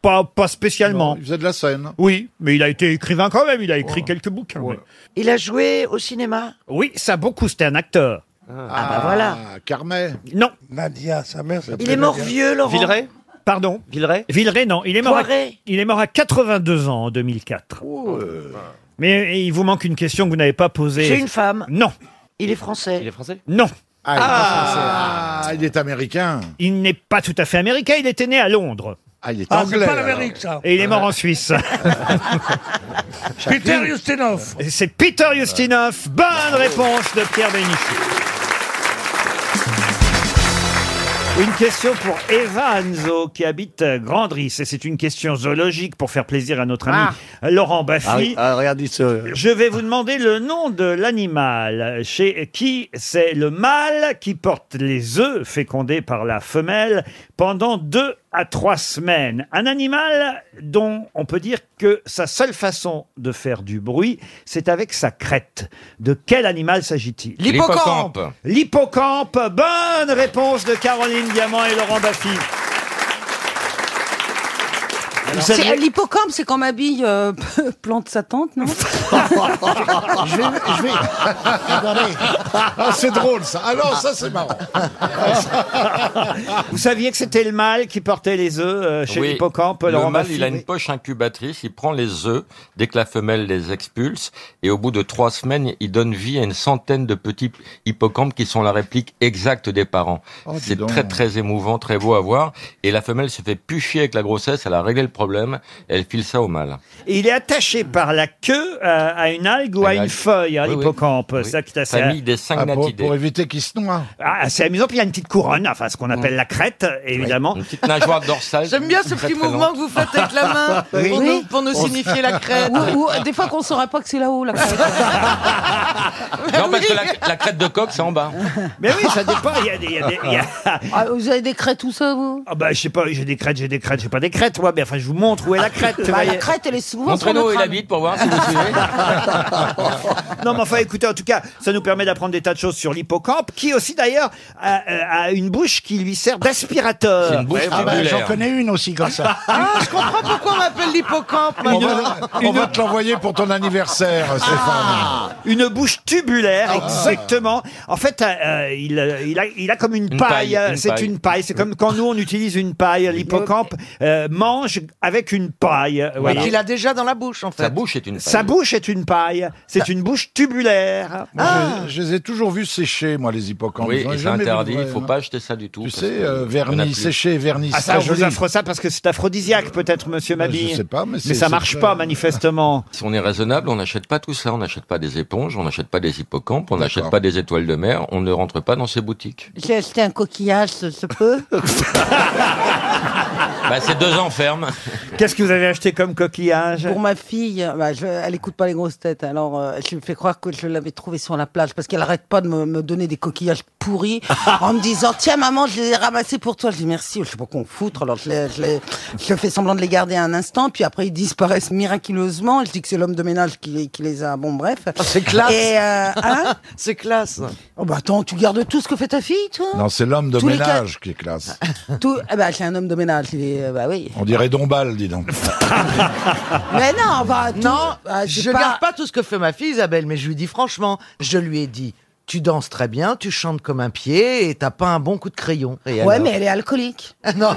pas, pas spécialement. il faisait de la scène. Oui, mais il a été écrivain quand même. Il a écrit quelques bouquins. oui.
Il a joué au cinéma
Oui, ça beaucoup, c'était un acteur.
Ah, bah
[LAUGHS]
voilà.
Carmet. Non. Nadia, sa mère.
Il est mort Nadia. vieux, Laurent. Villeray
Pardon Villeray Villeray, non. Il est, mort à,
Poiret
il est mort à 82 ans en 2004.
Oh, euh.
Mais il vous manque une question que vous n'avez pas posée.
C'est une femme
Non.
Il est français. Il est
français Non.
il est pas Ah. français.
il est américain. Il n'est pas tout à fait américain, il était né à Londres. Ah, il est
Ah, c'est anglais, pas l'Amérique, alors. ça.
Et il est mort en Suisse.
Peter Ustinov.
Et C'est Peter Ustinov. Bonne réponse de Pierre Bénichou. Une question pour Eva Anzo qui habite euh, Grandris. Et c'est une question zoologique pour faire plaisir à notre
Ah.
ami Laurent Baffy.
Ah oui, ah, regarde, il se-
Je vais vous demander le nom de l'animal chez qui c'est le mâle qui porte les œufs fécondés par la femelle pendant deux à trois semaines. Un animal dont on peut dire que sa seule façon de faire du bruit, c'est avec sa crête. De quel animal s'agit-il
L'hippocampe.
L'hippocampe. Bonne réponse de Caroline Diamant et Laurent Baffy.
C'est- L'hippocampe, c'est quand ma bille euh, [LAUGHS] plante sa tente, non
Je vais. Je vais... Attendez. Ah, c'est drôle ça. Ah non, ça c'est marrant.
Ah,
Vous saviez que c'était le mâle qui portait les œufs euh, chez
Oui.
l'hippocampe
Le
Laurent
mâle,
Baffy,
il a
oui.
une poche incubatrice, il prend les œufs dès que la femelle les expulse, et au bout de trois semaines, il donne vie à une centaine de petits hippocampes qui sont la réplique exacte des parents.
Oh, dis
C'est
donc.
très très émouvant, très beau à voir, et la femelle se fait pucher avec la grossesse, elle a réglé le problème, et elle file ça au [LAUGHS] mâle.
Et il est attaché par la queue euh, à une algue ou à une feuille, à l'hippocampe. C'est ça qui est assez-
Famille des
Ah, pour-
cygnatidés.
pour
éviter qu'il se noie.
Ah, c'est amusant, puis il y a une petite couronne, enfin ce qu'on appelle la crête, évidemment. Une
Mm. petite nageoire dorsale.
J'aime bien ce petit mouvement que vous faites avec la main
[LAUGHS]
pour,
Oui.
nous, pour nous
On-
signifier la crête. Ou, ou, des fois qu'on ne saurait pas que c'est là-haut, la crête.
Non, parce que la, la crête de coq, c'est en bas.
Mais oui, ça dépend. Il y a des. il y a des- il y a-
[LAUGHS] Ah, vous avez des crêtes tout ça, vous
Ah bah, je sais pas, j'ai des crêtes, j'ai des crêtes, j'ai pas des crêtes, moi, mais enfin, je vous montre où est la crête. vous
Bah, La
voyez.
crête, elle est souvent sur le
Montrez-nous où il
crâne.
habite pour voir si vous suivez.
[LAUGHS] Non, mais enfin, écoutez, en tout cas, ça nous permet d'apprendre des tas de choses sur l'hippocampe, qui aussi, d'ailleurs, a, a- a une bouche qui lui sert d'aspirateur.
C'est une bouche Ah bah, tubulaire. j'en connais
une aussi comme ça.
Ah, je comprends pourquoi on m'appelle l'hippocampe.
On
maintenant.
va, on va te l'envoyer pour ton anniversaire, Stéphane.
Ah.
Ah.
Une bouche tubulaire, exactement. En fait, euh, il, euh, il, a, il a comme une,
Une
paille.
paille, une
C'est
paille.
une paille. C'est comme quand nous, on utilise une paille. L'hippocampe euh, mange avec une paille. Voilà.
Mais qu'il a déjà dans la bouche, en fait.
Sa bouche est une
Sa bouche est une paille. C'est une bouche tubulaire. Ah.
Moi, je, je les ai toujours vus sécher, moi, les hippocampes.
Ah. Oui,
J'en ai
et c'est
jamais vu de
interdit, il
vrai,
faut
hein.
pas acheter ça du tout.
Tu
parce
sais,
que
euh,
il y en a
vernis
plus.
séché, vernis Euh,
Ah, ça,
très
on vous
joli.
offre ça parce que c'est aphrodisiaque, peut-être, monsieur
Bah, je
Mabille.
sais pas, mais c'est-
ça
c'est
marche
très-
pas, manifestement.
[LAUGHS] Si on est raisonnable, on n'achète pas tout ça. On n'achète pas des éponges, on n'achète pas des hippocampes, on n'achète pas des étoiles de mer, on ne rentre pas dans ces boutiques.
J'ai acheté un coquillage, ça se peut
Bah, c'est deux ans ferme.
[LAUGHS] Qu'est-ce que vous avez acheté comme coquillage
Pour ma fille, bah, je- elle écoute pas les grosses têtes, alors euh, je lui fais croire que je l'avais trouvé sur la plage parce qu'elle arrête pas de me, me donner des coquillages
[LAUGHS]
pourris en me disant tiens maman je les ai ramassés pour toi. Je dis merci, je sais pas qu'on foutre, alors je, les- je les- je fais semblant de les garder un instant, puis après ils disparaissent miraculeusement. Je dis que c'est l'homme de ménage qui, les- qui les a. Bon bref.
Ah,
c'est classe.
Et, euh,
[LAUGHS]
hein
C'est classe.
oh bah attends, tu gardes tout ce que fait ta fille, toi
Non, c'est l'homme de
Tous les
ménage qui est classe.
Tout, ah bah, eh ben, c'est un homme de ménage, il est, c'est. euh, bah
[LAUGHS]
oui.
On dirait Dombal, dis
[LAUGHS]
donc.
Mais non, bah, tout-
Non,
bah, c'est
je
pas-
garde pas tout ce que fait ma fille Isabelle, mais je lui dis franchement, je lui ai dit, tu danses très bien, tu chantes comme un pied et t'as pas un bon coup de crayon. Et
Ouais,
alors
mais elle est alcoolique.
[LAUGHS] non.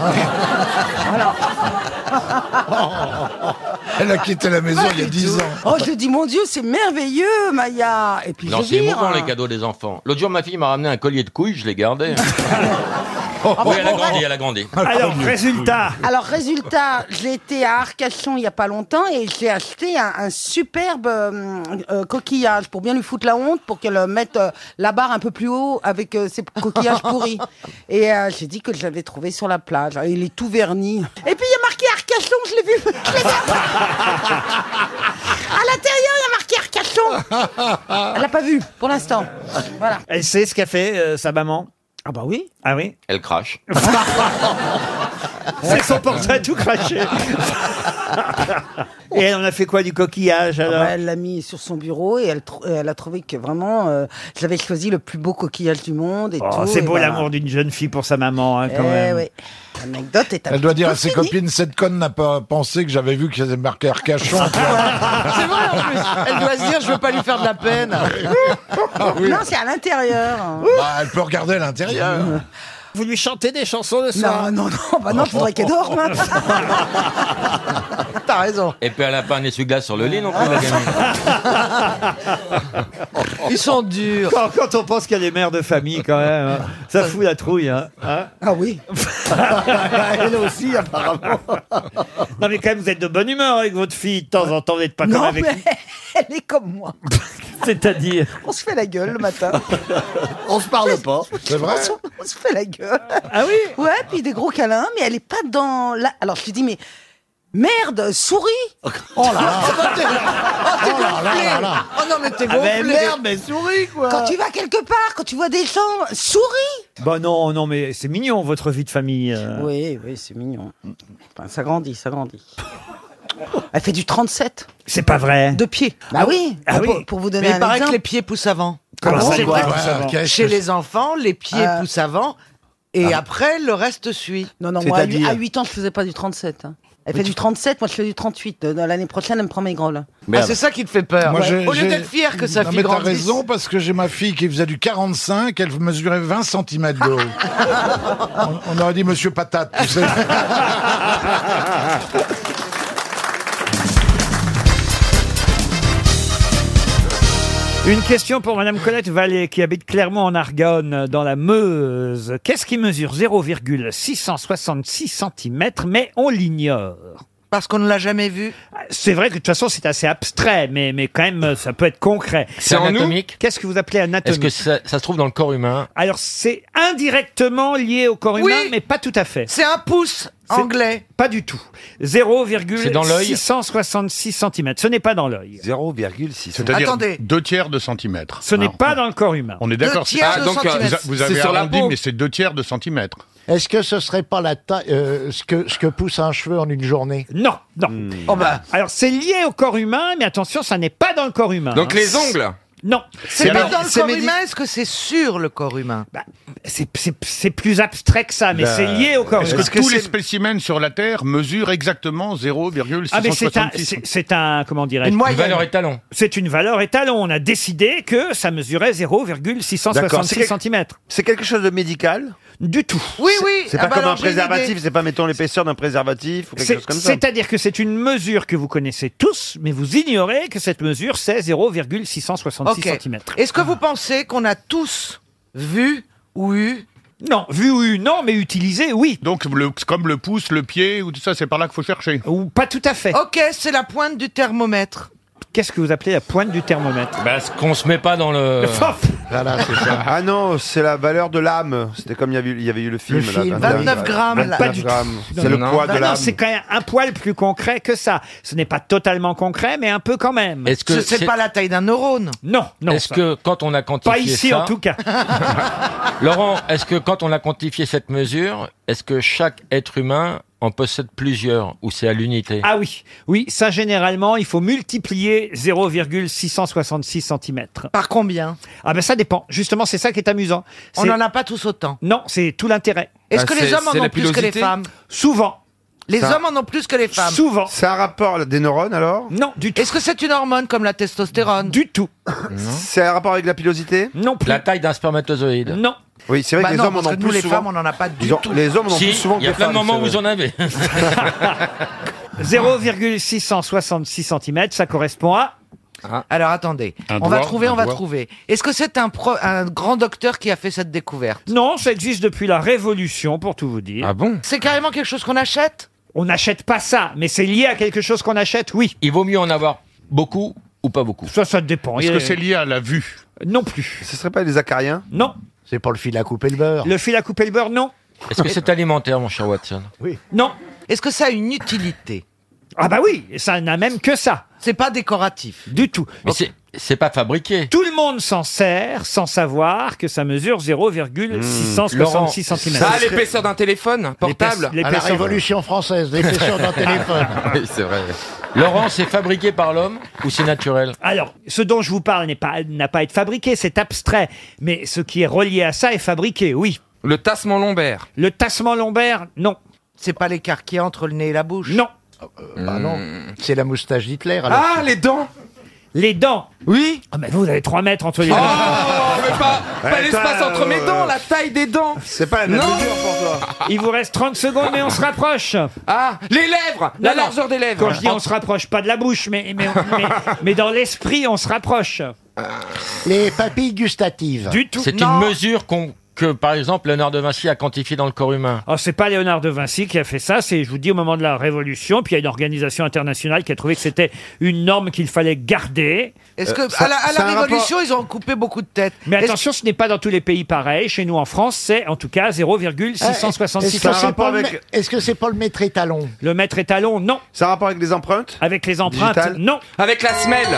Elle a quitté la maison
Pas
il y a
du
10
tout.
ans.
Oh, je dis, mon Dieu, c'est merveilleux, Maya. Et puis
Non,
je
c'est
vire. hein.
émouvant les cadeaux des enfants. L'autre jour, ma fille m'a ramené un collier de couilles, je
[LAUGHS]
l'ai gardé. Oh,
Ah,
oui, elle a grandi, elle a grandi.
Alors, résultat.
Alors, résultat, j'ai été à Arcachon il n'y a pas longtemps et j'ai acheté un, un superbe euh, euh, coquillage pour bien lui foutre la honte, pour qu'elle euh, mette euh, la barre un peu plus haut avec euh, ses
[LAUGHS]
coquillages pourris. Et euh, j'ai dit que je l'avais trouvé sur la plage. Alors, il est tout verni. Et
[LAUGHS]
puis, il y a marqué Arcachon, je l'ai
[LAUGHS]
vu. je l'ai vu. à l'intérieur, il y a marqué Arcachon. Elle l'a pas vu pour l'instant. Voilà.
Elle sait ce qu'a fait euh, sa maman
Ah bah oui.
Ah oui
Elle crache.
[LAUGHS] C'est son portrait tout
[LAUGHS]
craché. Et elle en a fait quoi du coquillage alors
Ouais, Ah bah, elle l'a mis sur son bureau et elle, tr- euh, elle a trouvé que vraiment, euh, j'avais choisi le plus beau coquillage du monde et
Oh,
tout.
c'est
et
beau
voilà.
l'amour d'une jeune fille pour sa maman, hein, quand
Eh
même.
ouais. L'anecdote est
Elle doit dire à
tout
ses
fini.
copines, cette conne n'a pas pensé que j'avais vu qu'elle avait marqué Arcachon.
[LAUGHS]
C'est vrai en
Ah,
plus. Elle doit se dire, je veux pas lui faire de la peine.
Ah, Oui.
Non, c'est à l'intérieur.
Bah, elle peut regarder à l'intérieur.
Euh,
euh,
Vous lui chantez des chansons le
soir Non, non, non, bah non, je voudrais qu'elle dorme.
Ah, T'as raison.
Et puis elle a pas un essuie-glace sur le lit non plus, la gamine.
Ils sont durs. Quand, quand on pense qu'elle est mère de famille, quand même, hein, ça fout la trouille. Hein.
ah oui.
[LAUGHS] Elle aussi, apparemment. non, mais quand même, vous êtes de bonne humeur avec votre fille. De temps en temps, vous n'êtes pas comme
non,
avec.
mais elle est comme moi.
C'est-à-dire.
On se fait la gueule le matin.
On se parle pas.
C'est vrai
On se- On se fait la gueule.
Ah oui
Ouais, puis des gros câlins, mais elle est pas dans la... Alors je lui dis, mais merde, souris Oh là là
t'es gonflé. Oh non, mais t'es
Ah ben,
gonflé.
merde,
mais souris, quoi.
Quand tu vas quelque part, quand tu vois des gens, souris
Bah non, non, mais c'est mignon, votre vie de famille. euh.
Oui, oui, c'est mignon. Enfin, ça grandit, ça grandit. Elle fait du 37.
C'est pas vrai.
De pied. Bah oui.
Ah
Pour,
oui.
pour vous donner
Mais
un
il paraît
exemple.
que les pieds poussent avant. Ah,
Ah,
Comment ça,
c'est
les
vrai.
pieds poussent avant Qu'est-ce
Chez
que-
les enfants, les pieds
Euh.
poussent avant et après le reste suit.
Non, non, moi, à, huit- à 8 ans, je faisais pas du 37. hein. Elle fait du 37, moi je fais du 38. Euh, L'année prochaine, elle me prend mes grolles.
Ah, c'est ça qui te fait peur.
Moi, j'ai-
Au lieu
j'ai-
d'être fier que sa
non,
fille
mais t'as
grandisse.
raison, parce que j'ai ma fille qui faisait du 45, elle mesurait 20 cm de haut.
[LAUGHS]
on, on aurait dit Monsieur Patate, tu sais.
Une question pour Madame Colette Vallée qui habite Clermont-en-Argonne dans la Meuse. Qu'est-ce qui mesure 0,666 cm mais on l'ignore
Parce qu'on ne l'a jamais vu.
C'est vrai que de toute façon c'est assez abstrait, mais, mais quand même ça peut être concret.
C'est en nous anatomique
Qu'est-ce que vous appelez
Est-ce
anatomique
que ça, ça se trouve dans le corps humain
Alors c'est indirectement lié au corps
Oui.
humain, mais pas tout à fait.
C'est un pouce
C'est-
anglais.
Pas du tout.
C'est dans l'œil
0,666 cm. Ce n'est pas dans l'œil.
0,6.
C'est-à-dire Attendez.
deux tiers de centimètre.
Ce n'est pas dans le corps humain.
On est
d'accord.
d'accord.
Deux tiers Ah, de donc, euh, vous a- centimètre.
Vous avez
C'est sur la
arrondi,
peau.
mais c'est deux tiers de centimètre.
Est-ce que ce serait pas la taille, euh, ce, que, ce que pousse un cheveu en une journée
Non, non.
Hmm.
Oh, bah.
Alors c'est lié au corps humain, mais attention, ça n'est pas dans le corps humain.
Donc
hein.
les ongles
Non.
C'est pas dans le corps
médi- Bah,
humain, est-ce que c'est sur le corps humain
C'est c'est- c'est plus abstrait que ça, Ah, mais
La-
c'est lié au corps
Bah, Est-ce
humain.
que, tous les spécimens sur la Terre mesurent exactement 0,666
Ah mais c'est un, c'est- c'est un, comment dirais-je
Une moyenne. Une valeur étalon.
C'est une valeur étalon. On a décidé que ça mesurait 0,666 cm.
C'est quelque chose de médical
Du tout.
Oui, oui.
C'est
ah
pas
bah
comme
alors,
un
j'ai une idée.
préservatif, c'est pas mettons l'épaisseur d'un préservatif ou quelque chose
C'est-
comme ça.
C'est-à-dire que c'est une mesure que vous connaissez tous, mais vous ignorez que cette mesure c'est 0,666
Ok.
cm.
Est-ce que vous pensez qu'on a tous vu ou eu
Non, vu ou eu, non, mais utilisé, oui.
Donc, le- comme le pouce, le pied, ou tout ça, c'est par là qu'il faut chercher.
Ou pas tout à fait.
Ok, c'est la pointe du thermomètre.
Qu'est-ce que vous appelez la pointe du thermomètre
Bah, ce qu'on se met pas dans le.
Voilà, c'est ça. Ah non, c'est la valeur de l'âme. C'était comme il y, avait, il y avait eu le film. là,
film.
29 grammes, là.
Pas
29
du tout.
grammes.
Non,
C'est le
non.
poids
Non,
de
non,
l'âme.
C'est quand même un poil plus concret que ça. Ce n'est pas totalement concret, mais un peu quand même.
Est-ce
Ce
que
c'est pas la taille d'un neurone.
Non, non.
Est-ce
ça-
que quand on a quantifié
Pas ici,
ça-
en
[LAUGHS]
tout cas.
Laurent, est-ce que quand on a quantifié cette mesure, est-ce que chaque être humain en possède plusieurs ou c'est à l'unité
Ah oui, oui, ça généralement, il faut multiplier 0,666 cm.
Par combien
Ah ben ça dépend. Justement, c'est ça qui est amusant.
On
C'est-
n'en a pas tous autant.
Non, Bah, c'est tout l'intérêt.
Est-ce que les hommes en ont plus que les femmes
Souvent.
Les
Ça-
hommes en ont plus que les femmes.
Souvent. C'est un rapport à des neurones alors
Non, du tout.
Est-ce que c'est une hormone comme la testostérone
Du tout.
C'est un rapport avec la pilosité
Non plus.
La taille d'un spermatozoïde.
Non.
Oui, c'est vrai
Bah
que les
non,
hommes en
parce
ont
que
plus
nous, les
souvent.
femmes, on en a pas du
Ils ont-
tout.
Les hommes en ont
Si,
plus souvent
il y a
que les
plein de
femmes,
moments
c'est
où
vrai.
vous en avez.
0,666 cm, ça correspond à.
Ah.
Alors attendez,
Un
on va
doigt,
trouver,
un
on va
doigt.
trouver. Est-ce que c'est un, pro- un grand docteur qui a fait cette découverte
Non, ça existe depuis la Révolution, pour tout vous dire. Ah
bon
C'est carrément quelque chose qu'on achète
On n'achète pas ça, mais c'est lié à quelque chose qu'on achète, oui.
Il vaut mieux en avoir beaucoup ou pas beaucoup
Ça, ça dépend.
Est-ce
Il y
que
a-
c'est lié à la vue
Euh, Non plus.
Ce serait pas les acariens
Non.
C'est pour le fil à couper le beurre.
Le fil à couper le beurre, non.
Est-ce que c'est alimentaire, mon cher Watson
Oui. Non.
Est-ce que ça a une utilité
Ah bah oui, ça n'a même que ça.
C'est pas décoratif.
Du tout.
Mais c'est- c'est pas fabriqué.
Tout le monde s'en sert sans savoir que ça mesure Hmm. 0,666 cm.
Ça a Ah, l'épaisseur d'un téléphone portable.
L'épaisseur- À la Révolution
française,
l'épaisseur [LAUGHS] d'un téléphone.
oui, c'est vrai. Laurent, c'est fabriqué par l'homme ou c'est naturel
Alors, ce dont je vous parle n'est pas, n'a pas à être fabriqué, c'est abstrait. Mais ce qui est relié à ça est fabriqué, oui.
Le tassement lombaire.
Le tassement lombaire, non.
C'est pas l'écart qui est entre le nez et la bouche
Non.
bah non.
Euh,
Hmm.
C'est la moustache d'Hitler. alors.
Ah, les dents
Les dents
Oui
Ah, mais vous, vous avez 3 mètres entre les dents.
Oh, mais pas, pas l'espace entre mes dents, la taille des dents.
euh, C'est pas
la même
non.
mesure Il vous reste 30 secondes, mais on se rapproche.
Ah, les lèvres, la
Non, non.
largeur des lèvres.
Quand je dis on se rapproche, pas de la bouche, mais,
[LAUGHS]
mais, mais, mais dans l'esprit, on se rapproche.
Ah.
Les papilles gustatives.
Du tout.
C'est
Non.
une mesure qu'on- que, par exemple, Léonard de Vinci a quantifiée dans le corps humain.
Alors, Oh, c'est pas Léonard de Vinci qui a fait ça, c'est, je vous dis, au moment de la Révolution, puis il y a une organisation internationale qui a trouvé que c'était une norme qu'il fallait garder.
Est-ce
Euh,
que à la, à la révolution ils ont coupé beaucoup de têtes
Mais
Est-ce-
attention, ce n'est pas dans tous les pays pareil. Chez nous, en France, c'est en tout cas
Est-ce
0,666.
que c'est pas, le ma- est-ce que c'est pas le maître étalon
Le maître étalon, non.
Ça a rapport avec les empreintes
Avec les empreintes,
Digitales
non.
Avec la semelle.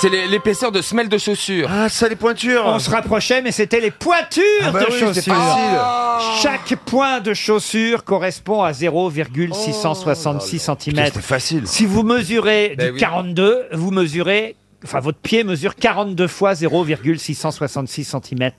C'est les- l'épaisseur de semelle de chaussure.
Ah, ça, les pointures
On se rapprochait, mais c'était les pointures
Ah bah
de
oui, c'est
chaussures.
facile.
Chaque point de chaussure correspond à 0,666 cm.
C'était facile.
Si vous mesurez
Ben
du
oui.
42, vous mesurez. Enfin, votre pied mesure 42 fois 0,666 cm.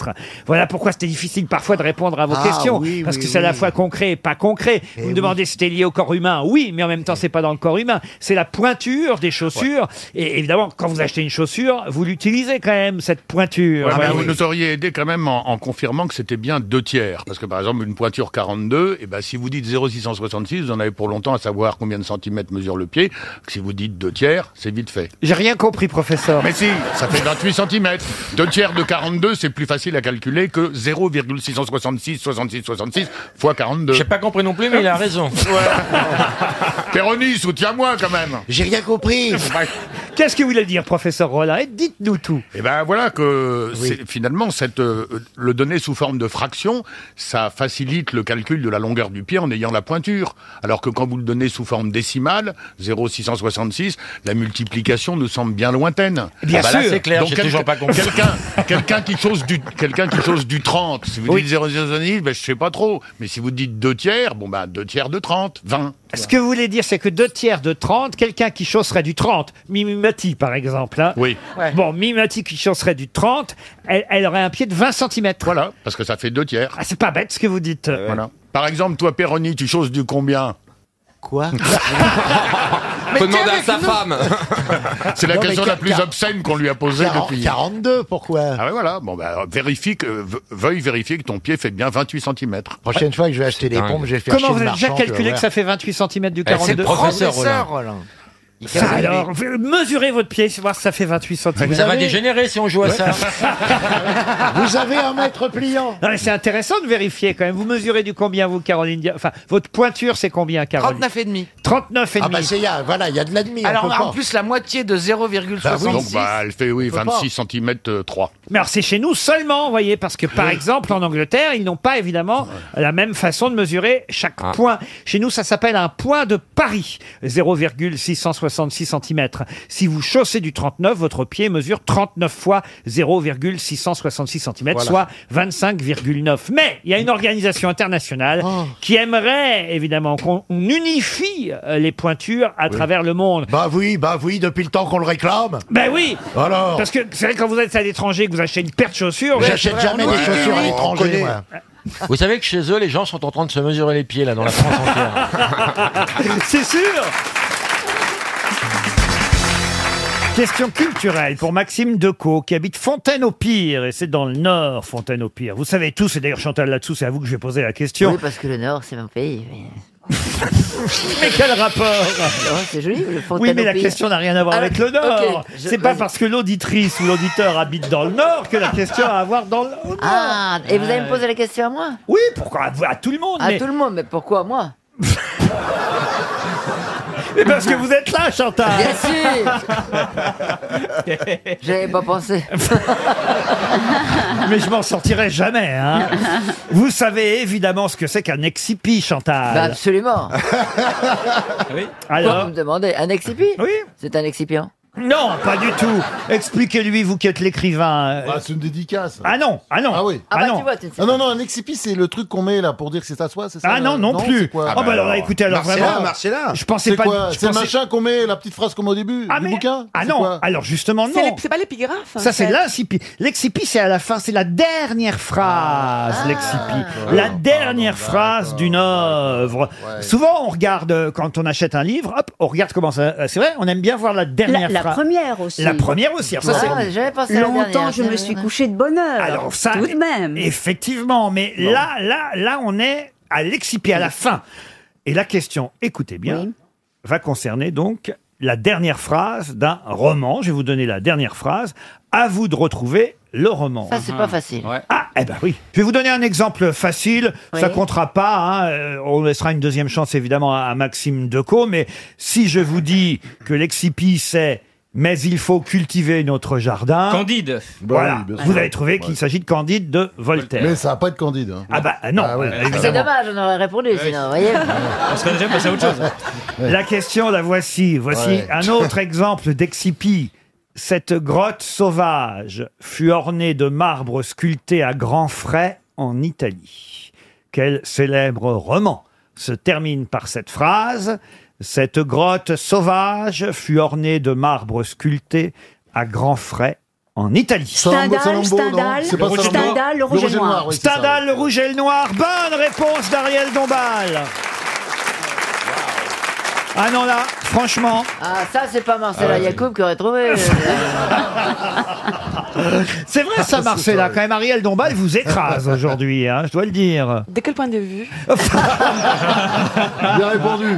Voilà pourquoi c'était difficile parfois de répondre à vos
Ah,
questions.
oui,
parce
oui,
que c'est à la
oui.
fois concret et pas concret.
Eh
vous me
oui.
demandez si c'était lié au corps humain. Oui, mais en même temps, c'est pas dans le corps humain. C'est la pointure des chaussures. Et évidemment, quand vous achetez une chaussure, vous l'utilisez quand même, cette pointure.
Ouais, mais
Voilà.
vous nous auriez aidé quand même en, en confirmant que c'était bien deux tiers. Parce que par exemple, une pointure 42, et ben, si vous dites 0,666, vous en avez pour longtemps à savoir combien de centimètres mesure le pied. Si vous dites deux tiers, c'est vite fait.
J'ai rien compris, professeur.
Mais si, ça fait 28 centimètres. Deux tiers de 42, c'est plus facile à calculer que 0,666, 66, 66 fois 42. J'ai
pas compris non plus, mais il a raison.
[LAUGHS] Péroni, soutiens-moi quand même.
J'ai
[LAUGHS]
rien compris.
Qu'est-ce que vous voulez dire, professeur Rollin Dites-nous tout.
Et ben voilà que c'est- finalement cette euh, le donner sous forme de fraction, ça facilite le calcul de la longueur du pied en ayant la pointure. Alors que quand vous le donnez sous forme décimale, 0,666, la multiplication nous semble bien lointaine. ben
Bien Ah bah là, sûr. c'est clair, j'ai
quelqu'un-
toujours pas compris.
Quelqu'un [LAUGHS] quelqu'un qui chose du quelqu'un qui chose du 30, si vous
Oui.
dites 0,666, ben je sais pas trop, mais si vous dites deux tiers, bon ben deux tiers de 30, 20.
Ce que vous voulez dire, c'est que deux tiers de 30, quelqu'un qui chausserait du 30, Mimimati par exemple. hein.
Oui.
Bon, Mimimati qui chausserait du 30, elle, elle aurait un pied de 20 cm.
Voilà, parce que ça fait deux tiers.
Ah, c'est pas bête ce que vous dites.
Voilà. Par exemple, toi Péroni, tu choses du combien [LAUGHS]
Quoi
Faut demander à sa femme.
C'est la
Non, mais
question la
quar-
plus
quar-
obscène qu'on lui a posée
Quarante-
depuis.
42, pourquoi
Ah ouais, voilà. Bon, bah, vérifie que, ve- veuille vérifier que ton pied fait bien 28 cm.
Prochaine fois que je vais acheter des
dingue.
pompes, je vais faire
Comment
chez
vous
le
avez déjà
marchand, tu vas
calculé que
voir.
ça fait 28 cm du
Eh, c'est
42
le professeur Professeur Rollin.
Ça, alors, vous- mesurez votre pied, voir si ça fait 28 cm.
ça va dégénérer si on joue
[LAUGHS]
à ça.
Vous avez un mètre pliant.
Non, mais c'est intéressant de vérifier quand même. Vous mesurez du combien, vous, Caroline Dia- Enfin, votre pointure, c'est combien, Caroline
39 et demi.
39 et
Ah
demi.
bah c'est y a, voilà, il y a de l'admi.
Alors
on peut
en
pas.
plus la moitié de 0,66.
Donc, bah, elle fait, oui, euh,
On peut pas.
26 cm 3.
Mais alors c'est chez nous seulement, vous voyez, parce que par exemple en Angleterre, ils n'ont pas évidemment la même façon de mesurer chaque
Ah.
point. Chez nous, ça s'appelle un point de pari, 0,666 cm. Si vous chaussez du 39, votre pied mesure 39 fois 0,666 cm,
Voilà.
soit 25,9. Mais il y a une organisation internationale
Oh.
qui aimerait évidemment qu'on on unifie euh, les pointures à travers le monde.
Bah oui, bah oui, depuis le temps qu'on le réclame.
Ben oui
Alors
Parce que c'est vrai quand vous êtes à l'étranger que vous achetez une paire de chaussures.
J'achète
ouais,
jamais
on-
des chaussures à
on
l'étranger,
connaît.
moi.
Vous savez que chez eux, les gens sont en train de se mesurer les pieds, là, dans la France entière.
C'est sûr Question culturelle pour Maxime Decaux qui habite Fontaine-au-Pire et c'est dans le Nord Fontaine-au-Pire. Vous savez tous et d'ailleurs Chantal là-dessous, c'est à vous que je vais poser la question.
Oui, parce que le Nord, c'est mon pays.
Mais quel rapport
Oh, C'est joli, le Fontaine
Oui, mais la
au Pire.
question n'a rien à voir
Ah,
avec le Nord.
ok, je-
C'est pas
vas-y.
parce que l'auditrice ou l'auditeur habite dans le Nord que la question a à voir dans le au Nord.
Ah, et vous allez me poser la question à moi
Oui, pourquoi à, à tout le monde
À
mais-
tout le monde, mais pourquoi à moi
[LAUGHS] mais parce que vous êtes là, Chantal.
Bien sûr Ah. [LAUGHS] J'avais pas pensé.
Mais je m'en sortirai jamais.
[LAUGHS]
hein. Vous savez évidemment ce que c'est qu'un excipi, Chantal.
Bah, absolument.
[LAUGHS] oui.
Alors
Alors,
Vous me demandez, un excipient
Oui. Ah,
C'est un excipient Ah,
non, pas du tout. Expliquez-lui, vous qui êtes l'écrivain.
Ah, c'est une dédicace.
euh, Ah non, ah non.
Ah oui.
Ah bah, Ah non. tu vois, tu ne sais
Ah non, non, un excipit, c'est le truc qu'on met là pour dire que c'est à soi, c'est ça
Ah non, non plus.
c'est quoi
Ah bah alors là, écoutez, alors Marcella, vraiment, Marcella. je pensais
C'est
pas-
quoi
je
C'est le
pensais-
machin qu'on met, la petite phrase qu'on met au début du bouquin
Ah
C'est
non,
quoi
alors justement non.
C'est l'ép-
C'est pas l'épigraphe. Ça c'est l'incipi. L'excipi c'est à la fin, c'est la dernière phrase, l'excipi. la dernière phrase d'une œuvre.
Ouais.
Souvent on regarde euh, quand on achète un livre, hop, on regarde comment ça euh, c'est vrai, on aime bien voir la dernière
La- la
phrase.
première aussi.
La première aussi. alors ça, c'est-
Longtemps, je me suis couché de bonne heure.
Alors ça, e-,
tout de même.
Effectivement, mais
Bon.
là, là, là, on est à l'excipit, à la fin. Et la question, écoutez bien, va concerner donc la dernière phrase d'un roman. Je vais vous donner la dernière phrase. À vous de retrouver le roman.
Ça, c'est pas facile.
Ah, eh ben oui. Je vais vous donner un exemple facile. Ça
Oui.
comptera pas. hein. Euh, On laissera une deuxième chance évidemment à à Maxime Decaux. Mais si je vous dis que l'excipi c'est mais il faut cultiver notre jardin.
Candide. Bah
Hein voilà.
oui, bien sûr.
vous avez trouvé qu'il
Ouais.
s'agit de Candide de Voltaire.
Mais ça va pas être candide. hein.
Ah bah non.
Ah ouais.
euh,
C'est
évidemment.
dommage, on aurait répondu sinon, vous voyez
On serait déjà passé à autre chose. [LAUGHS] La question, la voici. Voici
Ouais.
un autre [LAUGHS] exemple d'Excipi. Cette grotte sauvage fut ornée de marbre sculpté à grands frais en Italie. Quel célèbre roman se termine par cette phrase Cette grotte sauvage fut ornée de marbre sculpté à grands frais en Italie.
Stendhal, Salombo, Salombo, non Stendhal, C'est pas Stendhal, Salombo le rouge et le noir, oui, c'est ça,
Stendhal, le rouge et le noir. Bonne réponse d'Ariel Dombal. Ah non, là, franchement.
Ah, ça, c'est pas Marcela
Ah ouais.
Yacoub qui
[LAUGHS]
aurait trouvé.
C'est
[LAUGHS]
vrai ça, Marcella. Quand même, Ariel Dombal vous écrase
[LAUGHS]
aujourd'hui, hein, je dois le dire.
De quel point de vue
Bien répondu.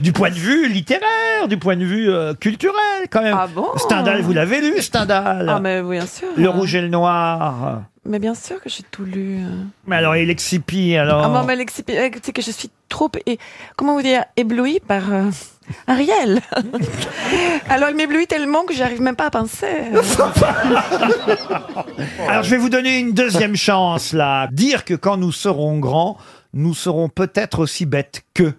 Du point de vue littéraire, du point de vue euh, culturel, quand même. Ah bon Stendhal, vous l'avez lu, Stendhal
Ah, mais oui, bien sûr.
Le rouge et le noir.
Mais bien sûr que j'ai tout lu. hein.
Mais alors, et l'excipi, alors
Ah, moi, mais l'excipient, euh, c'est que je suis trop, é- comment vous dire, éblouie par euh,
[LAUGHS]
Ariel. Alors, il m'éblouit tellement que j'arrive même pas à penser. euh,
[LAUGHS] Alors je vais vous donner une deuxième chance là. Dire que quand nous serons grands, nous serons peut-être aussi bêtes que.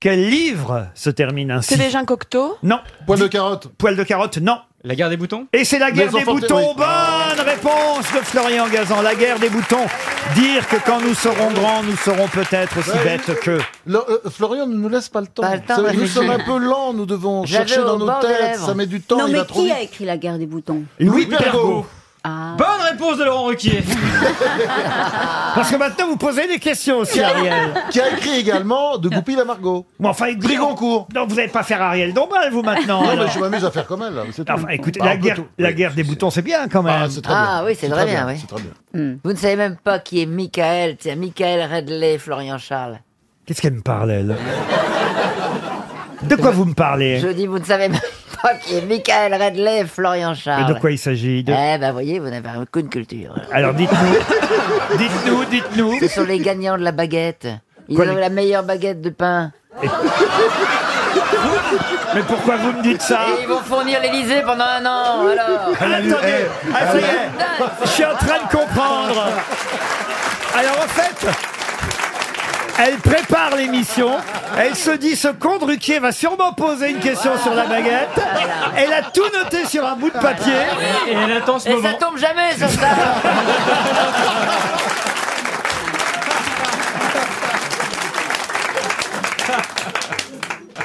Quel livre se termine ainsi
C'est des gens cocteaux
Non. Poil de carotte. Poil de carotte, non. La guerre des boutons Et c'est la
Les
guerre des
enfants-
boutons.
oui.
Bonne réponse de Florian Gazan. La guerre des boutons. Dire que quand nous serons grands, nous serons peut-être aussi
Ouais,
bêtes que.
Le- euh, Florian ne nous laisse pas le temps.
Pas le temps,
nous
ouais.
sommes un peu lents, nous devons chercher dans nos têtes, ça met du temps,
Non,
il
mais
va trop
qui
vite.
a écrit La guerre des boutons
Louis Pergaud.
Bonne réponse de Laurent Ruquier.
Parce que maintenant vous posez des questions aussi, Ariel.
[LAUGHS] Qui a écrit également De Goupil à Margot.
Mais enfin, écoutez- Non, vous n'allez pas faire Ariel Dombal, vous maintenant.
Non, mais
alors.
je m'amuse à faire comme elle. là, c'est tout.
Enfin, écoutez,
Ah,
la,
on peut
guerre,
tout.
la guerre des boutons, c'est bien quand même.
Ah oui, c'est très bien, oui.
C'est très bien.
Hmm. Vous ne savez même pas qui est Michael, c'est Michael Redley, Florian Charles.
Qu'est-ce qu'elle me parle, elle De quoi vous me parlez
Je dis, vous ne savez même [LAUGHS] pas qui est Michael Redley, Florian Charles.
Et de quoi il s'agit de-
Eh ben, voyez, vous n'avez aucune culture.
Alors dites-nous, dites-nous, dites-nous.
Ce sont les gagnants de la baguette. Ils
Quoi,
ont
les-
la meilleure baguette de pain.
Mais pourquoi vous me dites ça
Et ils vont fournir l'Elysée pendant un an, alors
Attendez, ah, ça y est, je suis en train de comprendre. Alors en fait, elle prépare l'émission. Elle se dit ce con de Ruquier va sûrement poser une question sur la baguette. Elle a tout noté sur un bout de papier.
Et ça tombe jamais sur ça